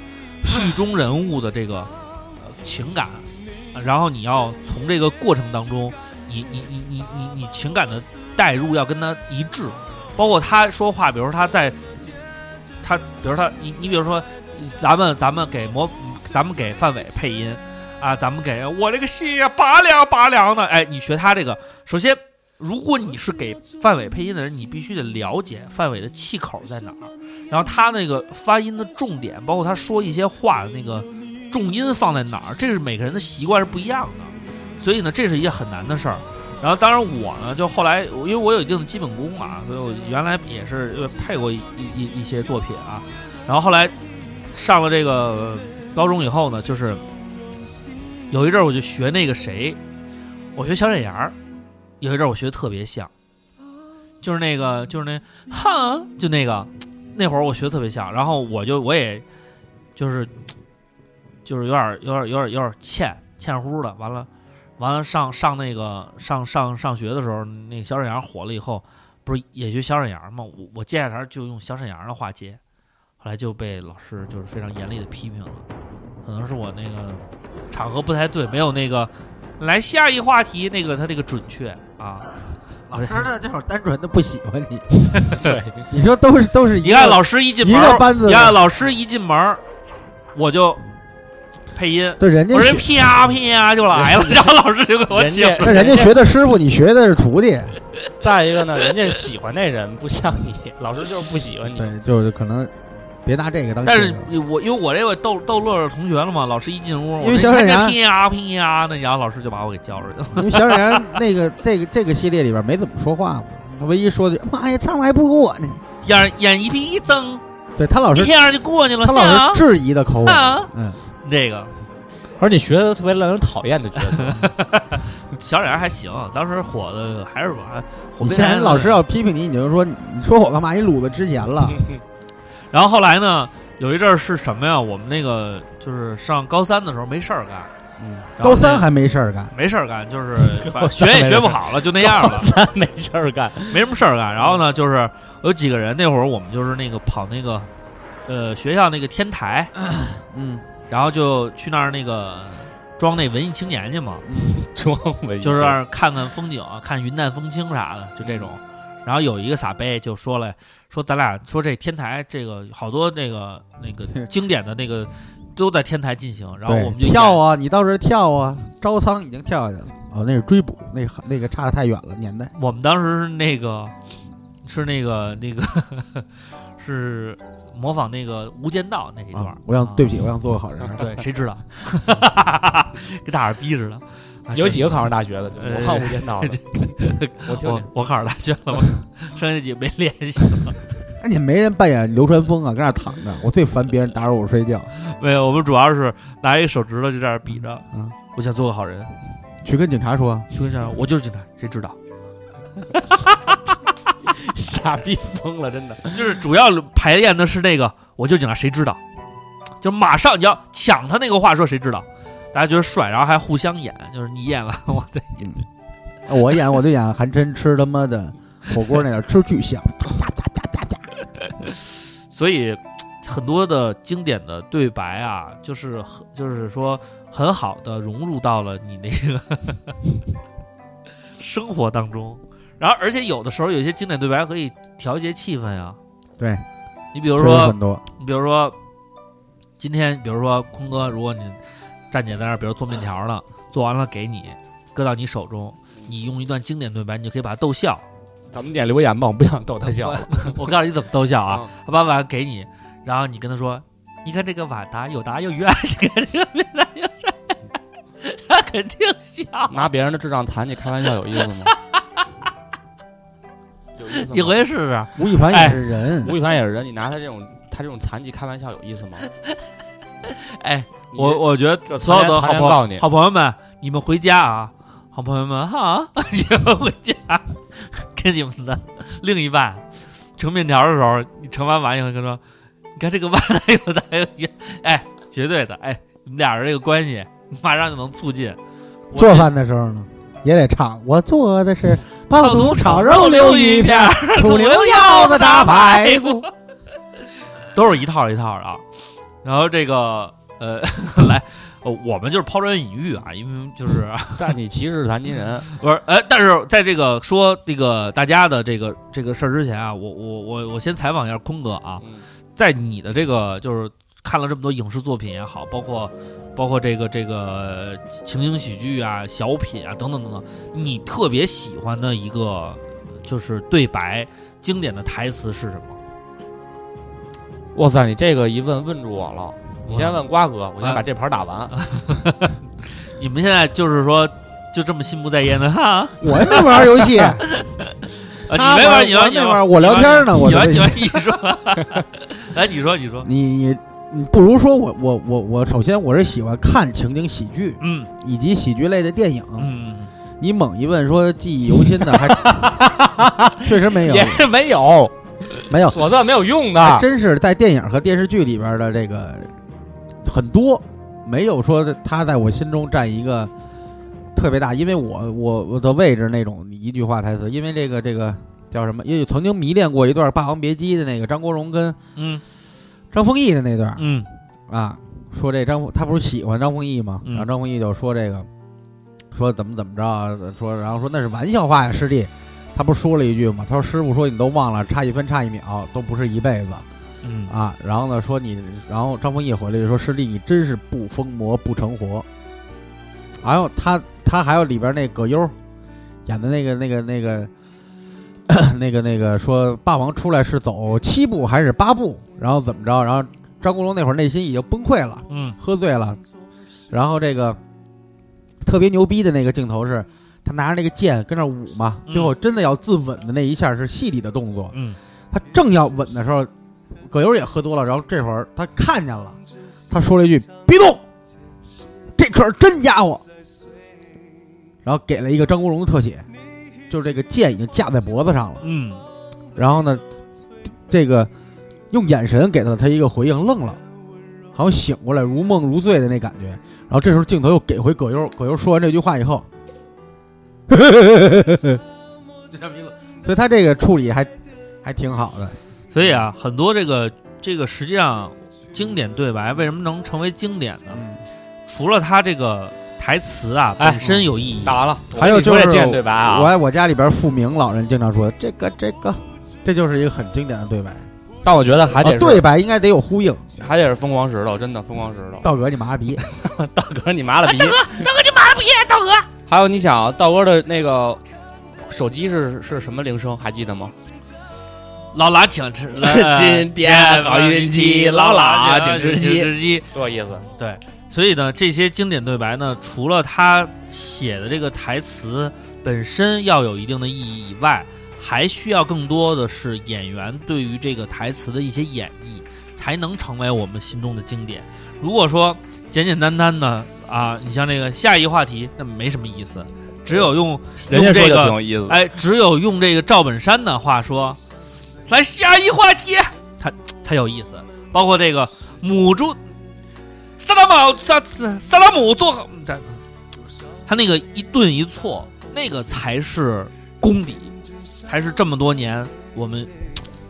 Speaker 4: 剧中人物的这个呃情感，然后你要从这个过程当中，你你你你你你情感的代入要跟他一致，包括他说话，比如说他在，他比如他你你比如说，咱们咱们给模，咱们给范伟配音啊，咱们给我这个戏呀拔凉拔凉的，哎，你学他这个，首先。如果你是给范伟配音的人，你必须得了解范伟的气口在哪儿，然后他那个发音的重点，包括他说一些话的那个重音放在哪儿，这是每个人的习惯是不一样的，所以呢，这是一件很难的事儿。然后，当然我呢，就后来因为我有一定的基本功嘛，所以我原来也是呃配过一一一一些作品啊。然后后来上了这个高中以后呢，就是有一阵儿我就学那个谁，我学小沈阳儿，有一阵儿我学的特别像，就是那个就是那哈，就那个那会儿我学的特别像，然后我就我也就是就是有点儿有点儿有点儿有点儿欠欠乎的。完了，完了上上那个上上上学的时候，那个小沈阳火了以后，不是也学小沈阳嘛？我我接下茬就用小沈阳的话接，后来就被老师就是非常严厉的批评了。可能是我那个场合不太对，没有那个来下一话题那个他那个准确啊。
Speaker 6: 老师呢，就是单纯的不喜欢 你。
Speaker 5: 对，
Speaker 6: 你说都是都是一
Speaker 4: 你
Speaker 6: 个
Speaker 4: 看老师一进门，
Speaker 6: 一个班子的
Speaker 4: 你看老师一进门，我就配音，
Speaker 6: 对人家
Speaker 4: 我人
Speaker 6: 学，
Speaker 4: 啪啪就来 了，然后老师就给我
Speaker 5: 人
Speaker 4: 请
Speaker 5: 家
Speaker 4: 了。
Speaker 6: 那人家学的师傅，你学的是徒弟，
Speaker 5: 再一个呢，人家喜欢那人不像你，老师就是不喜欢你。
Speaker 6: 对，就是可能别拿这个当。
Speaker 4: 但是，
Speaker 5: 嗯
Speaker 4: 我因为我这个逗逗乐儿同学了嘛，老师一进屋，我
Speaker 6: 因为
Speaker 4: 说
Speaker 6: 小
Speaker 4: 你
Speaker 6: 沈
Speaker 4: 看这
Speaker 6: 阳
Speaker 4: 拼呀拼呀，那然后老师就把我给叫出去了。
Speaker 6: 因为小沈阳那个这个这个系列里边没怎么说话嘛，他唯一说的妈呀，唱的还不如我呢。
Speaker 4: 眼眼一闭一睁，
Speaker 6: 对他老
Speaker 4: 一
Speaker 6: 是
Speaker 4: 下就过去了。
Speaker 6: 他老是质疑的口吻，
Speaker 4: 啊，
Speaker 6: 嗯，
Speaker 4: 这个
Speaker 5: 而且你学的特别让人讨厌的角色，
Speaker 4: 小脸还行，当时火的还是我火
Speaker 6: 你
Speaker 4: 遍
Speaker 6: 现在
Speaker 4: 天。
Speaker 6: 老师要批评你，你就说你说我干嘛？你撸子之前了，
Speaker 4: 嗯然后后来呢，有一阵儿是什么呀？我们那个就是上高三的时候没事儿干，嗯然后
Speaker 6: 高三
Speaker 4: 那
Speaker 6: 还没事儿干，
Speaker 4: 没事儿干，就是 反正学也学不好了，就那样了，
Speaker 5: 咱没事儿干。
Speaker 4: 没什么事儿干。然后呢，就是有几个人那会儿我们就是那个跑那个呃学校那个天台，
Speaker 6: 嗯，
Speaker 4: 然后就去那儿那个装那文艺青年去嘛，
Speaker 5: 嗯装呗，
Speaker 4: 就是让人看看风景，看云淡风轻啥的，就这种。然后有一个撒贝就说了，说咱俩说这天台这个好多那个那 个经典的那个都在天台进行，然后
Speaker 6: 对
Speaker 4: 我们就
Speaker 6: 跳
Speaker 4: 演，
Speaker 6: 啊，你到这儿跳啊，招仓已经跳下去了。哦，那是追捕，那个那个差的太远了年代。
Speaker 4: 我们当时是那个是那个那个 是模仿那个《无间道》那一段
Speaker 6: 啊
Speaker 4: 儿。！
Speaker 6: 我想
Speaker 4: 啊
Speaker 6: 对不起，我想做个好人。
Speaker 4: 对，谁 知道，跟大耳逼似的。啊
Speaker 5: 有几个考上大学的，
Speaker 4: 呃
Speaker 5: 我看《无间道》的， 我听
Speaker 4: 我
Speaker 5: 听。
Speaker 4: 我考上大学了，我 剩下那几个没联系了。
Speaker 6: 那你没人扮演流川枫啊，跟那儿躺着。我最烦别人打扰我睡觉，
Speaker 4: 没有，我们主要是拿一手指头就在那儿比着，
Speaker 6: 嗯，
Speaker 4: 我想做个好人，
Speaker 6: 去跟警察说。
Speaker 4: 说一下我就是警察，谁知道？
Speaker 5: 傻逼疯了，真的。
Speaker 4: 就是主要排练的是那个我就是警察，谁知道？就马上你要抢他那个话说谁知道？大家觉得帅，然后还互相演，就是你演完我再演。
Speaker 6: 啊我演我就演韩琛吃他妈的火锅那点儿吃巨香，
Speaker 4: 所以很多的经典的对白啊，就是很就是说很好的融入到了你那个 生活当中。然后，而且有的时候有一些经典对白可以调节气氛呀、
Speaker 6: 对，
Speaker 4: 你比如
Speaker 6: 确实
Speaker 4: 说，
Speaker 6: 很多。
Speaker 4: 你比如说，今天比如说坤哥，如果你站姐在那儿，比如做面条呢，做完了给你，搁到你手中，你用一段经典对白，你就可以把他逗笑。
Speaker 5: 咱们点留言吧，我不想逗他笑 了。
Speaker 4: 我告诉你怎么逗笑啊，他把碗给你，然后你跟他说：“你看这个碗大又大又圆，你看这个面大又圆。”他肯定笑。
Speaker 5: 拿别人的智障残疾开玩笑有意思吗？ 有意思
Speaker 4: 你回去试试，
Speaker 6: 吴亦
Speaker 4: 哎
Speaker 6: 凡也是人，
Speaker 5: 吴亦凡也是人，你拿他这种他这种残疾开玩笑有意 思吗？
Speaker 4: 哎，
Speaker 5: 你
Speaker 4: 我我觉得所有的好
Speaker 5: 残联
Speaker 4: 朋
Speaker 5: 告你
Speaker 4: 友、好朋友们，你们回家啊，好朋友们哈， 你们回家跟你们的另一半盛面条的时候，你盛完碗以后跟他说：“你看这个碗大又大又圆。”哎，绝对的，哎，你们俩人这个关系马上就能促进。我
Speaker 6: 做饭的时候呢也得唱。我做的是爆肚炒肉
Speaker 4: 溜
Speaker 6: 溜鱼片儿，
Speaker 4: 土
Speaker 6: 土
Speaker 4: 牛
Speaker 6: 牛
Speaker 4: 腰
Speaker 6: 腰
Speaker 4: 子
Speaker 6: 子
Speaker 4: 炸
Speaker 6: 炸排
Speaker 4: 排骨
Speaker 6: 骨，
Speaker 4: 都是一套一套的。啊，然后这个呃， 来，呃我们就是抛砖引玉啊，因为就是
Speaker 5: 但你歧视残疾 人，
Speaker 4: 不是呃，但是在这个说这个大家的这个这个事儿之前啊，我我我我先采访一下坤哥啊，
Speaker 5: 嗯
Speaker 4: 在你的这个就是看了这么多影视作品也好，包括包括这个这个情景喜剧啊、小品啊等等等等，你特别喜欢的一个就是对白经典的台词是什么？
Speaker 5: 哇塞，你这个一问问住我了。你先问瓜哥，我先
Speaker 4: 啊
Speaker 5: 把这盘打完。
Speaker 4: 你们现在就是说就这么心不在焉的哈？
Speaker 6: 我又没玩游戏，
Speaker 4: 啊，
Speaker 6: 他
Speaker 4: 你没
Speaker 6: 玩
Speaker 4: 你
Speaker 6: 我
Speaker 4: 玩你
Speaker 6: 没
Speaker 4: 玩，
Speaker 6: 玩我聊天呢我
Speaker 4: 你玩
Speaker 6: 这
Speaker 4: 你玩你说， 来你说你说，
Speaker 6: 你你你不如说我我我我，首先我是喜欢看情景喜剧
Speaker 4: 嗯
Speaker 6: 以及喜剧类的电影。
Speaker 4: 嗯，
Speaker 6: 你猛一问说记忆犹新的，还 确实没有
Speaker 5: 也是没有，
Speaker 6: 没有，
Speaker 5: 锁子没有用
Speaker 6: 还
Speaker 4: 啊
Speaker 5: 的。
Speaker 6: 真是在电影和电视剧里边的这个很多，没有说他在我心中占一个特别大，因为我我我的位置那种一句话台词，因为这个这个叫什么，因为曾经迷恋过一段《霸王别姬》的那个张国荣跟
Speaker 4: 嗯
Speaker 6: 张丰毅的那段
Speaker 4: 嗯
Speaker 6: 啊，说这张他不是喜欢张丰毅吗？
Speaker 4: 嗯
Speaker 6: 然后张丰毅就说这个说怎么怎么着啊，说然后说那是玩笑话呀，师弟。他他不是说了一句吗？他说师傅说你都忘了，差一分差一秒都不是一辈子
Speaker 2: 嗯
Speaker 6: 啊。然后呢，说你，然后张丰毅回来就说师弟你真是不疯魔不成活。还有他他还有里边那葛优演的那个那个那个那个那个说霸王出来是走七步还是八步，然后怎么着？然后张国荣那会儿内心已经崩溃了。
Speaker 4: 嗯
Speaker 6: 喝醉了，然后这个特别牛逼的那个镜头是，他拿着那个剑跟那儿舞嘛，
Speaker 4: 嗯
Speaker 6: 最后真的要自刎的那一下是戏里的动作，
Speaker 4: 嗯
Speaker 6: 他正要吻的时候，葛优也喝多了，然后这会儿他看见了，他说了一句“别动，这可是真家伙”，然后给了一个张国荣的特写，就是这个剑已经架在脖子上了，
Speaker 4: 嗯
Speaker 6: 然后呢，这个用眼神给了他一个回应，愣了，好像醒过来，如梦如醉的那感觉。然后这时候镜头又给回葛优，葛优说完这句话以后， 就这么一个， 所以他这个处理还还挺好的。
Speaker 4: 所以啊，很多这个这个实际上经典对白为什么能成为经典呢？
Speaker 6: 嗯，
Speaker 4: 除了它这个台词啊
Speaker 5: 哎
Speaker 4: 本身有意义，
Speaker 5: 打完了，
Speaker 6: 还有就是
Speaker 5: 我跟你说这见对白啊，
Speaker 6: 我爱我家里边富明老人经常说这个这个，这就是一个很经典的对白。
Speaker 5: 但我觉得还得
Speaker 6: 啊
Speaker 5: 是、
Speaker 6: 对白应该得有呼应。
Speaker 5: 还得是疯狂石头，真的疯狂石头。
Speaker 6: 道哥，你麻 痹，
Speaker 5: 道哥，你麻了逼！道哥，道哎哥，你麻了逼！道哥。还有，你想啊道哥的那个手机是是什么铃声？还记得吗？
Speaker 4: 老喇请 吃来
Speaker 5: 今天好运气老喇请吃鸡
Speaker 4: 请吃鸡。
Speaker 5: 多有意思！
Speaker 4: 所以呢，这些经典对白呢，除了他写的这个台词本身要有一定的意义以外，还需要更多的是演员对于这个台词的一些演绎，才能成为我们心中的经典。如果说简简单单的啊，你像这个下一话题，那没什么意思，只有用
Speaker 5: 人家
Speaker 4: 用
Speaker 5: 说
Speaker 4: 这
Speaker 5: 的
Speaker 4: 个
Speaker 5: 挺有意思的。
Speaker 4: 哎，只有用这个赵本山的话说，来下一话题，才才有意思。包括这个母猪，萨达姆萨萨萨达姆做好，这他那个一顿一错，那个才是功底，才是这么多年我们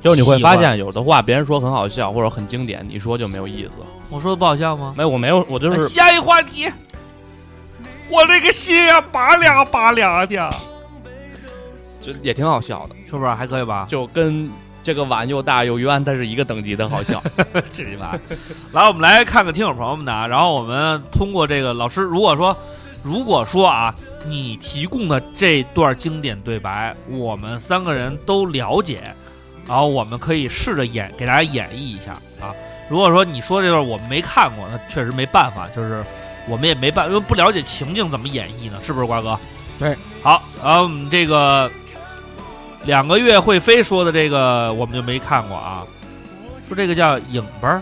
Speaker 5: 就是你会
Speaker 4: 喜
Speaker 5: 发
Speaker 4: 欢
Speaker 5: 现，有的话别人说很好笑或者很经典，你说就没有意思。哎
Speaker 4: 我说的不好笑吗？
Speaker 5: 没有，我没有，我就是
Speaker 4: 下一话题，我这个心呀、拔凉拔凉的，
Speaker 5: 就也挺好笑的，
Speaker 4: 是不是啊还可以吧？
Speaker 5: 就跟这个碗又大又圆，它是一个等级的好笑。
Speaker 4: 至于吧？来，我们来看看听友朋友们的啊，然后我们通过这个老师，如果说，如果说啊，你提供的这段经典对白，我们三个人都了解，然后我们可以试着演给大家演绎一下啊。如果说你说这段我们没看过，那确实没办法，就是我们也没办，因为不了解情境怎么演绎呢？是不是瓜哥？
Speaker 6: 对，
Speaker 4: 好，然后我们这个两个月会飞说的这个我们就没看过啊，说这个叫影吧儿，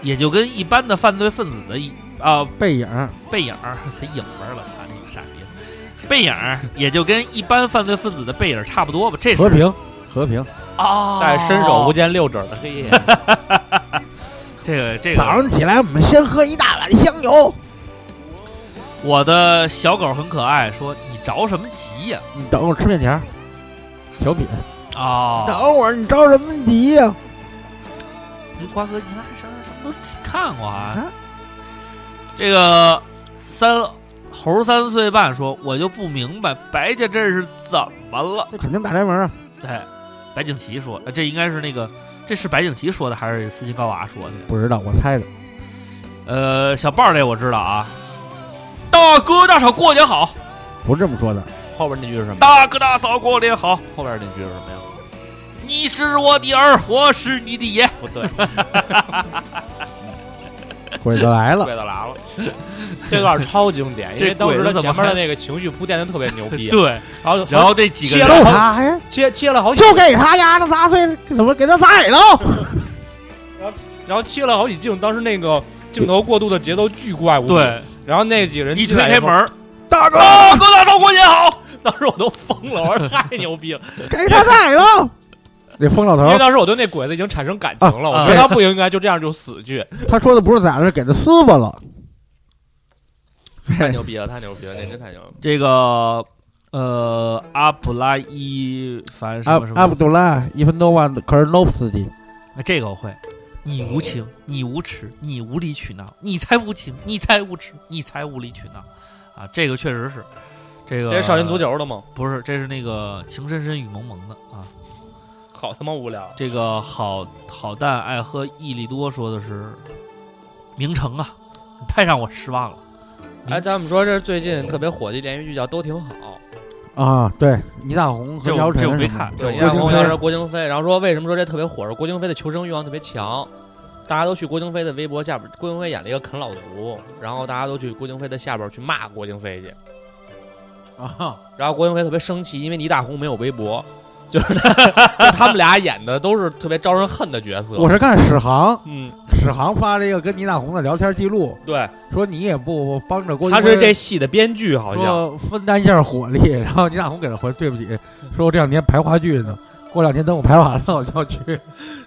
Speaker 4: 也就跟一般的犯罪分子的一啊、
Speaker 6: 背影
Speaker 4: 背影儿，谁影门儿了？操你个傻逼！背影儿也就跟一般犯罪分子的背影儿差不多吧。这是
Speaker 6: 和平和平，
Speaker 4: 啊，
Speaker 5: 在伸手不见六指的黑夜，
Speaker 4: 这个这
Speaker 6: 早
Speaker 4: 个，
Speaker 6: 上起来我们先喝一大碗香油。
Speaker 4: 我的小狗很可爱，说你着什么急呀、
Speaker 6: 你等会儿吃面条，小品。
Speaker 4: 哦，
Speaker 6: 等会儿你着什么急呀、
Speaker 4: 你瓜哥，你看什么什么都看过啊？
Speaker 6: 啊
Speaker 4: 这个三猴三岁半说，我就不明白白家这是怎么了。
Speaker 6: 这肯定大宅门啊！
Speaker 4: 对，哎白景琦说，呃这应该是那个，这是白景琦说的还是斯琴高娃说的？
Speaker 6: 不知道，我猜的。
Speaker 4: 呃，小豹儿这我知道啊。大哥大嫂过年好，
Speaker 6: 不是这么说的，
Speaker 5: 后边那句是什么？
Speaker 4: 大哥大嫂过年好，
Speaker 5: 后边那句是什么呀？
Speaker 4: 你是我的儿，我是你的爷。
Speaker 5: 不对，
Speaker 6: 鬼子来 了。
Speaker 5: 跪到喇了。这段超经 典，因为
Speaker 4: 这
Speaker 5: 当时
Speaker 4: 鬼
Speaker 5: 他
Speaker 4: 子怎
Speaker 5: 前
Speaker 4: 么
Speaker 5: 面的
Speaker 4: 还
Speaker 5: 那个情绪铺垫的特别牛逼，
Speaker 4: 对，
Speaker 5: 然后
Speaker 4: 然后这几个
Speaker 5: 切
Speaker 4: 人
Speaker 6: 揍
Speaker 5: 了
Speaker 6: 他呀！
Speaker 5: 切切了好几，
Speaker 6: 就给他丫的砸碎，怎么给他砸矮了？
Speaker 5: 然后切了好几镜，当时那个镜头过渡的节奏巨怪物。，
Speaker 4: 对，
Speaker 5: 然后那几个人
Speaker 4: 一
Speaker 5: 进
Speaker 4: 推
Speaker 5: 来以
Speaker 4: 开
Speaker 5: 后
Speaker 4: 门，儿，
Speaker 5: 大哥，
Speaker 4: 大哥大嫂过年好。
Speaker 5: 当时我都疯了，我说太牛逼了，
Speaker 6: 给他砸矮 了！这疯老头
Speaker 5: 因为
Speaker 6: 儿，
Speaker 5: 当时我对那鬼子已经产生感情了，
Speaker 4: 啊
Speaker 5: 我觉得他不应该就这样就死去，
Speaker 6: 他说的不是宰了，是给他撕巴了。
Speaker 5: 太牛逼了，太牛逼了，那真太牛逼了。
Speaker 4: 这个呃，阿卜拉伊凡什
Speaker 6: 阿
Speaker 4: 么什么
Speaker 6: 阿卜杜拉伊凡诺万可是 no 斯基，
Speaker 4: 哎这个我会。你无
Speaker 5: 哦
Speaker 4: 情，你无耻，你无理取闹，你才无情，你才无耻，你才无理取闹，啊，这个确实是，这个
Speaker 5: 这是少林足球的吗？
Speaker 4: 不是，这是那个《情深深雨蒙蒙》的啊。
Speaker 5: 好他妈无聊！
Speaker 4: 这个好好蛋爱喝益力多说的是名城啊，你太让我失望 了。
Speaker 5: 哎，咱们说这最近特别火的一连续剧叫《都挺好
Speaker 6: 啊，对，倪大红和
Speaker 4: 这
Speaker 6: 姚
Speaker 4: 我
Speaker 6: 晨
Speaker 4: 这我没
Speaker 6: 什么
Speaker 4: 看
Speaker 6: 的》，
Speaker 5: 对，
Speaker 4: 对
Speaker 5: 一
Speaker 6: 我
Speaker 5: 大
Speaker 6: 听
Speaker 5: 红
Speaker 6: 说
Speaker 5: 要是郭京飞，然后说为什么说这特别火？是郭京飞的求生欲望特别强，大家都去郭京飞的微博下边，郭京飞演了一个啃老族，然后大家都去郭京飞的下边去骂郭京飞去，
Speaker 6: 啊，
Speaker 5: 然后郭京飞特别生气，因为倪大红没有微博， 就是他就他们俩演的都是特别招人恨的角色。
Speaker 6: 我是看史航，
Speaker 5: 嗯，
Speaker 6: 史航发了一个跟倪大红的聊天记录，
Speaker 5: 对，
Speaker 6: 说你也不帮着郭
Speaker 5: 他
Speaker 6: 京
Speaker 5: 是
Speaker 6: 飞
Speaker 5: 这戏的编剧，好像
Speaker 6: 说分担一下火力，然后倪大红给他回对不起，说我这两天排话剧呢，过两天等我排完了我就要去。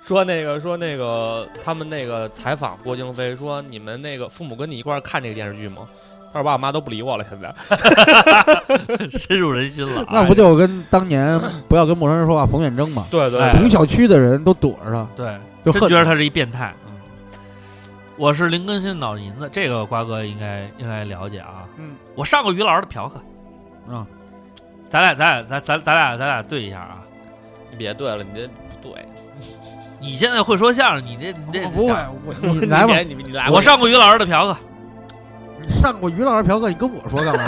Speaker 5: 说那个说那个他们那个采访郭京飞说你们那个父母跟你一块儿看这个电视剧吗？他说爸我妈都不理我了，现在。
Speaker 4: 深入人心了啊。
Speaker 6: 那不就跟当年不要跟陌生人说话冯远征嘛，
Speaker 5: 对对
Speaker 4: 哎
Speaker 6: 同小区的人都躲着他，
Speaker 4: 对，
Speaker 6: 就
Speaker 4: 真
Speaker 6: 恨
Speaker 4: 觉得他是一变态。嗯，我是林更新的脑银子，这个瓜哥应该应该了解啊。
Speaker 6: 嗯，
Speaker 4: 我上过于老师的嫖客。
Speaker 6: 嗯，
Speaker 4: 咱俩咱俩咱咱咱俩咱俩对一下啊！
Speaker 5: 你别对了，你这不对。
Speaker 4: 你现在会说相声，你这你这
Speaker 6: 我不会，我你来吧，
Speaker 5: 你别你来吧，
Speaker 4: 我上过于老师的嫖客，
Speaker 6: 你上过于老师嫖客，你跟我说 干嘛？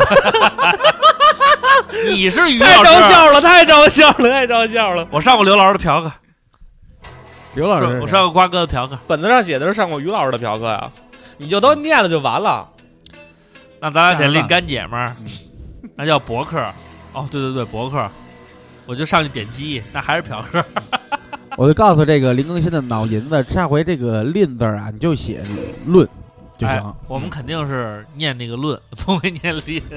Speaker 4: 你是于
Speaker 5: 太
Speaker 4: 老
Speaker 5: 招
Speaker 4: 师，啊
Speaker 5: 笑了，太招笑了，太招笑了。
Speaker 4: 我上过刘老师的嫖客，
Speaker 6: 刘老
Speaker 4: 是
Speaker 6: 师，
Speaker 4: 我上过瓜哥的嫖客。
Speaker 5: 本子上写的是上过于老师的嫖客呀，你就都念了就完了。
Speaker 4: 那咱俩得另干姐们儿，
Speaker 6: 嗯
Speaker 4: 那叫博客。哦，对对对，博客，我就上去点击，那还是嫖客。
Speaker 6: 我就告诉这个林更新的脑银子，下回这个“吝”字儿啊，你就写“论”就行。
Speaker 4: 哎我
Speaker 5: 嗯
Speaker 4: 们肯定是念那个论， 不会念吝。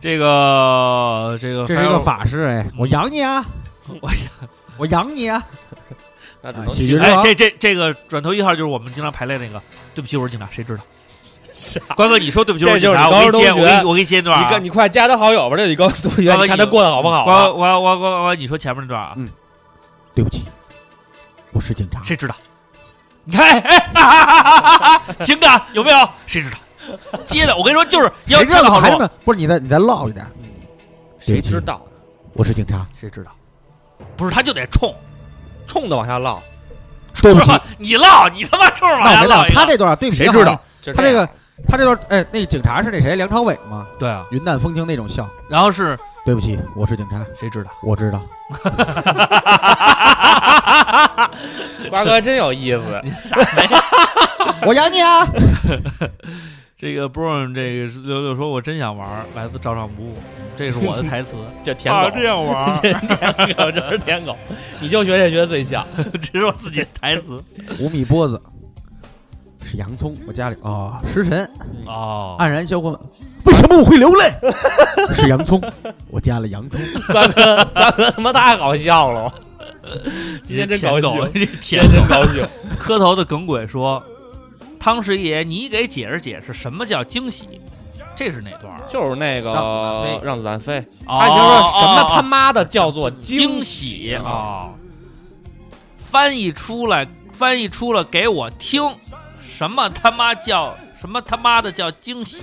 Speaker 4: 这个这个，
Speaker 6: 这是一个法师哎，我养你啊，
Speaker 4: 我
Speaker 6: 我养你啊！
Speaker 5: 那只
Speaker 6: 啊
Speaker 5: 能
Speaker 6: 喜
Speaker 5: 去
Speaker 6: 剧之
Speaker 4: 哎，
Speaker 6: 王
Speaker 4: 这这这个转头一号就是我们经常排练那个。对不起，我是警察，谁知道？瓜哥，你说对不起，我
Speaker 5: 这
Speaker 4: 警
Speaker 5: 就是
Speaker 4: 察，我
Speaker 5: 你高
Speaker 4: 给
Speaker 5: 中
Speaker 4: 你接，我
Speaker 5: 同
Speaker 4: 给
Speaker 5: 学
Speaker 4: 你我给你接一段
Speaker 5: 你
Speaker 4: 啊
Speaker 5: 跟。你快加他好友吧，这李高同学，
Speaker 4: 瓜哥
Speaker 5: 你看他
Speaker 4: 你
Speaker 5: 过得好不好啊？
Speaker 4: 瓜瓜瓜瓜瓜，你说前面那段啊
Speaker 6: 嗯，对不起，我是警察。
Speaker 4: 谁知道？ 你看，哎，啊啊啊啊啊啊情感有没有？谁知道？接的，我跟你说，就是要
Speaker 6: 谁知道
Speaker 4: 恰到好
Speaker 6: 孩子
Speaker 4: 处。
Speaker 6: 们？不是你再你再唠一点，
Speaker 5: 谁知道？
Speaker 6: 我是警察。
Speaker 4: 谁知道？不是，他就得冲，
Speaker 5: 冲着往下唠，
Speaker 6: 对不起
Speaker 4: 是，吧你唠，你他妈冲着往
Speaker 6: 那我
Speaker 4: 下
Speaker 6: 没唠
Speaker 4: 唠。。
Speaker 6: 他这段对不起，
Speaker 5: 谁知道？就
Speaker 6: 他这个他这段哎，那警察是那谁梁朝伟吗？
Speaker 4: 对啊，
Speaker 6: 云淡风轻那种笑。
Speaker 4: 然后是
Speaker 6: 对不起，我是警察，
Speaker 4: 谁知道？
Speaker 6: 我知道。
Speaker 5: 样 瓜哥真有意思。
Speaker 6: 我养你啊！
Speaker 4: 这个 Brown 这个六六说，我真想玩，来自照常不误，这是我的 台词。
Speaker 5: 叫舔
Speaker 4: 啊，
Speaker 5: 狗，
Speaker 4: 这样玩，
Speaker 5: 舔狗就是舔狗，你就学这学最像。
Speaker 4: 这是我自己的台词。
Speaker 6: 五米波子是洋葱，我家里哦，食神
Speaker 4: 哦，
Speaker 6: 黯然销魂。为什么我会流泪？ 是洋葱，我加了洋葱。
Speaker 5: 瓜哥，瓜哥他妈太好笑 了， 今天真高
Speaker 4: 舔
Speaker 5: 兴
Speaker 4: 狗，这
Speaker 5: 今
Speaker 4: 舔
Speaker 5: 天真高兴。
Speaker 4: 磕头的耿鬼说：“汤师爷，你给解释解释什么叫惊喜？这是哪段啊？
Speaker 5: 就是那个让子弹飞，
Speaker 4: 哦
Speaker 5: 他就说什么
Speaker 4: 哦
Speaker 5: 他
Speaker 4: 哦
Speaker 5: 妈的叫做
Speaker 4: 惊
Speaker 5: 惊喜？
Speaker 4: 喜啊、翻译出来，翻译出了给我听，什么他妈叫什么他妈的叫惊喜，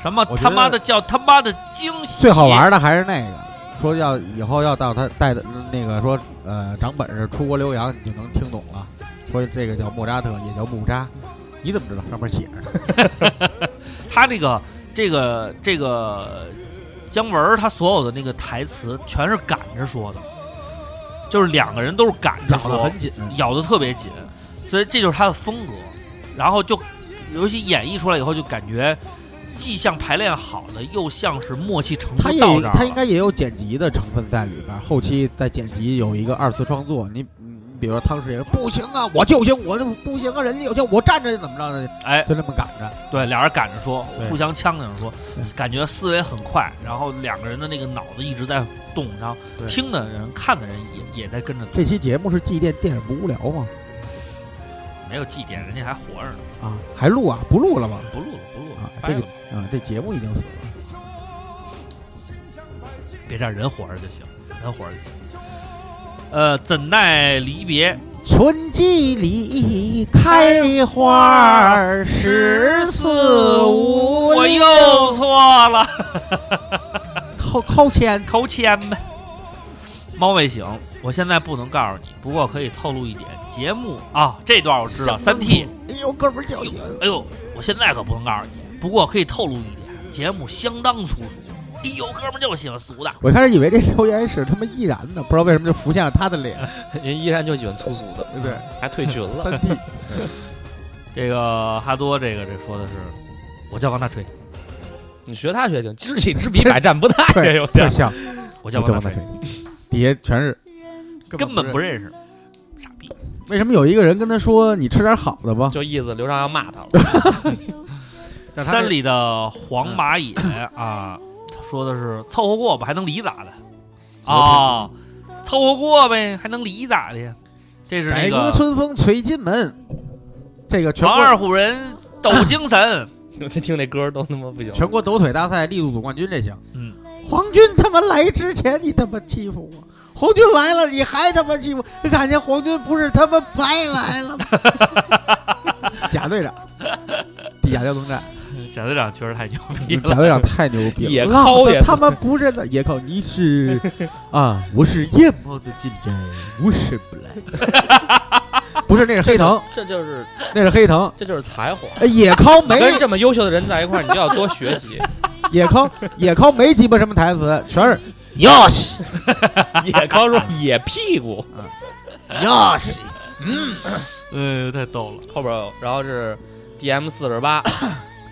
Speaker 4: 什么
Speaker 6: 我觉
Speaker 4: 他妈
Speaker 6: 得
Speaker 4: 的叫他妈的惊喜，
Speaker 6: 最好玩的还是那个，说要以后要到他带的那个说，呃，长本事出国留洋，你就能听懂了。说这个叫莫扎特，也叫木扎，你怎么知道？上面写着。
Speaker 4: 他这个这个这个姜文儿他所有的那个台词全是赶着说的，就是两个人都是赶
Speaker 6: 咬
Speaker 4: 着
Speaker 6: 得
Speaker 4: 说，
Speaker 6: 很紧，
Speaker 4: 咬得特别紧，所以这就是他的风格。然后就尤其演绎出来以后，就感觉既像排练好的，又像是默契程度
Speaker 6: 他也
Speaker 4: 到这儿了
Speaker 6: 他应该也有剪辑的成分在里边儿，后期在剪辑有一个二次创作。你你比如说汤师爷不行啊，我就行，我就不行啊，人家有钱我站着怎么着呢？
Speaker 4: 哎，
Speaker 6: 就这么赶着。
Speaker 4: 对，俩人赶着说，
Speaker 6: 对
Speaker 4: 互相呛着说
Speaker 6: 对，
Speaker 4: 感觉思维很快，然后两个人的那个脑子一直在动，然后
Speaker 6: 对
Speaker 4: 听的人、看的人也也在跟着动，
Speaker 6: 这期节目是祭奠电影不无聊吗？
Speaker 4: 没有祭奠，人家还活着呢，
Speaker 6: 啊，还录啊？不录了吗？
Speaker 4: 不录了，不录了
Speaker 6: 啊，，
Speaker 4: 掰
Speaker 6: 这
Speaker 4: 了
Speaker 6: 个啊，这节目已经死了。
Speaker 4: 别这样，人活着就行，人活着就行。呃，怎奈离别
Speaker 6: 春季里开花儿，十四五
Speaker 4: 我又
Speaker 6: 六
Speaker 4: 错了，
Speaker 6: 扣扣钱，
Speaker 4: 扣钱呗。猫未醒，我现在不能告诉你，不过可以透露一点，节目啊，这段我知道，三 T。
Speaker 6: 哎呦，哥们儿叫晕。
Speaker 4: 哎呦，我现在可不能告诉你，不过可以透露一点，节目相当粗俗。哎呦，哥们儿就喜欢俗的，
Speaker 6: 我开始以为这留言是他妈易燃的，不知道为什么就浮现了他的脸。
Speaker 5: 人依然就喜欢粗俗的，
Speaker 6: 对不对？
Speaker 5: 还退群 了。
Speaker 6: 三 D
Speaker 4: 这个哈多这个这说的是，我叫王大锤，
Speaker 5: 你学他学挺，知己知彼，百战不殆呀，
Speaker 6: 对
Speaker 5: 有
Speaker 6: 特。
Speaker 5: 点
Speaker 6: 像，
Speaker 4: 我叫
Speaker 6: 就
Speaker 4: 王大
Speaker 6: 往那
Speaker 4: 锤，
Speaker 6: 吹， 底下全是
Speaker 4: 根本不
Speaker 6: 认。
Speaker 4: 认识，傻逼。
Speaker 6: 为什么有一个人跟他说你吃点好的吧？
Speaker 5: 就意思刘畅要骂他了。
Speaker 6: 但他
Speaker 4: 山里的黄蚂蚁 啊，他说的是凑合过吧，还能离咋的？啊，凑合过呗，还能离咋的呀？这是那
Speaker 6: 改革
Speaker 4: 个
Speaker 6: 春风吹进门，这个全
Speaker 4: 王
Speaker 6: 国
Speaker 4: 二虎人抖精神，
Speaker 5: 我就听这歌都他妈不行。
Speaker 6: 全国抖腿大赛力度组冠军这项。
Speaker 4: 嗯，
Speaker 6: 皇军他妈来之前你他妈欺负我，皇军来了你还他妈欺负，这感觉皇军不是他妈白来 了吗？ 贾队长，贾交通站，
Speaker 4: 贾队长确实太牛逼
Speaker 6: 贾
Speaker 4: 了。
Speaker 6: 队长太牛逼了，
Speaker 5: 野
Speaker 6: 老
Speaker 5: 尻
Speaker 6: 子
Speaker 5: 也
Speaker 6: 他妈不认得野靠你 是啊，我是夜猫子进宅，我是不来，不是那是黑藤，
Speaker 5: 这就是
Speaker 6: 那是黑藤。
Speaker 5: 这就是才华。
Speaker 6: 哎野尻没
Speaker 5: 跟这么优秀的人在一块儿，你就要多学 习。
Speaker 6: 野尻野尻没鸡巴什么台词，全是
Speaker 5: 要西，野高说野屁股，
Speaker 6: 要死。嗯
Speaker 4: 哎呦，太逗了！
Speaker 5: 后边有，然后是 DM 四十
Speaker 4: 哎
Speaker 5: 八，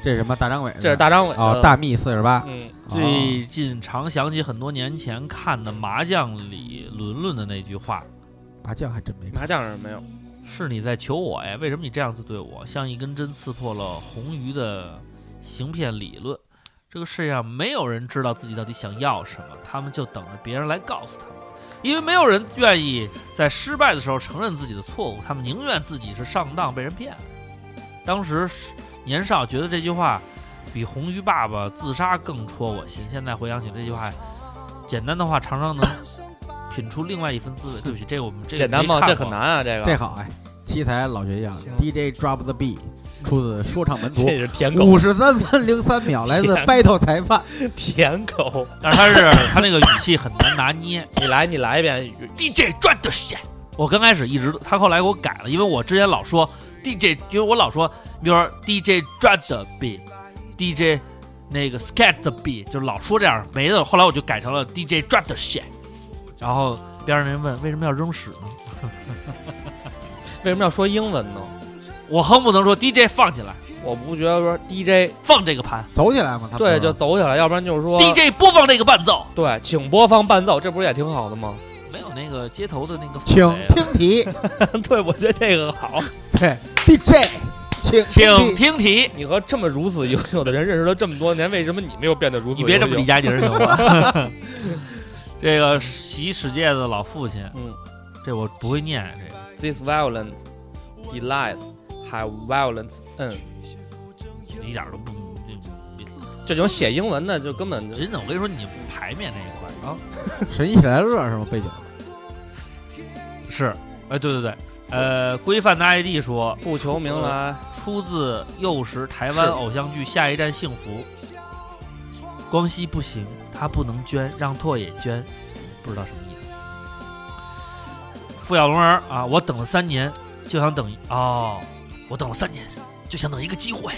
Speaker 6: 这是什么大张伟？
Speaker 5: 这是大张伟的
Speaker 6: 哦，大蜜四十八。
Speaker 5: 嗯，
Speaker 6: 哦
Speaker 4: 最近常想起很多年前看的麻将里伦伦的那句话：“
Speaker 6: 麻将还真没看。
Speaker 5: 麻将上没有，
Speaker 4: 是你在求我呀？为什么你这样子对我？像一根针刺破了红鱼的行骗理论。这个世界上没有人知道自己到底想要什么，他们就等着别人来告诉他们，因为没有人愿意在失败的时候承认自己的错误，他们宁愿自己是上当被人骗。当时是年少觉得这句话比红鱼爸爸自杀更戳我心，现在回想起这句话，简单的话常常能品出另外一份滋味。对不起，这个我们这个
Speaker 5: 简单
Speaker 4: 没
Speaker 5: 吗？
Speaker 4: 看
Speaker 5: 这
Speaker 4: 过
Speaker 5: 很难啊，这个
Speaker 6: 这好哎，奇才老学样，DJ drop the beat，出自说唱门徒
Speaker 5: 这，是舔狗，
Speaker 6: 五十三分零三秒， 来自 battle 裁判。
Speaker 5: 舔狗，
Speaker 4: 但是他是他那个语气很难拿捏。
Speaker 5: 你来你来一遍，
Speaker 4: DJ 赚的是我刚开始一直他后来给我改了，因为我之前老说 DJ，因为我老说，比如说 DJ 赚的 beat，DJ 那个 scat 的 beat，就老说这样没的。后来我就改成了 DJ 赚的 shit。然后边上人问为什么要扔屎呢？
Speaker 5: 为什么要说英文呢？
Speaker 4: 我恨不能说 DJ 放起来，
Speaker 5: 我不觉得说 DJ
Speaker 4: 放这个盘
Speaker 6: 走起来嘛，
Speaker 4: 啊
Speaker 6: 他们
Speaker 5: 对
Speaker 6: 说
Speaker 5: 就走起来，要不然就是说
Speaker 4: ，DJ 播放这个伴奏，
Speaker 5: 对，请播放伴奏，这不是也挺好的吗？
Speaker 4: 没有那个街头的那个氛
Speaker 6: 请
Speaker 4: 围啊
Speaker 6: 听题，
Speaker 5: 对，我觉得这个好。
Speaker 6: 对 DJ，请
Speaker 4: 请
Speaker 6: 题。
Speaker 4: 听题。
Speaker 5: 你和这么如此优秀的人认识了这么多年，为什么你没有变得如此？
Speaker 4: 你别这么李，佳琦行吗？啊这个洗史界的老父亲，
Speaker 5: 嗯
Speaker 4: 这我不会念这个。
Speaker 5: ，This violence delights have violence ends。
Speaker 4: 一点都不
Speaker 5: 这种写英文的就根本就
Speaker 4: 真的，我跟你说，你牌面这一块啊，
Speaker 6: 神一起来乐是吗？背景
Speaker 4: 是，哎，对对对，呃，规范的 ID 说
Speaker 5: 不求名来，
Speaker 4: 出自幼时台湾
Speaker 5: 是
Speaker 4: 偶像剧《下一站幸福》，光熙不行，他不能捐，让拓也捐，不知道什么意思。付小龙儿啊，我等了三年，就想等一哦，我等了三年，就想等一个机会，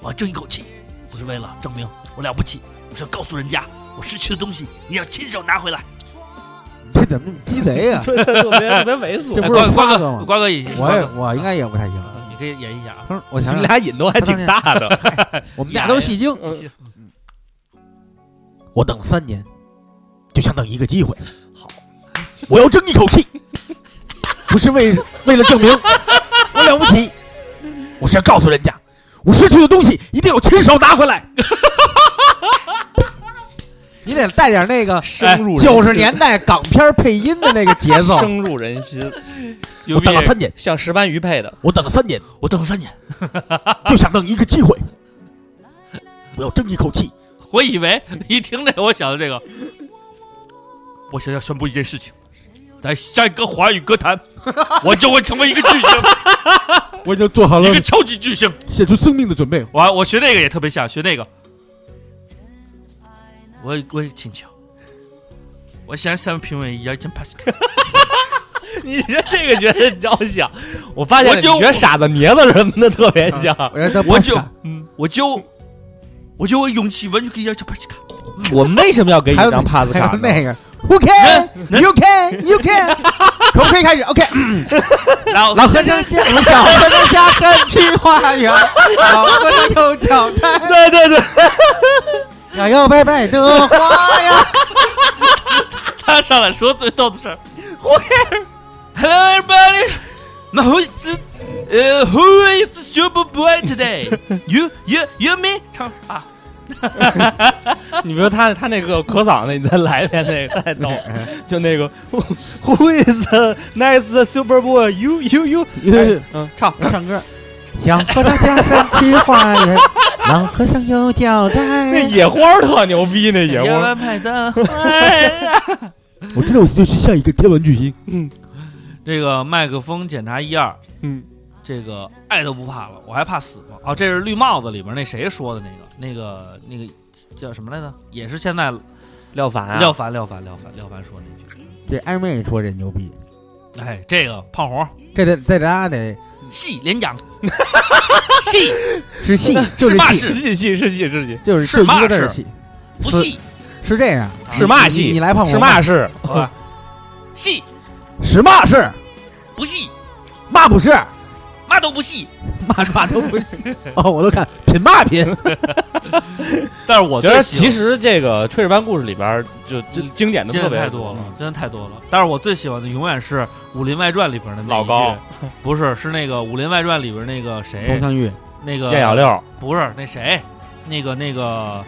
Speaker 4: 我要争一口气，不是为了证明我了不起，我是要告诉人家，我失去的东西一定要亲手拿回来。
Speaker 6: 这怎么这么鸡贼啊呀？
Speaker 5: 这特别特别猥
Speaker 6: 这
Speaker 5: 琐。
Speaker 6: 不是
Speaker 4: 哎瓜瓜
Speaker 6: 发的吗
Speaker 4: 哥，瓜哥也，
Speaker 6: 我也
Speaker 4: 瓜哥
Speaker 6: 我应该也不太行。
Speaker 4: 你可以演绎一下啊。
Speaker 6: 哼我想想，
Speaker 5: 俩瘾都还大 的，
Speaker 6: 我们俩都戏精。
Speaker 5: 嗯
Speaker 6: 我等了三年，就想等一个机会。好，我要争一口气，不是为为 了证明我了不起，我是要告诉人家，我失去的东西一定要亲手拿回来。你得带点那个
Speaker 5: 深入人心
Speaker 6: 九十哎年啊代港片配音的那个节 奏。
Speaker 5: 深入人心。
Speaker 6: 我等了三年，
Speaker 5: 像石斑鱼配的，
Speaker 6: 我等了三年，
Speaker 4: 我等了三年，
Speaker 6: 就想等一个机会。我要争一口气，
Speaker 4: 我以为一听这，我想的这个，我想要宣布一件事情，在下一个华语歌坛，
Speaker 2: 我就会成为一个巨星，
Speaker 6: 我已经做好了
Speaker 2: 一个超级巨星。
Speaker 6: 写出生命的准备。
Speaker 2: 我我学那个也特别像，学那个，我我请求，我想想评委要真 pass，
Speaker 5: 你学这个觉得较像，我发现
Speaker 2: 我就
Speaker 5: 你学傻子捏子什么的特别像。
Speaker 6: 我要当
Speaker 2: 我
Speaker 6: 巴
Speaker 2: 就嗯
Speaker 6: 萨
Speaker 2: 我就我就有勇气，我就可以要真 pass 卡。
Speaker 5: 我们为什么要给你
Speaker 6: 还
Speaker 5: 一
Speaker 6: 有
Speaker 5: 张 pass
Speaker 6: 还有
Speaker 5: 卡呢？
Speaker 6: 那个 Who can you can you can，可 不可以开始？OK，嗯
Speaker 2: 然后
Speaker 6: 老和尚见了小和尚下山去化 缘，老和尚有脚 站，
Speaker 5: 对对对，
Speaker 6: 想要哎拜拜的花呀。
Speaker 2: 他上来说最逗的事儿，Where hello everybody，my who's the-
Speaker 4: uh,
Speaker 2: 呃、who is the super boy today? You you you me 唱啊，
Speaker 5: 你比如他他那个咳嗓子，你再来一遍那个 太逗了，就那个 Who is the nice super boy? You you you，哎嗯，唱
Speaker 6: 唱歌，小和尚下山去化缘，老和尚有交
Speaker 5: 那
Speaker 6: 代。
Speaker 5: 野花儿特牛逼， 那 野花
Speaker 2: 要
Speaker 5: 儿
Speaker 2: 外卖 的花。
Speaker 6: 我知道我就是下一个天文巨星。
Speaker 4: 这个麦克风检查一二，
Speaker 5: 嗯，
Speaker 4: 这个爱都不怕了，我还怕死吗？哦，这是绿帽子里边那谁说的那个那个那个叫什么来着？也是现在
Speaker 5: 廖凡啊，
Speaker 4: 廖凡廖凡廖凡廖凡说那句。
Speaker 6: 这艾妹说这牛逼，
Speaker 4: 哎，这个胖红
Speaker 6: 这得这咱俩 得
Speaker 4: 细连 长，细
Speaker 6: 是戏，就是
Speaker 4: 嘛
Speaker 6: 戏，
Speaker 4: 是
Speaker 5: 是戏是戏是戏
Speaker 6: 就是
Speaker 4: 是
Speaker 6: 就
Speaker 4: 嘛
Speaker 6: 一个字儿
Speaker 4: 是
Speaker 6: 戏。
Speaker 4: 不细
Speaker 6: 是这样，啊
Speaker 5: 是嘛
Speaker 6: 你
Speaker 5: 戏？
Speaker 6: 你来胖虎
Speaker 5: 是嘛 是？
Speaker 4: 好吧？细
Speaker 6: 是嘛是
Speaker 2: 不细，
Speaker 6: 嘛不 是
Speaker 2: 嘛都不细。
Speaker 6: 嘛嘛都不是。哦，我都看品嘛品，
Speaker 4: 但是我
Speaker 5: 我觉得
Speaker 4: 最喜
Speaker 5: 其
Speaker 4: 欢
Speaker 5: 实这个《炊事班故事》里边儿就就经典的
Speaker 4: 真
Speaker 5: 特
Speaker 4: 的嗯
Speaker 5: 别
Speaker 4: 太多了，真的太多了。但是我最喜欢的永远是《武林外传》里边的那一
Speaker 5: 老
Speaker 4: 句
Speaker 5: 高，
Speaker 4: 不是是那个《武林外传》里边那个谁
Speaker 6: 佟，湘玉
Speaker 4: 那个
Speaker 5: 见小六，
Speaker 4: 不是那谁，那个那个，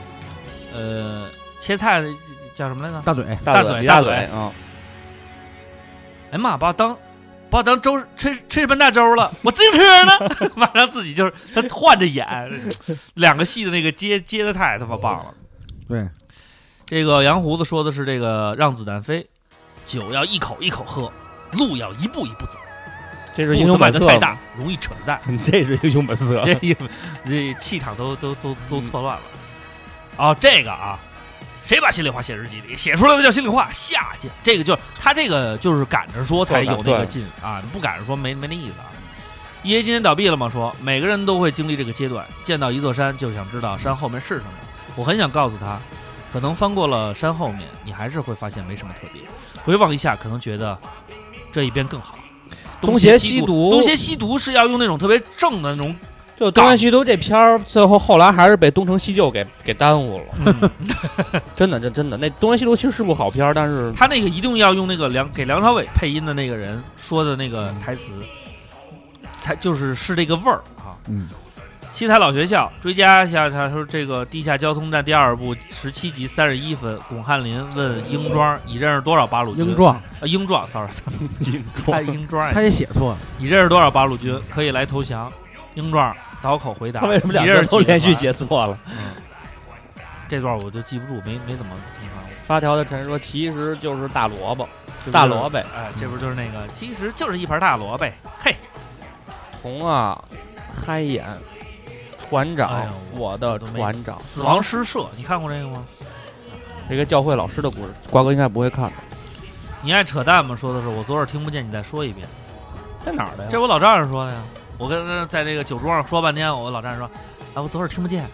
Speaker 4: 呃，切菜的叫什么来着？
Speaker 6: 大嘴，
Speaker 5: 大
Speaker 4: 嘴
Speaker 5: 大
Speaker 4: 大
Speaker 5: 嘴
Speaker 4: 嘴
Speaker 5: 啊！
Speaker 4: 哎妈，把我当把我当周吹吹半大周了，我自行车呢？ 马上自己就是他换着演，两个戏的那个接接的太他妈棒了。
Speaker 6: 对，
Speaker 4: 这个杨胡子说的是这个让子弹飞，酒要一口一口喝，路要一步一步走，
Speaker 5: 这是英
Speaker 4: 步子
Speaker 5: 雄
Speaker 4: 迈
Speaker 5: 本
Speaker 4: 得
Speaker 5: 色
Speaker 4: 太大，容易扯淡。
Speaker 5: 嘛， 这是英雄本色。 嗯
Speaker 4: 这一这气场都都都都错乱了。哦，这个啊，谁把心里话写日记里？写出来的叫心里话，下贱。这个就是他这个就是赶着说才有那个劲
Speaker 5: 哎
Speaker 4: 啊，你不赶着说没没那意思啊。EA 今天倒闭了吗？说每个人都会经历这个阶段，见到一座山就想知道山后面是什么。我很想告诉他，可能翻过了山后面，你还是会发现没什么特别。回望一下，可能觉得这一边更好。
Speaker 5: 东
Speaker 4: 邪
Speaker 5: 邪
Speaker 4: 西
Speaker 5: 西毒
Speaker 4: 东邪西毒是要用那种特别正的那种
Speaker 5: 就《东邪西毒》这片儿，最后后来还是被东成西就给给耽误了。
Speaker 4: 嗯
Speaker 5: 真的，这真的，那《东邪西毒》其实是部好片儿，但是
Speaker 4: 他那个一定要用那个梁给梁朝伟配音的那个人说的那个台词，才就是是这个味儿啊。
Speaker 6: 嗯，
Speaker 4: 西财老学校追加一下，他说这个地下交通站第二部十七集三十一分，巩汉林问英庄：“你认识多少八路军？”
Speaker 6: 英壮，
Speaker 4: 啊，英壮，sorry，
Speaker 5: 挺
Speaker 4: 他英庄
Speaker 6: 他，也写错了，
Speaker 4: 你认识多少八路军？可以来投降。英壮倒口回答：“
Speaker 5: 他为什么两
Speaker 4: 你
Speaker 5: 个
Speaker 4: 认
Speaker 5: 人
Speaker 4: 识
Speaker 5: 都
Speaker 4: 几个
Speaker 5: 连续
Speaker 4: 团
Speaker 5: 写错了？
Speaker 4: 这段我就记不住，没没怎么听啊。
Speaker 5: 发条的陈说，其实就是大萝卜，
Speaker 4: 这不就是
Speaker 5: 大萝卜，
Speaker 4: 哎，这不就是那个？其实就是一盘大萝卜。嘿，
Speaker 5: 红啊，嗨眼，船
Speaker 4: 哎
Speaker 5: 长
Speaker 4: 呀，
Speaker 5: 我的
Speaker 4: 都没
Speaker 5: 船长，
Speaker 4: 死亡诗社，你看过这个吗？
Speaker 5: 这个教会老师的故事，瓜哥应该不会看的。
Speaker 4: 你爱扯淡吗？说的是我昨儿听不见，你再说一遍。
Speaker 5: 在哪儿的
Speaker 4: 这是？我老丈人说的呀。我跟他在这个酒桌上说半天，我老丈人说：“啊，我昨儿听不 见。”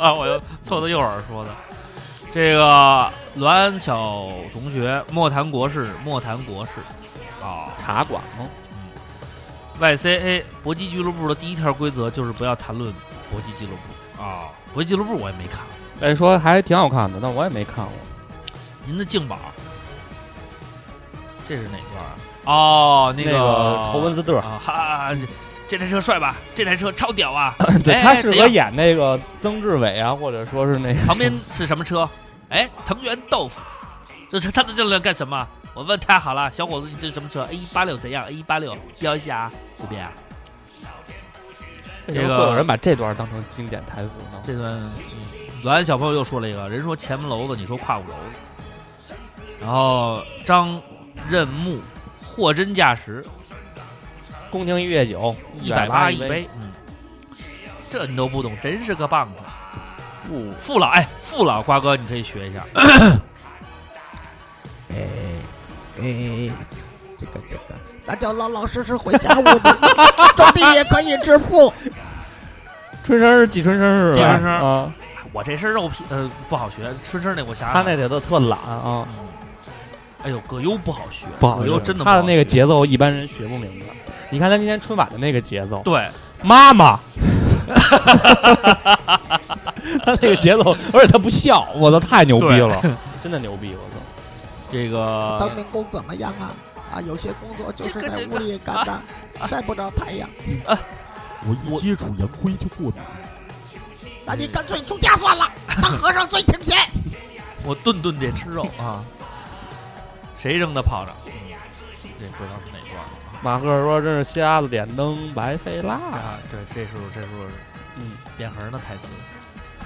Speaker 4: 啊，我又凑到右耳说的。这个栾安小同学，莫谈国事，莫谈国事。啊、
Speaker 5: 茶馆吗？
Speaker 4: YCA 搏击俱乐部的第一条规则就是不要谈论搏击俱乐部啊、搏击俱乐部我也没看。
Speaker 5: 哎，说还挺好看的，但我也没看过。
Speaker 4: 您的竞宝，这是哪段啊？哦，那个
Speaker 5: 头文字 D，
Speaker 4: 啊，哈，这台车帅吧？这台车超屌 啊！
Speaker 5: 对
Speaker 4: 哎
Speaker 5: 他适
Speaker 4: 怎
Speaker 5: 合
Speaker 4: 样
Speaker 5: 演那个曾志伟啊，或者说是那个
Speaker 4: 旁边是什么车？哎，藤原豆腐，这是他的这辆干什么？我问他好了，小伙子，你这什么车？A 一八六怎样？A 一八六标一下啊，随便啊。
Speaker 5: 为什么会有人把这段当成经典台词呢？
Speaker 4: 这段栾小朋友又说了一个人说前门楼子，你说胯骨楼子，然后张任木货真价实，
Speaker 5: 宫廷一月酒，
Speaker 4: 一百八
Speaker 5: 一
Speaker 4: 一杯，嗯，这你都不懂，真是个棒子。
Speaker 5: 不
Speaker 4: 父老，哎，父老瓜哥，你可以学一下，
Speaker 6: 哎，这个这个，大家老老实实回家，我们种地也可以致富。
Speaker 5: 春生是季春生是吧？
Speaker 4: 季春生
Speaker 5: 啊，
Speaker 4: 我这身肉皮，呃，不好学。春生那我想
Speaker 5: 他
Speaker 4: 想，
Speaker 5: 那得都特懒啊，
Speaker 4: 嗯，哎呦，葛优不好学，
Speaker 5: 不好
Speaker 4: 葛
Speaker 5: 意
Speaker 4: 优
Speaker 5: 思
Speaker 4: 真的不
Speaker 5: 他
Speaker 4: 好
Speaker 5: 的那个
Speaker 4: 学
Speaker 5: 节奏一般人学不明白。你看他今天春晚的那个节奏，
Speaker 4: 对，
Speaker 5: 妈妈， 他那个节奏，而且他不笑， 我操，太牛逼了， 真的牛逼，我操！
Speaker 4: 这个
Speaker 6: 当民工怎么样啊？啊，有些工作就是
Speaker 4: 这个
Speaker 6: 在
Speaker 4: 这
Speaker 6: 屋
Speaker 4: 个
Speaker 6: 里干的，晒不着太阳。
Speaker 10: 我一接触洋灰就过敏。
Speaker 6: 那你干脆出家算了，当和尚最清闲。
Speaker 4: 我顿顿得吃 肉啊。谁扔的炮仗？嗯这不知道是哪段了
Speaker 5: 马赫说：“真是瞎子点灯，白费蜡。
Speaker 4: 啊？这这是这是”嗯
Speaker 5: 嗯，
Speaker 4: 变恒的台词。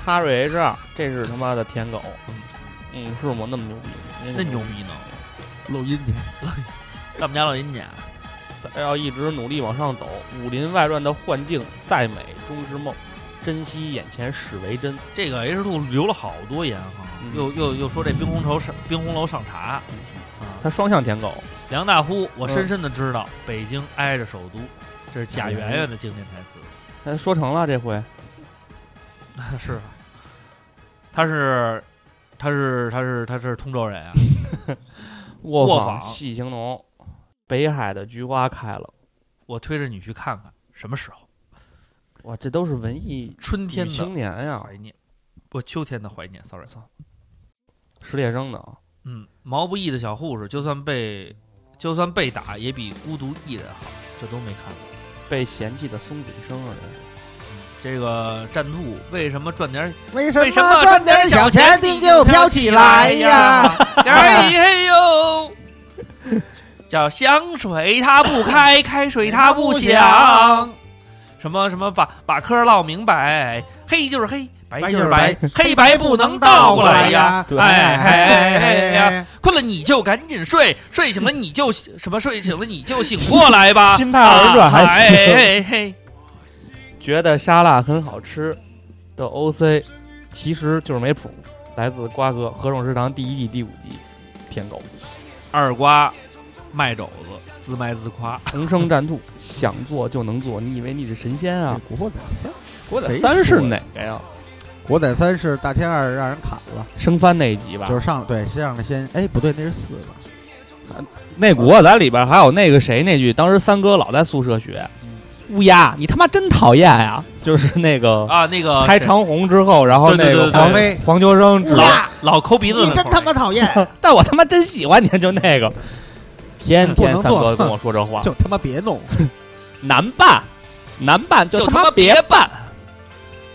Speaker 5: 哈瑞 H 二，这是他妈的舔狗，嗯，是吗？那么牛逼，
Speaker 4: 那牛逼呢？
Speaker 6: 录音去，
Speaker 4: 让我们家老林家
Speaker 5: 再要一直努力往上走，《武林外传》的幻境再美终是梦，珍惜眼前始为真。
Speaker 4: 这个 H 度留了好多言哈，
Speaker 5: 嗯
Speaker 4: 又又又说这冰红楼上冰红楼上茶啊，
Speaker 5: 他双向舔狗，
Speaker 4: 梁大呼，我深深的知道北京挨着首都，这是贾圆圆的经典台词。
Speaker 5: 他说成了这回，
Speaker 4: 那 是，啊 他是，他是，他是，他是通州人啊。
Speaker 5: 卧
Speaker 4: 卧
Speaker 5: 纺
Speaker 4: 纺
Speaker 5: 戏情浓，北海的菊花开了。
Speaker 4: 我推着你去看看，什么时候？
Speaker 5: 哇，这都是文艺
Speaker 4: 春天
Speaker 5: 女青
Speaker 4: 的
Speaker 5: 年呀、
Speaker 4: 怀念，不，秋天的怀念。Sorry，
Speaker 5: 史铁生的啊，
Speaker 4: 嗯，毛不易的小护士，就算被，就算被打，也比孤独一人好。这都没看过。
Speaker 5: 被嫌弃的松子一生啊，
Speaker 4: 这个战兔为什么赚点儿？
Speaker 6: 为
Speaker 4: 为什么
Speaker 6: 赚
Speaker 4: 点
Speaker 6: 点
Speaker 4: 儿
Speaker 6: 小
Speaker 4: 钱
Speaker 6: 钱地
Speaker 4: 地就
Speaker 6: 就
Speaker 4: 飘
Speaker 6: 飘
Speaker 4: 起
Speaker 6: 起
Speaker 4: 来
Speaker 6: 来
Speaker 4: 呀
Speaker 6: 呀？
Speaker 4: 哎嘿呦，叫香水它不开，开水它不响。什么什么把把嗑唠明白，黑就是黑，白就是白，黑白不能倒过来呀！
Speaker 5: 对
Speaker 4: 哎嘿嘿嘿
Speaker 6: 哎
Speaker 4: 呀，
Speaker 5: 啊
Speaker 4: 困了你就赶紧睡，睡醒了你就什么睡醒了你就醒过来吧。
Speaker 5: 心派而转还
Speaker 4: 啊
Speaker 5: 行
Speaker 4: 哎嘿嘿，
Speaker 5: 觉得沙拉很好吃的 OC，其实就是没谱。来自瓜哥《合众食堂》第一季第五集，舔狗
Speaker 4: 二瓜卖肘子，自卖自夸。
Speaker 5: 横生战 兔，想做就能做，你以为你是神仙啊？
Speaker 6: 哎国仔三，
Speaker 5: 国仔
Speaker 6: 谁
Speaker 5: 三是
Speaker 6: 说的
Speaker 5: 哪个呀？
Speaker 6: 国仔三是大天二让人砍了，
Speaker 5: 生番那一集吧，
Speaker 6: 就是上对先让他先，哎不对，那是四吧？
Speaker 5: 那国在里边还有那个谁那句，当时三哥老在宿舍学，乌鸦，你他妈真讨厌呀！嗯就是那个
Speaker 4: 啊，那个
Speaker 5: 开
Speaker 4: 谁
Speaker 5: 长虹之后，然后
Speaker 4: 对对
Speaker 5: 那
Speaker 4: 对
Speaker 5: 个
Speaker 4: 对
Speaker 6: 哎
Speaker 5: 黄
Speaker 4: 对
Speaker 6: 飞，
Speaker 5: 黄秋生指着
Speaker 4: 老老抠鼻子
Speaker 6: 你真
Speaker 4: 那会
Speaker 6: 他
Speaker 4: 儿
Speaker 6: 妈讨厌，
Speaker 5: 但我他妈真喜欢你，就那个， 天天三哥 跟我说这话，
Speaker 6: 就他妈别弄。
Speaker 5: 难办，难办就
Speaker 4: 就
Speaker 5: 他
Speaker 4: 他妈
Speaker 5: 妈
Speaker 4: 别
Speaker 5: 别办。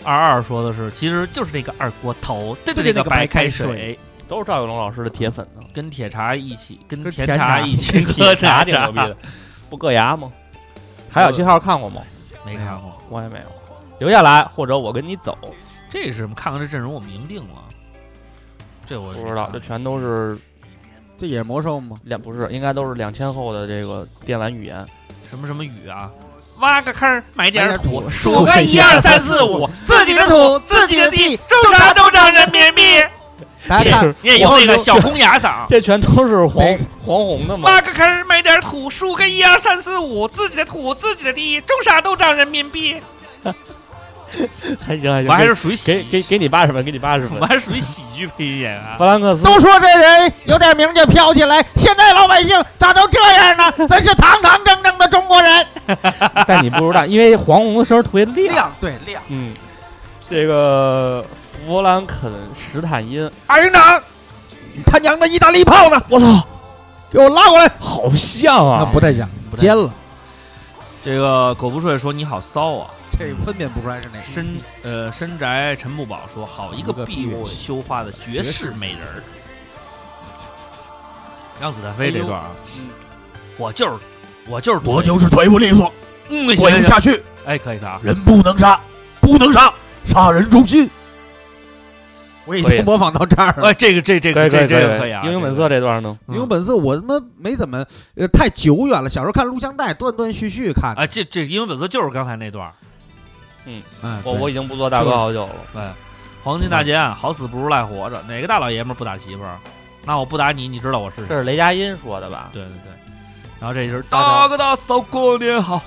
Speaker 4: 二二说的是，其实就是那个二锅头，对
Speaker 6: 对
Speaker 4: 那
Speaker 6: 那
Speaker 4: 个
Speaker 6: 个
Speaker 4: 白
Speaker 6: 白
Speaker 4: 开
Speaker 6: 开
Speaker 4: 水
Speaker 6: 水，
Speaker 5: 都是赵有龙老师的铁粉呢，
Speaker 4: 跟铁茶一起，跟
Speaker 6: 跟
Speaker 4: 甜
Speaker 6: 甜茶
Speaker 4: 一起喝
Speaker 5: 喝
Speaker 4: 茶
Speaker 5: 茶挺牛逼的，不硌牙吗？海
Speaker 4: 呃
Speaker 5: 角七号看过吗？
Speaker 4: 没看过，
Speaker 5: 我也没有，留下来或者我跟你走，
Speaker 4: 这是什么？看看这阵容，我们赢定了。这我
Speaker 5: 不知道，这全都是
Speaker 6: 这也是魔兽吗？
Speaker 5: 两不是，应该都是两千后的这个电玩语言。
Speaker 4: 什么什么雨啊？挖个坑儿，埋点儿
Speaker 6: 埋点儿
Speaker 4: 土，
Speaker 6: 土
Speaker 4: 数个一二三四五，自己的土，自己的地，种啥都长人民 币。
Speaker 5: 哎
Speaker 6: 大家看，
Speaker 4: 你也有那个
Speaker 5: 我
Speaker 4: 小公鸭 嗓。
Speaker 5: 这全都是黄
Speaker 6: 没
Speaker 5: 黄红的嘛？
Speaker 4: 挖个坑儿，埋点儿土，数个一二三四五，自己的土，自己的地，种啥都长人民币。
Speaker 5: 还行还行，
Speaker 4: 我还是属于
Speaker 5: 给
Speaker 4: 喜，
Speaker 5: 给给你八十分，给你八十 分
Speaker 4: 我。还是属于喜剧配音演员 啊。
Speaker 5: 弗兰克斯
Speaker 6: 都说这人有点名就飘起来，现在老百姓咋都这样呢？咱是堂堂正正的中国人。
Speaker 5: 但你不知道，因为黄宏的声儿特别亮。
Speaker 6: 亮对亮，
Speaker 5: 嗯，这个弗兰肯史坦因，
Speaker 6: 二营长，你他娘的意大利炮呢？
Speaker 5: 我操，
Speaker 6: 给我拉过来！
Speaker 5: 好像
Speaker 6: 那
Speaker 5: 啊！
Speaker 6: 不太像，
Speaker 4: 不太
Speaker 6: 尖了，
Speaker 4: 这个狗不睡说你好骚啊，
Speaker 6: 这分辨不出来是哪
Speaker 5: 嗯
Speaker 6: 个。
Speaker 4: 深呃深宅陈不保说好一个闭目羞花的绝世美人 儿。让子弹飞这段啊，
Speaker 5: 哎嗯
Speaker 4: 我就是我就是
Speaker 10: 我就是腿不利索，
Speaker 4: 嗯，行行
Speaker 10: 过不
Speaker 4: 行
Speaker 10: 下去，
Speaker 4: 哎可以可以啊，
Speaker 10: 人不能杀，不能杀，杀人诛心。
Speaker 6: 我已经模仿到这儿了。
Speaker 4: 哎，这个这这
Speaker 5: 可
Speaker 4: 个
Speaker 5: 以
Speaker 4: 这
Speaker 5: 可以
Speaker 4: 这
Speaker 5: 可
Speaker 4: 个
Speaker 5: 以
Speaker 4: 可以啊，
Speaker 5: 英雄本色这段呢，
Speaker 6: 因为本色我他妈没怎么，呃，太久远了。小时候看录像带，断断续续看。
Speaker 4: 啊，这这英雄本色就是刚才那段儿，
Speaker 6: 嗯，
Speaker 5: 我我已经不做大哥好久了。
Speaker 4: 哎，黄金
Speaker 5: 嗯
Speaker 4: 大劫案，好死不如赖活着，哪个大老爷们儿不打媳妇儿？那我不打你，你知道我是谁
Speaker 5: 这？是雷佳音说的吧？
Speaker 4: 对对对，然后这就是
Speaker 5: 大
Speaker 4: 大哥大嫂过年好，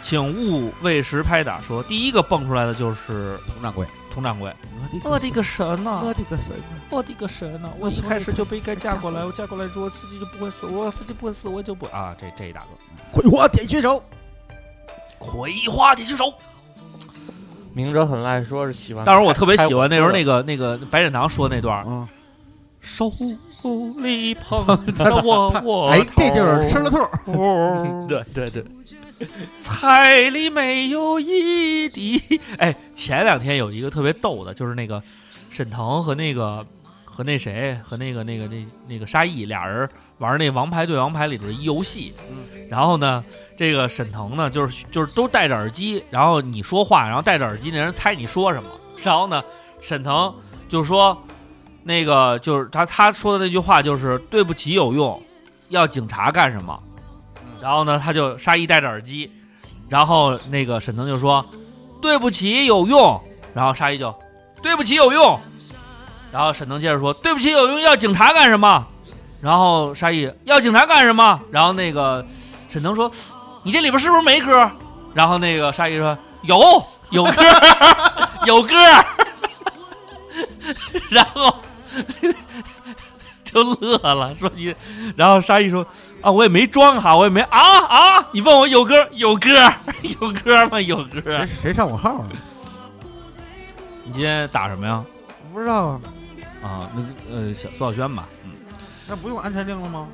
Speaker 4: 请勿喂食拍打说。第一个蹦出来的就是
Speaker 6: 佟掌柜，
Speaker 4: 佟掌柜，
Speaker 6: 我
Speaker 4: 的个神呐
Speaker 6: 我的个神！啊
Speaker 4: 我的个神呐！
Speaker 6: 我一开始就
Speaker 4: 不应该
Speaker 6: 嫁过来
Speaker 4: 我嫁过来之后自己就不会死，我自己不会死，我就不啊，这这一大哥，
Speaker 6: 葵花点穴手，
Speaker 4: 葵花点穴手。
Speaker 5: 明哲很赖，说是喜欢。
Speaker 4: 当时我特别喜欢那时候那
Speaker 5: 个，
Speaker 4: 个那个白展堂说那段儿，
Speaker 6: 嗯，
Speaker 4: 手里 捧着我我
Speaker 6: 哎，这就是吃了兔儿。
Speaker 4: 头，
Speaker 5: 对 对对，
Speaker 4: 菜里哦没有一滴。哎，前两天有一个特别逗的，就是那个沈腾和那个和那谁和那个那个那那个沙溢俩人玩那《王牌对王牌》里边一游戏，
Speaker 5: 嗯
Speaker 4: 然后呢，这个沈腾呢就是就是都戴着耳机，然后你说话，然后戴着耳机那人猜你说什么，然后呢，沈腾就说那个就是他他说的那句话就是对不起有用，要警察干什么？然后呢，他就沙溢戴着耳机，然后那个沈腾就说：“对不起，有用。”然后沙溢就：“对不起，有用。”然后沈腾接着说：“对不起，有用，要警察干什么？”然后沙溢要警察干什么？然后那个沈腾说：“你这里边是不是没歌？”然后那个沙溢说：“有，有歌，有歌。”然后 就乐了，说你。然后沙溢说：“啊，我也没装哈，我也没啊啊！你问我有歌有歌 有歌吗？有歌
Speaker 6: 谁。谁上我号啊了？
Speaker 4: 你今天打什么呀？
Speaker 6: 不知道啊，
Speaker 4: 啊，那个呃，小苏小轩吧，嗯，
Speaker 6: 那不用安全令了吗？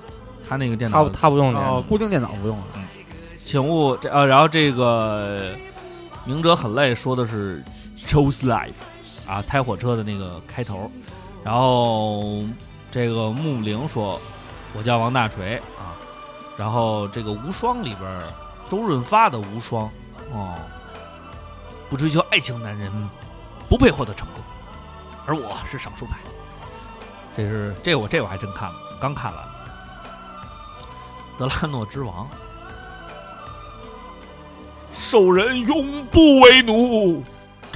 Speaker 4: 他那个电
Speaker 5: 他
Speaker 4: 脑
Speaker 5: 不，他不用
Speaker 6: 哦，
Speaker 5: 脸，
Speaker 6: 固定电脑不用了。
Speaker 4: 请勿这呃，然后这个明哲很累，说的是 chose life 啊，猜火车的那个开头。然后这个木灵说，我叫王大锤啊。然后这个无双里边儿，周润发的无双哦，不追求爱情男人不配获得成功，而我是少数派。这是这我这我还真看了，刚看完《德拉诺之王》。兽人永不为奴。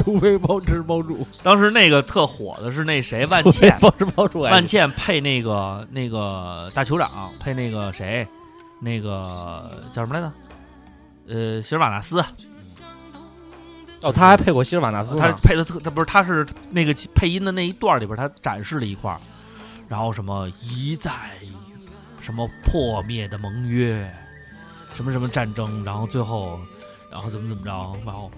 Speaker 6: 除非包吃包住，
Speaker 4: 当时那个特火的是那谁万
Speaker 5: 对
Speaker 4: 茜，
Speaker 5: 包吃包住
Speaker 4: 万茜配那个那个大酋长，配那个谁，那个叫什么来着？呃，席尔瓦纳斯，
Speaker 5: 哦，他还配过希尔瓦纳斯呢，
Speaker 6: 嗯
Speaker 4: 他配的特，他不是，他是那个配音的那一段里边，他展示了一块儿，然后什么一再什么破灭的盟约，什么什么战争，然后最后，然后怎么怎么着，然后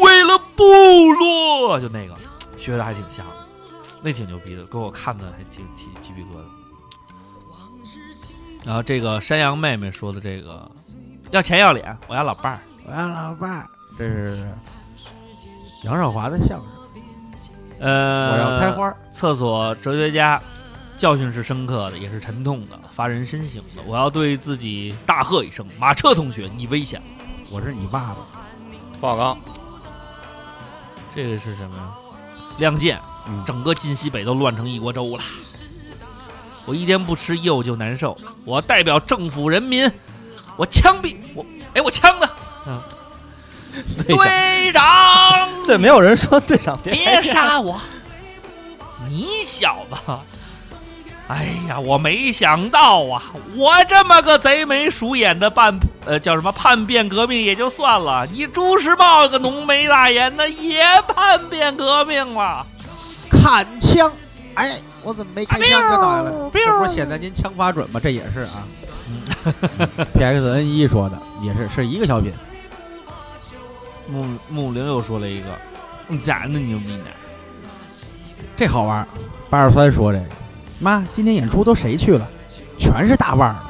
Speaker 4: 为了部落，就那个学的还挺像，那挺牛逼的，给我看的还挺起鸡皮疙瘩。然后这个山羊妹妹说的这个要钱要脸，我家老伴儿。
Speaker 6: 我要老爸。这是杨少华的相声，
Speaker 4: 呃，
Speaker 6: 我要开花。
Speaker 4: 厕所哲学家，教训是深刻的，也是沉痛的，发人深省的。我要对自己大喝一声：“马彻同学，你危险了
Speaker 6: 我是你爸爸。
Speaker 5: 冯小刚！”
Speaker 4: 这个是什么呀？亮剑，
Speaker 6: 嗯
Speaker 4: 整个晋西北都乱成一锅粥了。我一天不吃肉就难受。我代表政府人民，我枪毙我！哎，我枪的
Speaker 5: 对长
Speaker 4: 队长，
Speaker 5: 对，没有人说队长别
Speaker 4: 别杀我！你小子，哎呀，我没想到啊，我这么个贼眉鼠眼的叛呃叫什么叛变革命也就算了，你朱时茂这个浓眉大眼的也叛变革命了。
Speaker 6: 砍枪，哎，我怎么没开枪就倒下来了？
Speaker 4: biu
Speaker 6: 这不是显得您枪法准吗？这也是啊。P X N 一说的也是是一个小品，
Speaker 4: 木木灵又说了一个，咋那牛逼呢？
Speaker 6: 这好玩儿。八十三说这个，妈，今天演出都谁去了？全是大腕儿的，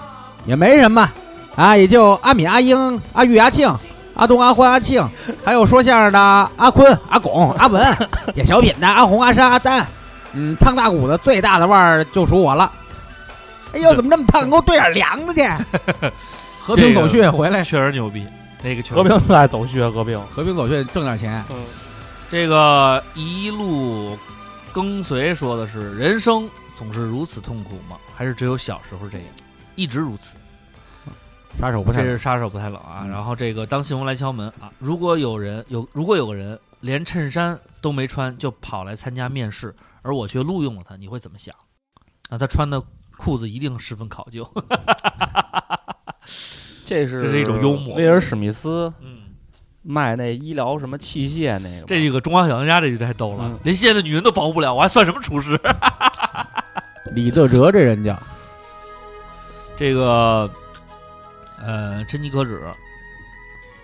Speaker 6: 也没什么啊，也就阿敏、阿英、阿玉、阿庆、阿东、阿欢、阿庆，还有说相声的阿坤、阿拱、阿文， 演小品的阿红、阿山、阿丹。嗯，唱大鼓的最大的腕儿就属我了。哎呦，怎么这么烫？给我兑点凉的去。 和平走穴回来，
Speaker 4: 确实牛逼，那个确实
Speaker 5: 何冰来走穴，何冰。
Speaker 6: 和平走穴挣点钱。
Speaker 5: 嗯，
Speaker 4: 这个一路跟随说的是：“人生总是如此痛苦吗？还是只有小时候这样，一直如此
Speaker 6: 杀手？”不
Speaker 4: 这
Speaker 6: 太
Speaker 4: 是杀手不太冷啊。然后这个当幸福来敲门啊，如果有人有，如果有个人连衬衫都没穿就跑来参加面试，而我却录用了他，你会怎么想？啊，他穿的裤子一定十分考究。
Speaker 5: 这是
Speaker 4: 这是一种幽默
Speaker 5: 威尔史密斯
Speaker 4: 嗯，
Speaker 5: 卖那医疗什么器械那个，
Speaker 4: 这一个中华小当家这就太逗了，
Speaker 5: 嗯
Speaker 4: 连现在的女人都保护不了，我还算什么厨师？
Speaker 6: 李德哲这人叫
Speaker 4: 这个，呃，珍妮可止，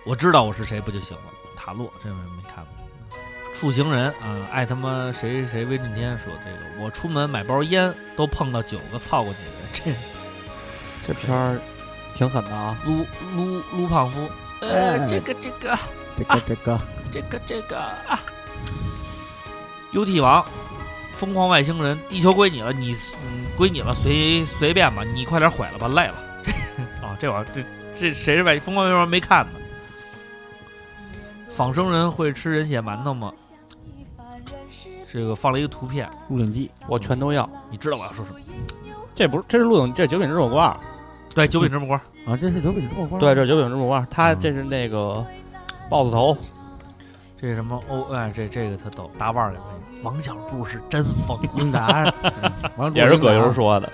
Speaker 4: 我知道我是谁不就行了？塔洛，这个人没看过。处行人啊、爱他妈谁谁威震天说这个，我出门买包烟都碰到九个操过几个人，
Speaker 5: 这片儿挺狠的啊！
Speaker 4: 这撸撸撸胖夫，呃，这个这个
Speaker 6: 这个这个
Speaker 4: 这个这个啊，UT 王，疯狂外星人，地球归你了，你嗯归你了，随随便吧，你快点毁了吧，累了。 啊，这玩意儿，这这谁是外疯狂外星人没看呢？仿生人会吃人血馒头吗？这个放了一个图片，
Speaker 6: 鹿鼎记
Speaker 5: 我全都要，
Speaker 4: 你知道我要说什么？
Speaker 5: 这不是这是陆勇，这是九品芝麻官，
Speaker 4: 对，九品芝麻官。
Speaker 6: 啊，这是九品芝麻官
Speaker 5: 对，这是九品芝麻官，他
Speaker 6: 嗯
Speaker 5: 这是那个豹子头，
Speaker 4: 这是什么哦哎，这这个特逗，大腕儿给配。王小柱是真疯，
Speaker 6: 英 达，嗯王
Speaker 5: 也是葛优说的。啊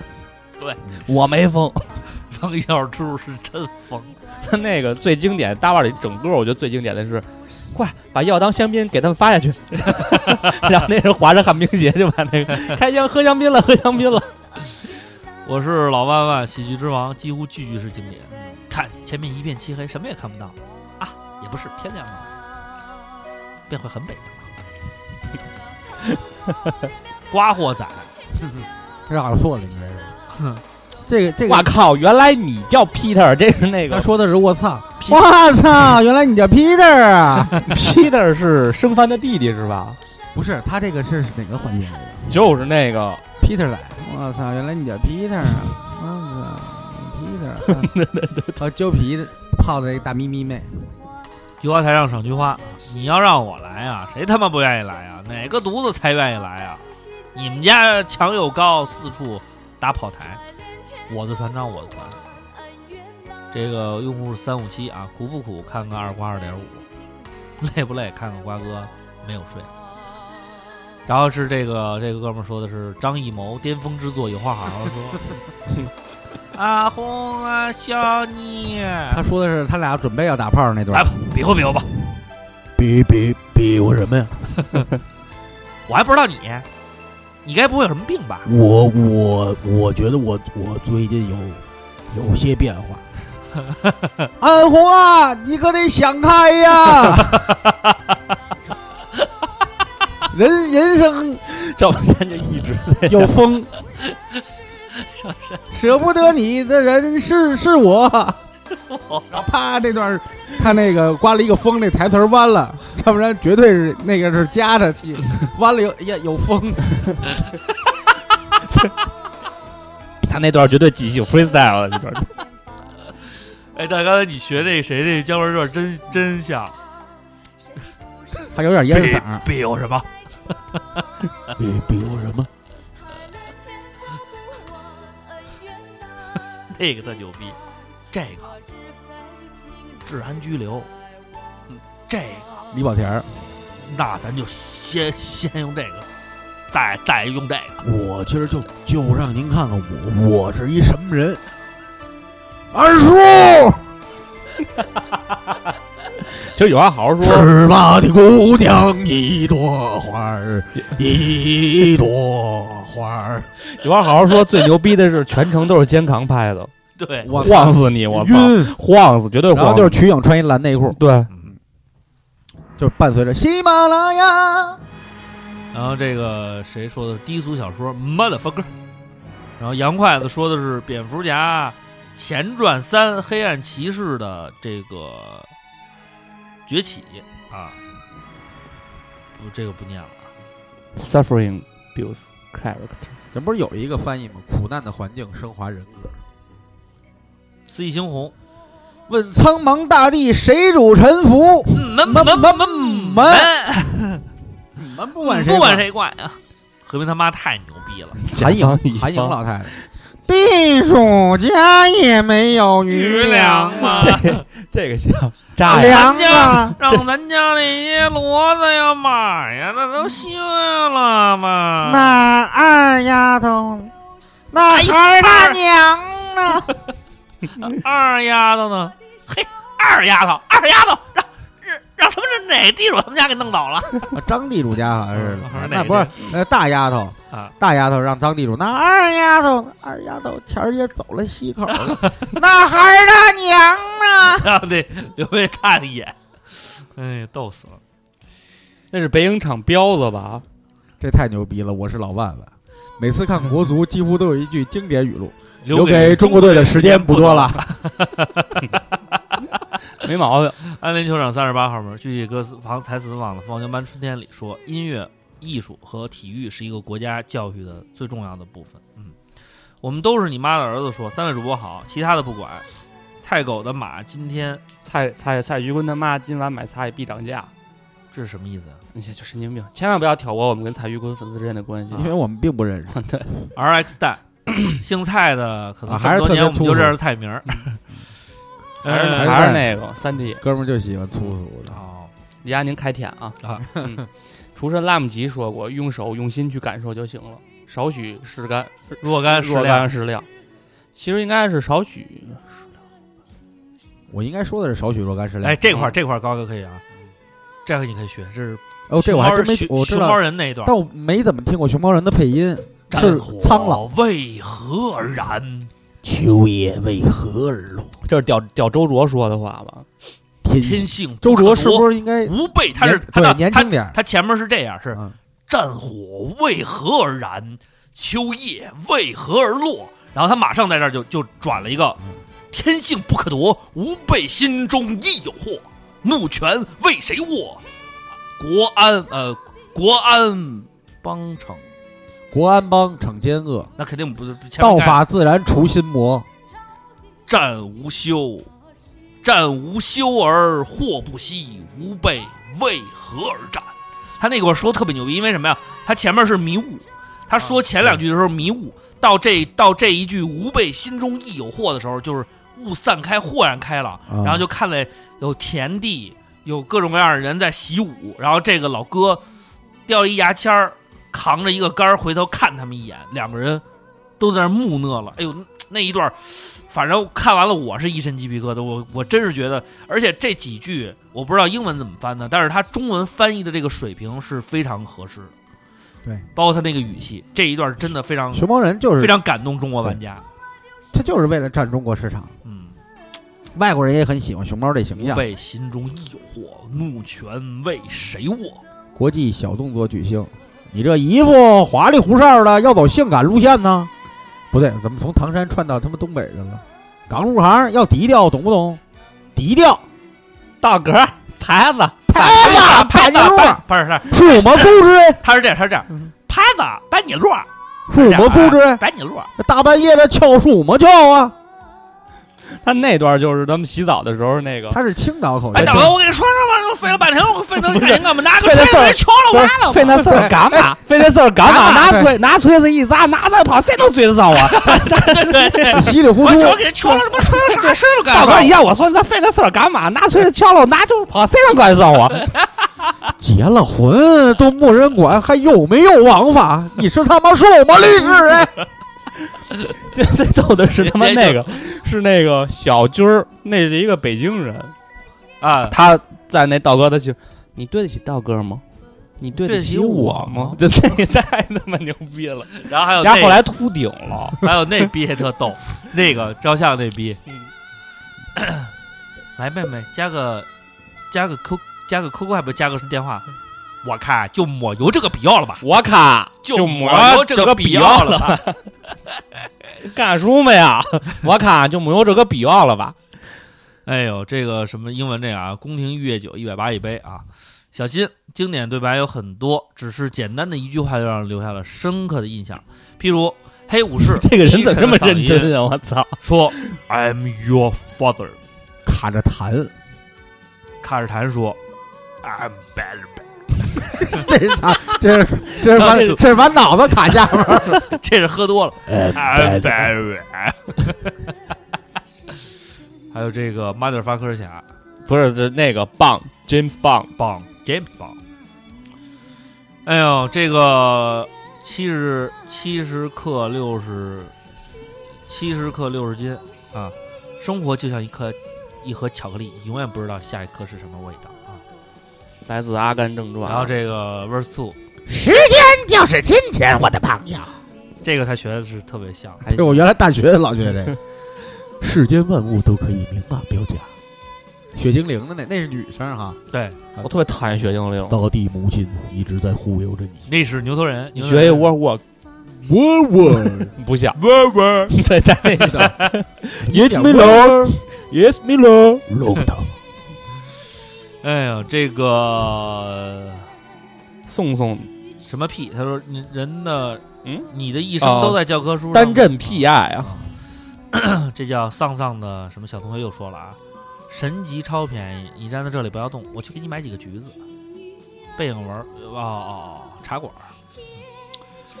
Speaker 4: 对，
Speaker 5: 我没疯。
Speaker 4: 王小柱是真疯。
Speaker 5: 他那个最经典大腕里整个，我觉得最经典的是，快把药当香槟给他们发下去。 然后那人划着旱冰鞋就把那个开箱喝香槟了，喝香槟了。
Speaker 4: 我是老万万，喜剧之王，几乎句句是经典。看前面一片漆黑，什么也看不到啊，也不是天亮了，便会很北的。 瓜货仔，
Speaker 6: 绕错了，你这是。这个这
Speaker 5: 我
Speaker 6: 个，
Speaker 5: 靠，原来你叫 Peter，这是那
Speaker 6: 他
Speaker 5: 个
Speaker 6: 说的是我操，
Speaker 5: P-
Speaker 6: 我操，原来你叫 Peter 啊？
Speaker 5: Peter 是生番的弟弟是吧？
Speaker 6: 不是，他这个是哪个环节来的
Speaker 5: 就是那个
Speaker 6: ？Peter 来，我操，原来你叫 Peter 啊！ 我操，Peter，啊和揪皮泡的这个大咪咪妹，
Speaker 4: 菊花台上赏菊花，你要让我来啊，谁他妈不愿意来啊？哪个犊子才愿意来啊？你们家墙又高，四处打跑台，我的团长我的团。这个用户是三五七啊，苦不苦？看看二瓜二点五，累不累？看看瓜哥没有睡。然后是这个这个哥们儿说的是张艺谋巅峰之作，有话好好说。啊红啊笑你，
Speaker 6: 他说的是他俩准备要打炮那
Speaker 4: 来
Speaker 6: 段
Speaker 4: 吧，，比划比划吧。
Speaker 10: 比比比我什么呀？
Speaker 4: 我还不知道你，你该不会有什么病吧？
Speaker 10: 我我我觉得我我最近有有些变 化。
Speaker 6: 安红啊，你可得想开 呀！人人生
Speaker 5: 赵本山就一直
Speaker 6: 有风，舍不得你的人是是我。啪，这段儿他那个刮了一个风，那台词儿弯了，要不然绝对是那个是夹着气，弯了有呀有 风。
Speaker 5: 他那段绝对即兴 freestyle 的那段，
Speaker 4: 哎，但刚才你学这谁这姜文这真真像，
Speaker 6: 他有点烟嗓儿，
Speaker 4: 必有什么？
Speaker 10: 比比我什么？
Speaker 4: 那个特牛逼，这个治安拘留，嗯这个
Speaker 6: 李保田儿
Speaker 4: 那咱就先先用这个，再再用这个。
Speaker 10: 我今儿就就让您看看我我是一什么人。二叔，
Speaker 5: 其实有话好好说。
Speaker 10: 十八的姑娘一朵花儿，一朵花儿。
Speaker 5: 有话好好说。最牛逼的是全程都是肩扛拍的，
Speaker 4: 对，
Speaker 6: 我
Speaker 5: 晃死你！我操，
Speaker 6: 晕，
Speaker 5: 晃死，绝对
Speaker 6: 然后
Speaker 5: 晃死。
Speaker 6: 就是瞿颖穿一蓝内裤，
Speaker 5: 对，
Speaker 6: 就是伴随着喜马拉雅。
Speaker 4: 然后这个谁说的是低俗小说 motherfucker，然后杨筷子说的是蝙蝠侠前传三黑暗骑士的这个崛起啊，不这个不念了啊。
Speaker 5: suffering builds character。
Speaker 6: 咱不是有一个翻译吗？苦难的环境升华人格。
Speaker 4: 四季猩红，
Speaker 6: 问苍茫大地，谁主沉浮？
Speaker 4: 嗯，门
Speaker 6: 门
Speaker 4: 门
Speaker 6: 门
Speaker 4: 门
Speaker 6: 门
Speaker 4: 门，
Speaker 6: 你们不
Speaker 4: 不
Speaker 6: 管谁，
Speaker 4: 不管谁管啊。何冰他妈太牛逼了，
Speaker 6: 韩
Speaker 5: 甲方乙
Speaker 6: 颖，韩颖
Speaker 5: 方
Speaker 6: 老太太，避暑家也没有
Speaker 4: 余
Speaker 6: 余粮，
Speaker 4: 粮
Speaker 6: 啊
Speaker 4: 嘛，
Speaker 5: 这这个行，炸呀！
Speaker 6: 粮啊，
Speaker 4: 让咱家里些骡子呀、马呀，那都歇了嘛。
Speaker 6: 那二丫头，那
Speaker 4: 哎呦
Speaker 6: 二大
Speaker 4: 二
Speaker 6: 娘呢？
Speaker 4: 二丫头呢？嘿，二丫头，二丫头，让让让什么是哪个地主他们家给弄倒了？
Speaker 6: 啊张地主家好像是
Speaker 4: 嗯还是，哪
Speaker 6: 那
Speaker 4: 个
Speaker 6: 不是呃大丫头
Speaker 4: 啊，
Speaker 6: 大丫头让张地主，那二丫头呢，二丫头前儿也走了西口 了，那孩儿他娘呢？
Speaker 4: 让那刘备看一眼，哎，逗死了。
Speaker 5: 那是北影厂彪子吧？
Speaker 6: 这太牛逼了！我是老万万，每次看国足几乎都有一句经典语录：留
Speaker 4: 留
Speaker 6: 给中国队的时间不多了。
Speaker 5: 没毛病。
Speaker 4: 安联球场三十八号门，具体歌词房台词忘了。方江班春天里说，音乐、艺术和体育是一个国家教育的最重要的部分。嗯，我们都是你妈的儿子说，三位主播好，其他的不管。菜狗的马今天
Speaker 5: 蔡蔡蔡徐坤他妈今晚买菜必涨价，
Speaker 4: 这是什么意思啊
Speaker 5: 你这就神经病，千万不要挑拨我们跟蔡徐坤粉丝之间的关系。
Speaker 6: 因为我们并不认识，
Speaker 4: ？RX 蛋，姓蔡的可能
Speaker 6: 啊
Speaker 4: 这
Speaker 6: 还
Speaker 4: 么
Speaker 6: 是特别嗯
Speaker 4: 多年我们
Speaker 6: 粗
Speaker 4: 就
Speaker 6: 俗
Speaker 4: 认识菜名儿。
Speaker 5: 还是
Speaker 4: 呃
Speaker 5: 还是那个三弟
Speaker 6: 哥们儿就喜欢粗俗的。
Speaker 4: 哦，
Speaker 5: 李佳宁开舔啊
Speaker 4: 啊！
Speaker 5: 嗯厨神拉姆吉说过，用手用心去感受就行了，少许适干，
Speaker 4: 若干
Speaker 5: 若
Speaker 4: 适
Speaker 5: 干
Speaker 4: 量，
Speaker 5: 适量。其实应该是少许，
Speaker 6: 我应该说的是少许若干适量。
Speaker 4: 哎，这块儿这块儿高哥可以啊，这个你可以学，这是
Speaker 6: 哦，这我还
Speaker 4: 熊猫
Speaker 6: 真没
Speaker 4: 熊
Speaker 6: 我知
Speaker 4: 熊猫
Speaker 6: 道，
Speaker 4: 人那一段。
Speaker 6: 但我没怎么听过熊猫人的配音，
Speaker 4: 战
Speaker 6: 是
Speaker 4: 火
Speaker 6: 苍老嗯
Speaker 4: 为何而燃？
Speaker 10: 秋叶为何而落？
Speaker 5: 这是屌屌周卓说的话吧？
Speaker 6: 天
Speaker 4: 天性
Speaker 6: 周
Speaker 4: 卓
Speaker 6: 卓是不是应该
Speaker 4: 吾辈？他是
Speaker 6: 年
Speaker 4: 他
Speaker 6: 对
Speaker 4: 的
Speaker 6: 年轻点
Speaker 4: 他
Speaker 6: 儿？
Speaker 4: 他前面是这样，是
Speaker 6: 嗯
Speaker 4: 战火为何而燃？秋叶为何而落？然后他马上在这儿就就转了一个，
Speaker 6: 嗯
Speaker 4: 天性不可夺，吾辈心中亦有祸，怒权为谁握？国安呃，国安邦城，
Speaker 6: 国安帮惩奸恶，
Speaker 4: 那肯定不是前面
Speaker 6: 道
Speaker 4: 应该
Speaker 6: 法自然除心魔。
Speaker 4: 战无休，战无休而祸不息，吾辈为何而战？他那块儿说特别牛逼，因为什么呀？他前面是迷雾，他说前两句的时候迷雾，到这到这一句吾辈心中亦有祸的时候，就是雾散开，豁然开朗，
Speaker 6: 啊
Speaker 4: 然后就看了有田地，有各种各样的人在习武，然后这个老哥掉一牙签儿，扛着一个杆儿回头看他们一眼，两个人都在那儿木讷了。哎呦，那一段儿，反正看完了我是一身鸡皮疙瘩，我我真是觉得，而且这几句我不知道英文怎么翻的，但是他中文翻译的这个水平是非常合适的。
Speaker 6: 对，
Speaker 4: 包括他那个语气，这一段真的非常
Speaker 6: 熊猫人就
Speaker 4: 非
Speaker 6: 是
Speaker 4: 常感动中国玩家。
Speaker 6: 他就是为了占中国市场，
Speaker 4: 嗯，
Speaker 6: 外国人也很喜欢熊猫这形
Speaker 4: 吾
Speaker 6: 象。
Speaker 4: 辈心中亦有祸，怒权为谁握？
Speaker 6: 国际小动作巨星，你这一副华丽胡哨的，要走性感路线呢？不对，怎么从唐山串到他妈东北去了？港入行要低调，懂不懂？低调，
Speaker 5: 道格儿牌子
Speaker 6: 拍子拍你路，
Speaker 4: 不是，他
Speaker 6: 是我们素质，
Speaker 4: 他是这样，他是这样，拍子摆你落，
Speaker 6: 是我们素质。
Speaker 4: 摆你落。
Speaker 6: 大半夜的撬树么撬啊？
Speaker 5: 他那段就是他们洗澡的时候那个，
Speaker 6: 他是青岛口
Speaker 4: 哎，
Speaker 6: 音
Speaker 4: 大，哥，我跟你说什么？费了半天，我费那感情干嘛？拿个
Speaker 5: 费
Speaker 4: 锤
Speaker 5: 那
Speaker 4: 子
Speaker 5: 事儿
Speaker 4: 给敲了，完了。
Speaker 5: 费那事儿干嘛？ 费那事儿干嘛？拿锤拿锤子一砸，拿着跑，谁都追得 上我。
Speaker 6: 稀里糊
Speaker 4: 我
Speaker 6: 涂。
Speaker 4: 球给他敲了，他妈吹了啥事儿都干
Speaker 5: 道格
Speaker 4: 了
Speaker 5: 儿一。样，我说你这费那事儿干嘛？拿锤子敲了，我拿就跑，谁能管得上我？
Speaker 6: 结了婚都没人管，还有没有王 法？你是他妈什么律师哎？
Speaker 5: 最最逗的是他妈那个，是那个小军儿，那是一个北京人，
Speaker 4: 啊，
Speaker 5: 他在那道哥的就，你对得起道哥吗？你对得起我吗？ 哦就那个太他妈牛逼了，
Speaker 4: 然后还有
Speaker 5: 然
Speaker 4: 那
Speaker 5: 后后来秃顶了，
Speaker 4: 还有那逼也特逗，那个照相那逼。嗯来，妹妹，加个加个 Q 加个 QQ，还不加个电话？我看就抹油这个必要了吧，
Speaker 5: 我卡
Speaker 4: 就
Speaker 5: 抹
Speaker 4: 抹
Speaker 5: 这
Speaker 4: 这个
Speaker 5: 必
Speaker 4: 必
Speaker 5: 要
Speaker 4: 要了吧。
Speaker 5: 干什么呀？我卡就没有这个必要了吧？，
Speaker 4: 哎呦，这个什么英文这个啊，宫廷玉液酒一百八一杯啊。小心，经典对白有很多，只是简单的一句话就让人留下了深刻的印象。譬如黑武 士
Speaker 5: 这个人怎么这么
Speaker 4: 低沉的嗓
Speaker 5: 认真
Speaker 4: 音？
Speaker 5: 啊？我操！
Speaker 4: 说 I'm your father，
Speaker 6: 卡着痰，
Speaker 4: 卡尔坦说 I'm better，
Speaker 6: 这是啥？这是这是 把
Speaker 4: 然后就
Speaker 6: 这是把脑子卡下边儿了。
Speaker 4: 这是喝多了。
Speaker 10: 呃
Speaker 4: 哎
Speaker 10: 拜拜
Speaker 4: Barry 还有这个 Motherfucker 侠
Speaker 5: 不是，是那个棒 James 棒
Speaker 4: Bond James Bond。哎呦，这个七十七十克六十七十克六十斤啊！生活就像一颗一盒巧克力，永远不知道下一颗是什么味道啊！
Speaker 5: 来自《阿甘正传》。
Speaker 4: 然后这个 Verse Two，
Speaker 1: 时间就是金钱，我的朋友。
Speaker 4: 这个他学的是特别像的。
Speaker 5: 还
Speaker 6: 对，我原来大学老觉得这个
Speaker 10: 世间万物都可以明码标价。
Speaker 6: 雪精灵的那那是女生哈，
Speaker 4: 对，
Speaker 5: 我特别讨厌雪精灵。
Speaker 10: 大地母亲一直在忽悠着你。
Speaker 4: 那是牛头人，
Speaker 5: 你
Speaker 4: 牛头
Speaker 5: 学
Speaker 4: 人
Speaker 5: 一 War War
Speaker 10: 我我
Speaker 5: 不像
Speaker 4: War War，
Speaker 5: 对对，
Speaker 10: ，Yes me love，Yes me love，龙 头。
Speaker 4: 哎呦，这个
Speaker 5: 宋宋
Speaker 4: 什么屁？他说你人的，
Speaker 5: 嗯，
Speaker 4: 你的一生都在教科书上。
Speaker 5: 单阵屁爱啊！
Speaker 4: 这叫丧丧的什么小同学又说了啊，神级超便宜，你站在这里不要动，我去给你买几个橘子。背影文，哦哦哦，茶馆儿。嗯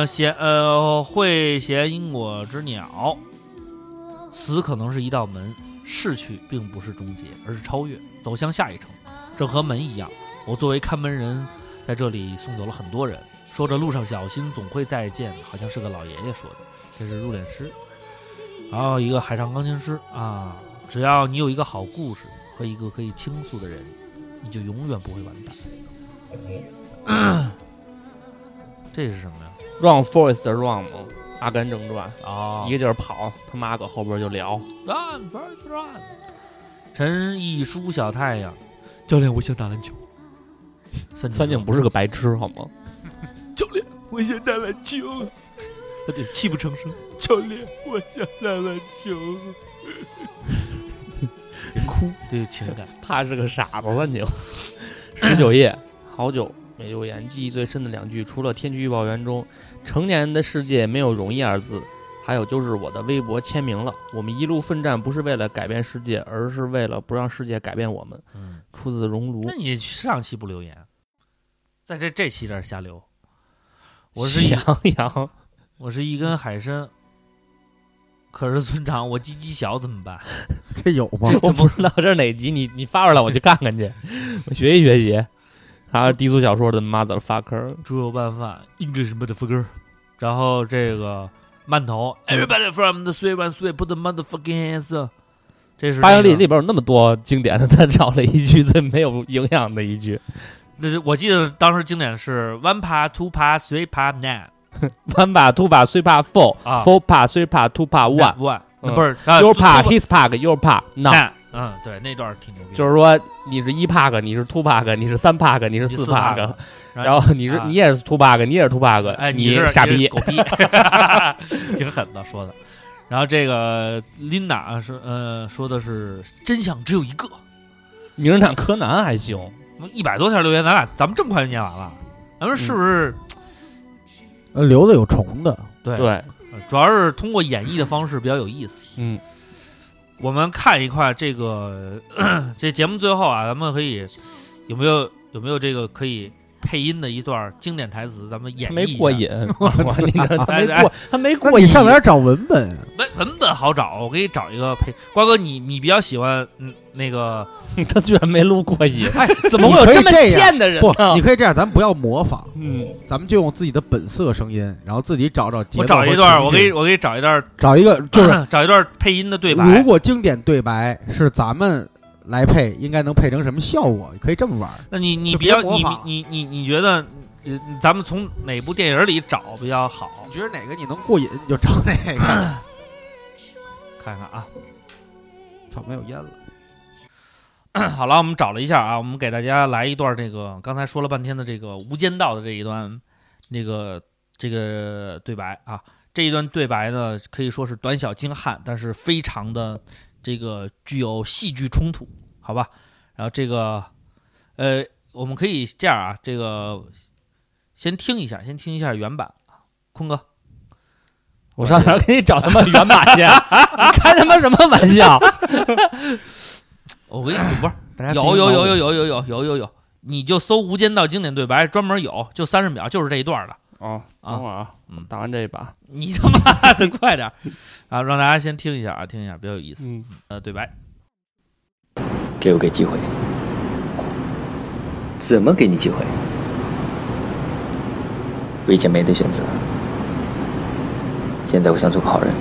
Speaker 4: 呃，衔呃会衔因果之鸟，死可能是一道门，逝去并不是终结，而是超越，走向下一程。这和门一样，我作为看门人，在这里送走了很多人。说着路上小心，总会再见，好像是个老爷爷说的。这是入殓师，然后一个海上钢琴师啊，只要你有一个好故事和一个可以倾诉的人，你就永远不会完蛋。
Speaker 5: 嗯
Speaker 4: 这是什么呀？
Speaker 5: Run Forest Run 嘛，《阿甘正传》
Speaker 4: 哦
Speaker 5: 一个劲儿跑，他妈搁后边就聊。
Speaker 4: run first run。陈一书小太阳，教练，我想打篮球。三井
Speaker 5: 三井不是个白痴好吗？
Speaker 4: 教练，我想打篮球。他对，泣不成声。教练，我想打篮球。 哭，对情感。
Speaker 5: 他是个傻子，三 井。十九夜， 好久没留言。记忆最深的两句，除了天气预报员中“成年人的世界没有容易”二字，还有就是我的微博签名了。我们一路奋战，不是为了改变世界，而是为了不让世界改变我们。
Speaker 4: 嗯，
Speaker 5: 出自熔炉
Speaker 4: 那。你上期不留言，啊在这这期这儿瞎留。我是一
Speaker 5: 杨洋，
Speaker 4: 我是一根海参，可是村长我鸡鸡小怎么办？
Speaker 6: 这有吗？
Speaker 5: 我不知道这是哪集，你你发出来我去看看去，我学习学习。还有低俗小说的 motherfucker，
Speaker 4: 猪肉拌饭，English motherfucker。然后这个馒头，Everybody from the three one three put the motherfucking hands up。这是
Speaker 5: 八
Speaker 4: 那
Speaker 5: 英
Speaker 4: 个
Speaker 5: 里里边有那么多经典的，他找了一句最没有营养的一句
Speaker 4: 那我记得当时经典是 one pa two pa three pa nine
Speaker 5: ：one pa two pa three pa four
Speaker 4: 啊
Speaker 5: four pa three pa two pa one
Speaker 4: one，
Speaker 5: 嗯
Speaker 4: 不是啊
Speaker 5: your pa
Speaker 4: two
Speaker 5: his pa your pa no，
Speaker 4: nine，嗯，对，那段儿挺牛逼的，
Speaker 5: 就是说你是一 pa 你是 two pa 你是三 pa 你是四 pa，然后你是
Speaker 4: 啊
Speaker 5: 你也是 two pa 你也是 two pa，
Speaker 4: 哎，
Speaker 5: 你
Speaker 4: 是
Speaker 5: 傻
Speaker 4: 你是
Speaker 5: 逼
Speaker 4: 狗逼， 挺狠的说的。然后这个琳娜是呃说的是真相只有一个，
Speaker 5: 名侦探柯南还行，
Speaker 4: 一百多条留言，咱俩咱们这么快就念完了，咱们是不是？
Speaker 6: 呃留的有虫的，
Speaker 4: 对，
Speaker 5: 嗯对，
Speaker 4: 呃主要是通过演绎的方式比较有意思。
Speaker 5: 嗯，
Speaker 4: 我们看一块这个 这节目最后啊，咱们可以有没有有没有这个可以配音的一段经典台词，咱们演
Speaker 5: 他
Speaker 4: 绎
Speaker 5: 没
Speaker 4: 一下
Speaker 5: 过 瘾，我你这他没
Speaker 4: 哎哎
Speaker 5: 过他没
Speaker 6: 那
Speaker 5: 过
Speaker 6: 你
Speaker 5: 瘾，
Speaker 6: 上哪儿找文本啊？
Speaker 4: 文文本好找，我给你找一个配。瓜哥，你你比较喜欢嗯那个
Speaker 5: 他居然没录过 瘾，
Speaker 6: 哎，
Speaker 5: 怎么会有
Speaker 6: 你可
Speaker 5: 这
Speaker 6: 以
Speaker 5: 么
Speaker 6: 这样
Speaker 5: 贱的人
Speaker 6: 不，
Speaker 5: 呢
Speaker 6: 你？可以这样，咱不要模仿，
Speaker 5: 嗯，
Speaker 6: 咱们就用自己的本色声音，然后自己找找节
Speaker 4: 我
Speaker 6: 奏
Speaker 4: 找一
Speaker 6: 和
Speaker 4: 段，
Speaker 6: 情
Speaker 4: 我给
Speaker 6: 绪
Speaker 4: 我给你找一段，
Speaker 6: 找一个就是
Speaker 4: 找一段配音的 对白。
Speaker 6: 如果经典对白是咱们来配，应该能配成什么效果？可以这么玩儿。
Speaker 4: 那你你
Speaker 6: 就
Speaker 4: 比
Speaker 6: 别
Speaker 4: 较
Speaker 6: 模
Speaker 4: 你
Speaker 6: 仿了
Speaker 4: 你你你觉得，呃咱们从哪部电影里找比较好？
Speaker 6: 你觉得哪个你能过瘾，你就找哪 个。
Speaker 4: 看看啊。
Speaker 6: 操，没有烟了。
Speaker 4: 好了，我们找了一下啊，我们给大家来一段这个刚才说了半天的这个《无间道》的这一段，那个这个对白啊，这一段对白呢可以说是短小精悍，但是非常的这个具有戏剧冲突，好吧？然后这个呃，我们可以这样啊，这个先听一下，先听一下原版啊，坤哥，
Speaker 5: 我上哪儿给你找他 妈原版去？啊你开他妈什么玩笑？
Speaker 4: 我给你不是
Speaker 6: 大家
Speaker 4: 哦有有有有
Speaker 6: 有，
Speaker 4: 有有有有有有，你就搜《无间道》经典对白，专门有，就三十秒，就是这一段的。
Speaker 5: 哦，等会儿啊，
Speaker 4: 嗯
Speaker 5: 打完这一把，
Speaker 4: 你他妈的快点儿啊！让大家先听一下啊，听一下比较有意思。
Speaker 5: 嗯，
Speaker 4: 呃，对白，
Speaker 11: 给我给机会，怎么给你机会？我以前没得选择，现在我想做个好人。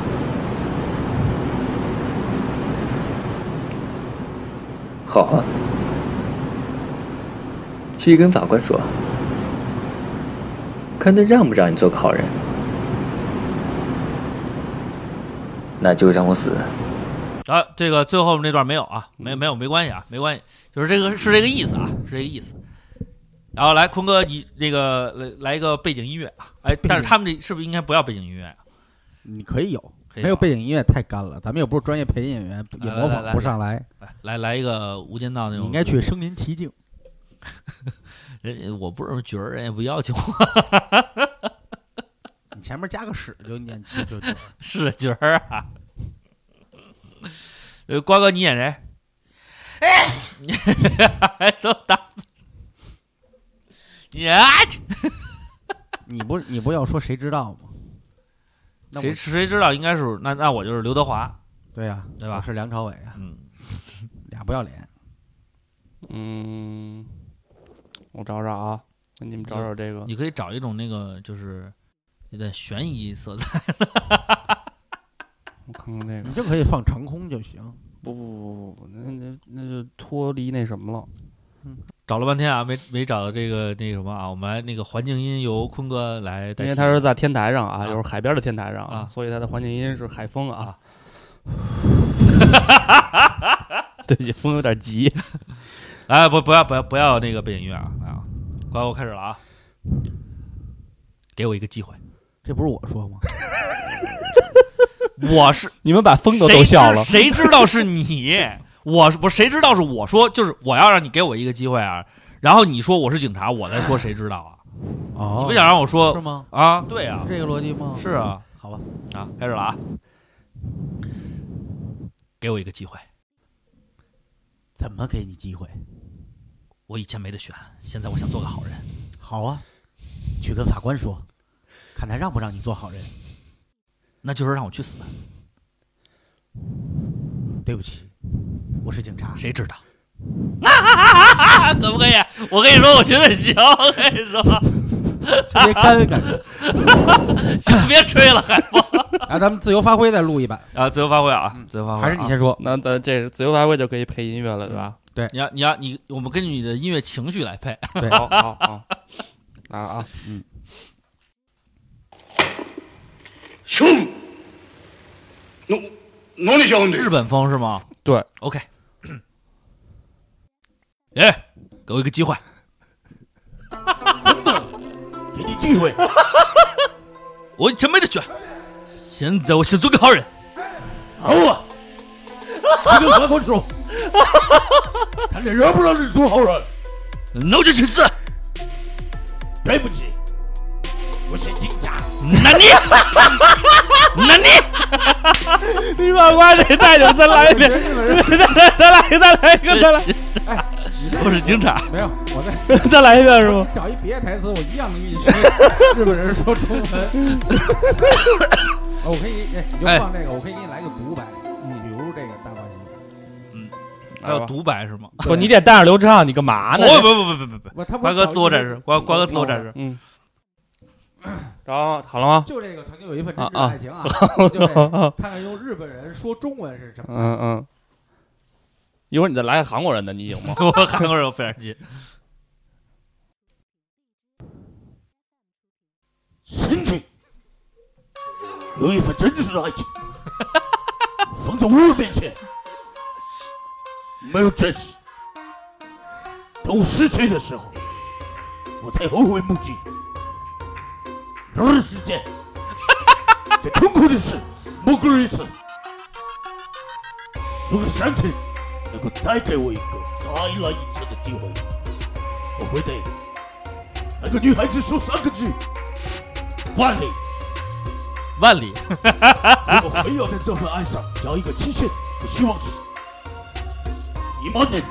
Speaker 11: 好啊，去跟法官说，看他让不让你做个好人。那就让我死。
Speaker 4: 啊，这个最后那段没有啊，
Speaker 6: 嗯
Speaker 4: 没没有没关系啊，没关系，就是这个是这个意思啊，是这个意思。然后来，坤哥，你那个来来一个背景音乐啊，哎，但是他们这是不是应该不要背景音乐啊？
Speaker 6: 你可以有，
Speaker 4: 可以啊
Speaker 6: 没有
Speaker 4: 吧
Speaker 6: 背景音乐太干了，咱们又不是专业配音演员，也模仿不上来。
Speaker 4: 来来来一个《无间道》那
Speaker 6: 你
Speaker 4: 种，
Speaker 6: 应该去身临其境，
Speaker 4: 人，我不是角儿，人也不要求我
Speaker 6: 你前面加个屎就念就就。就是
Speaker 4: 角儿啊。呃，瓜哥，你演谁？哎，都打，你演啊
Speaker 6: 你不你不要说谁知道吗？那我
Speaker 4: 谁谁知道应该是那那我就是刘德华，
Speaker 6: 对呀、
Speaker 4: 对吧
Speaker 6: 我是梁朝伟啊，
Speaker 4: 嗯，
Speaker 6: 俩不要脸。
Speaker 5: 嗯，我找找啊，那你们找找这个，
Speaker 4: 你可以找一种那个就是有点悬疑色彩，
Speaker 5: 我看看这个
Speaker 6: 你，就可以放长空就行。
Speaker 5: 不不不不不，那那那就脱离那什么了。
Speaker 4: 找了半天啊，没没找到这个那什么啊，我们来那个环境音由坤哥来代替，
Speaker 5: 因为它是在天台上
Speaker 4: 啊
Speaker 5: 啊，就是海边的天台上
Speaker 4: 啊
Speaker 5: 所以它的环境音是海风啊。对不起，风有点急。
Speaker 4: 来哎不不要不要不要那个背景音乐啊啊，乖，我开始了啊，给我一个机会，
Speaker 6: 这不是我说吗？
Speaker 4: 我是
Speaker 5: 你们把风都
Speaker 4: 谁
Speaker 5: 逗
Speaker 4: 知
Speaker 5: 笑了。
Speaker 4: 谁知道是你？我是不是谁知道是我说，就是我要让你给我一个机会啊，然后你说我是警察，我再说谁知道啊？
Speaker 6: 哦
Speaker 4: 你不想让我
Speaker 6: 是
Speaker 4: 说
Speaker 6: 吗？
Speaker 4: 啊？对啊
Speaker 6: 是，这个逻辑吗？
Speaker 4: 是啊。
Speaker 6: 好吧，
Speaker 4: 啊，开始了啊！给我一个机会，
Speaker 6: 怎么给你机会？
Speaker 4: 我以前没得选，现在我想做个好人。
Speaker 6: 好啊，去跟法官说，看他让不让你做好人。
Speaker 4: 那就是让我去死，
Speaker 6: 对不起，我是警察。
Speaker 4: 谁知道？ 啊，可不可以？我跟你说，我觉得行。我跟你说，
Speaker 6: 特别干感觉？
Speaker 4: 行，别吹了，还
Speaker 6: 啊，咱们自由发挥再录一版，
Speaker 4: 啊，自由发挥啊，自由发挥啊、
Speaker 6: 还是你先说？
Speaker 5: 那咱这是自由发挥就可以配音乐了，对吧？
Speaker 4: 你要你要你，我们根据你的音乐情绪来配。
Speaker 6: 对，
Speaker 5: 好好好，来了啊！
Speaker 8: 兄，侬侬的兄弟，
Speaker 4: 日本风是吗？
Speaker 5: 对
Speaker 4: ，OK。哎，给我一个机会，
Speaker 10: 给你机会，
Speaker 4: 我以前没得选，现在我想做个好人。
Speaker 10: 好啊！你跟法官说， 看这让不让你做好人。
Speaker 4: 那我就去死。
Speaker 10: 对不起，我是警察。
Speaker 4: 那你， 那你。
Speaker 5: 你把瓜这带着， 再来一遍，再来再来一个，再来
Speaker 4: 我是警察，
Speaker 6: 没有，我再
Speaker 5: 再来一遍是吗？
Speaker 6: 找一别的台词，我一样能给你说日本人说中文。哦我可以，哎，你就
Speaker 4: 哎
Speaker 6: 放这个，我可以给你来个独白，你比如这个大话西，
Speaker 4: 还有独白是吗？
Speaker 5: 不，你得带上刘志浩，你干嘛呢？
Speaker 4: 不不不不不不不，
Speaker 6: 我他啊不
Speaker 4: 瓜
Speaker 6: 是
Speaker 4: 哥
Speaker 6: 找一
Speaker 4: 自我
Speaker 6: 个哦
Speaker 4: 展示，瓜瓜哥自我展示，
Speaker 5: 嗯，然后好了吗？
Speaker 6: 就这个曾经有一份真挚的
Speaker 5: 啊啊
Speaker 6: 爱 情啊，就这个看看用日本人说中文是什么。
Speaker 5: 嗯嗯，一会儿你再来个韩国人的，你行吗？
Speaker 4: 我韩国人有非常近，
Speaker 10: 神经，有一份真挚的爱情，放在我面前，没有真实。等我失去的时候，我才后悔莫及。容忍时间，最痛苦的是每个人一次。如果上天能够再给我一个再来一次的机会，我会对那个女孩子说三个字：万里。
Speaker 4: 万里，
Speaker 10: 如果非要在哎这份爱上加一个期限，我希望是一万年。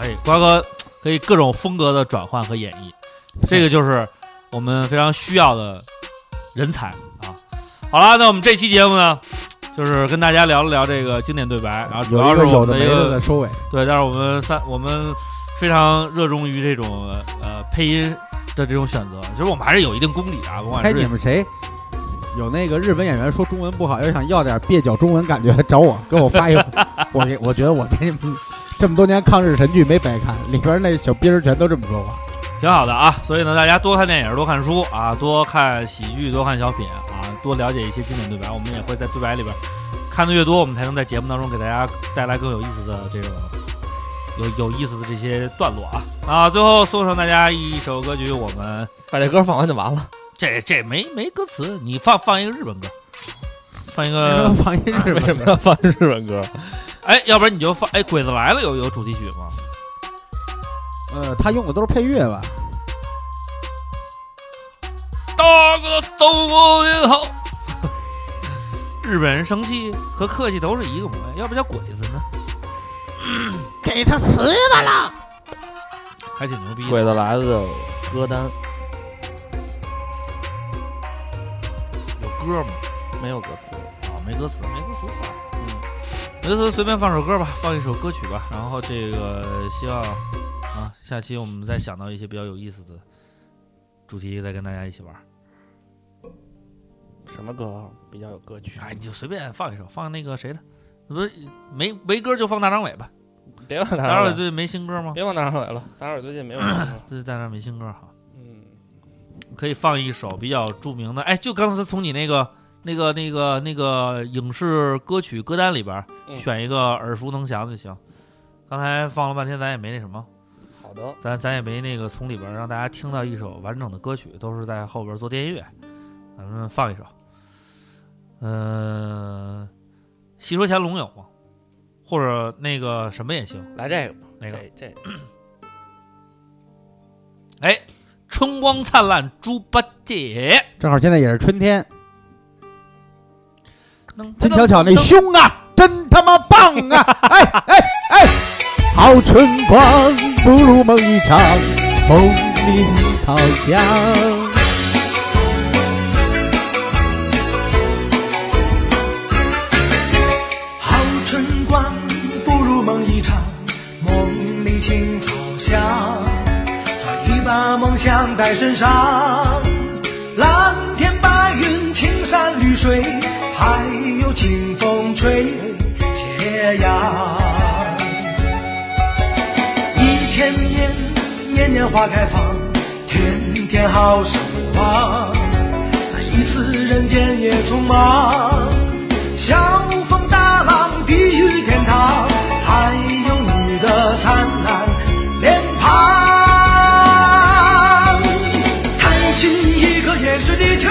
Speaker 4: 可以，瓜哥可以各种风格的转换和演绎，这个就是我们非常需要的人才啊。好了，那我们这期节目呢，就是跟大家聊了聊这个经典对白，然后主
Speaker 6: 有
Speaker 4: 要
Speaker 6: 一
Speaker 4: 是
Speaker 6: 个
Speaker 4: 我
Speaker 6: 有
Speaker 4: 们
Speaker 6: 的
Speaker 4: 的
Speaker 6: 没
Speaker 4: 一
Speaker 6: 的
Speaker 4: 个
Speaker 6: 的收尾，
Speaker 4: 对，但是我们三我们非常热衷于这种呃配音的这种选择，其实我们还是有一定功底的啊，不管
Speaker 6: 哎，
Speaker 4: 是
Speaker 6: 你们谁有那个日本演员说中文不好，要想要点蹩脚中文感觉，找我，给我发一个，我给我觉得我给你们这么多年抗日神剧没白看，里边那小兵儿全都这么说话。
Speaker 4: 挺好的啊。所以呢，大家多看电影，多看书啊，多看喜剧，多看小品啊，多了解一些经典对白。我们也会在对白里边看的越多，我们才能在节目当中给大家带来更有意思的这种有有意思的这些段落啊啊！最后送上大家一首歌曲，我们
Speaker 5: 把这歌放完就完了。
Speaker 4: 这这没没歌 词，你放放一个日本歌，放一个
Speaker 6: 放一日
Speaker 5: 为什
Speaker 6: 本
Speaker 5: 么
Speaker 6: 的
Speaker 5: 要放日本歌？
Speaker 4: 哎，要不然你就放哎，鬼子来了有有主题曲吗？
Speaker 6: 呃，他用的都是配乐吧？
Speaker 4: 大哥都不领好。 日本人生气和客气都是一个模样，要不叫鬼子呢？
Speaker 12: 给他死吧了！
Speaker 4: 还挺牛逼的。
Speaker 5: 鬼子来了的歌单
Speaker 4: 有歌吗？
Speaker 5: 没有歌词，
Speaker 4: 啊，没歌词，没歌词算了。嗯，没歌词随便放首歌吧，放一首歌曲吧。然后这个希望啊，下期我们再想到一些比较有意思的主题，再跟大家一起玩。
Speaker 5: 什么歌比较有歌曲？
Speaker 4: 哎，你就随便放一首，放那个谁的，不是没没歌就放大张伟吧？
Speaker 5: 别往哪
Speaker 4: 大张
Speaker 5: 儿
Speaker 4: 伟最近没新歌吗？
Speaker 5: 别往哪儿来了，打扰最近没有什 么。
Speaker 4: 最近大张伟没新歌哈。
Speaker 5: 嗯，
Speaker 4: 可以放一首比较著名的，哎，就刚才从你那个、那个、那个、那个影视歌曲歌单里边儿
Speaker 5: 嗯
Speaker 4: 选一个耳熟能详的就行。刚才放了半天，咱也没那什么，
Speaker 5: 好的，
Speaker 4: 咱咱也没那个从里边儿让大家听到一首完整的歌曲，都是在后边儿做电乐。咱们放一首，嗯、戏说乾隆有吗？或者那个什么也行，
Speaker 5: 来这个吧，
Speaker 4: 哪个
Speaker 5: 这这
Speaker 4: 哎，春光灿烂猪八戒，
Speaker 6: 正好现在也是春天，
Speaker 4: 能
Speaker 6: 金巧巧那胸啊，真他妈棒啊！ 哎哎哎，好春光，不如梦一场，梦里草香。
Speaker 9: 好春光，不如梦一场，梦里青草香。抓一把梦想在身上，蓝天白云、青山绿水，还有清风吹斜阳。一千年，年年花开放，天天好守望。那一次人间也匆忙。小风大浪，地狱天堂，还有你的灿烂脸庞。弹起一个也是地久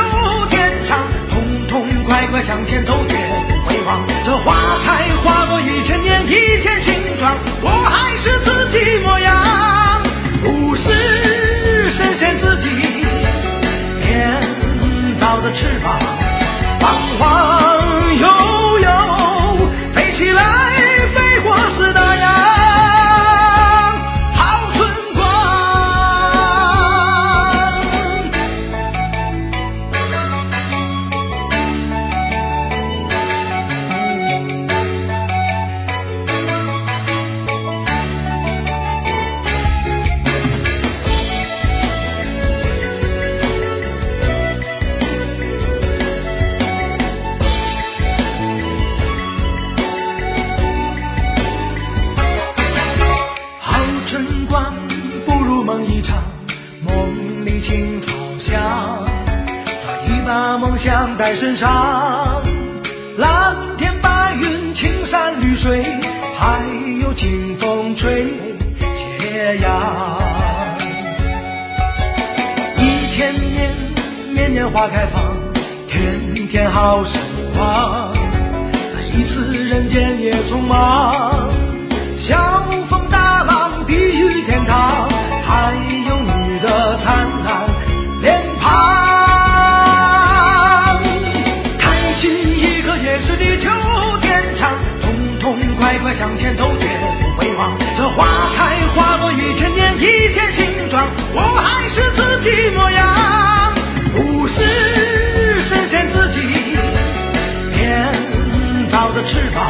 Speaker 9: 天长，痛痛快快向前走，别回望。这花开花落一千年，一千新装，我还是自己模样，不是神仙自己编造的翅膀。彷徨悠悠，飞起来，飞过四大洋，好春光。好春光，不如梦一场，梦里青草香，抓一把梦想在身上，蓝天白云、青山绿水，还有清风吹斜阳。一千年，年年花开放，天天好守望，一次人间也匆忙。小风大浪，地狱天堂，还有你的灿烂脸庞。开心一刻也是地久天长，痛痛快快向前走，绝不回望。这花开花落一千年，一还是自己模样，不是神仙自己编造的翅膀。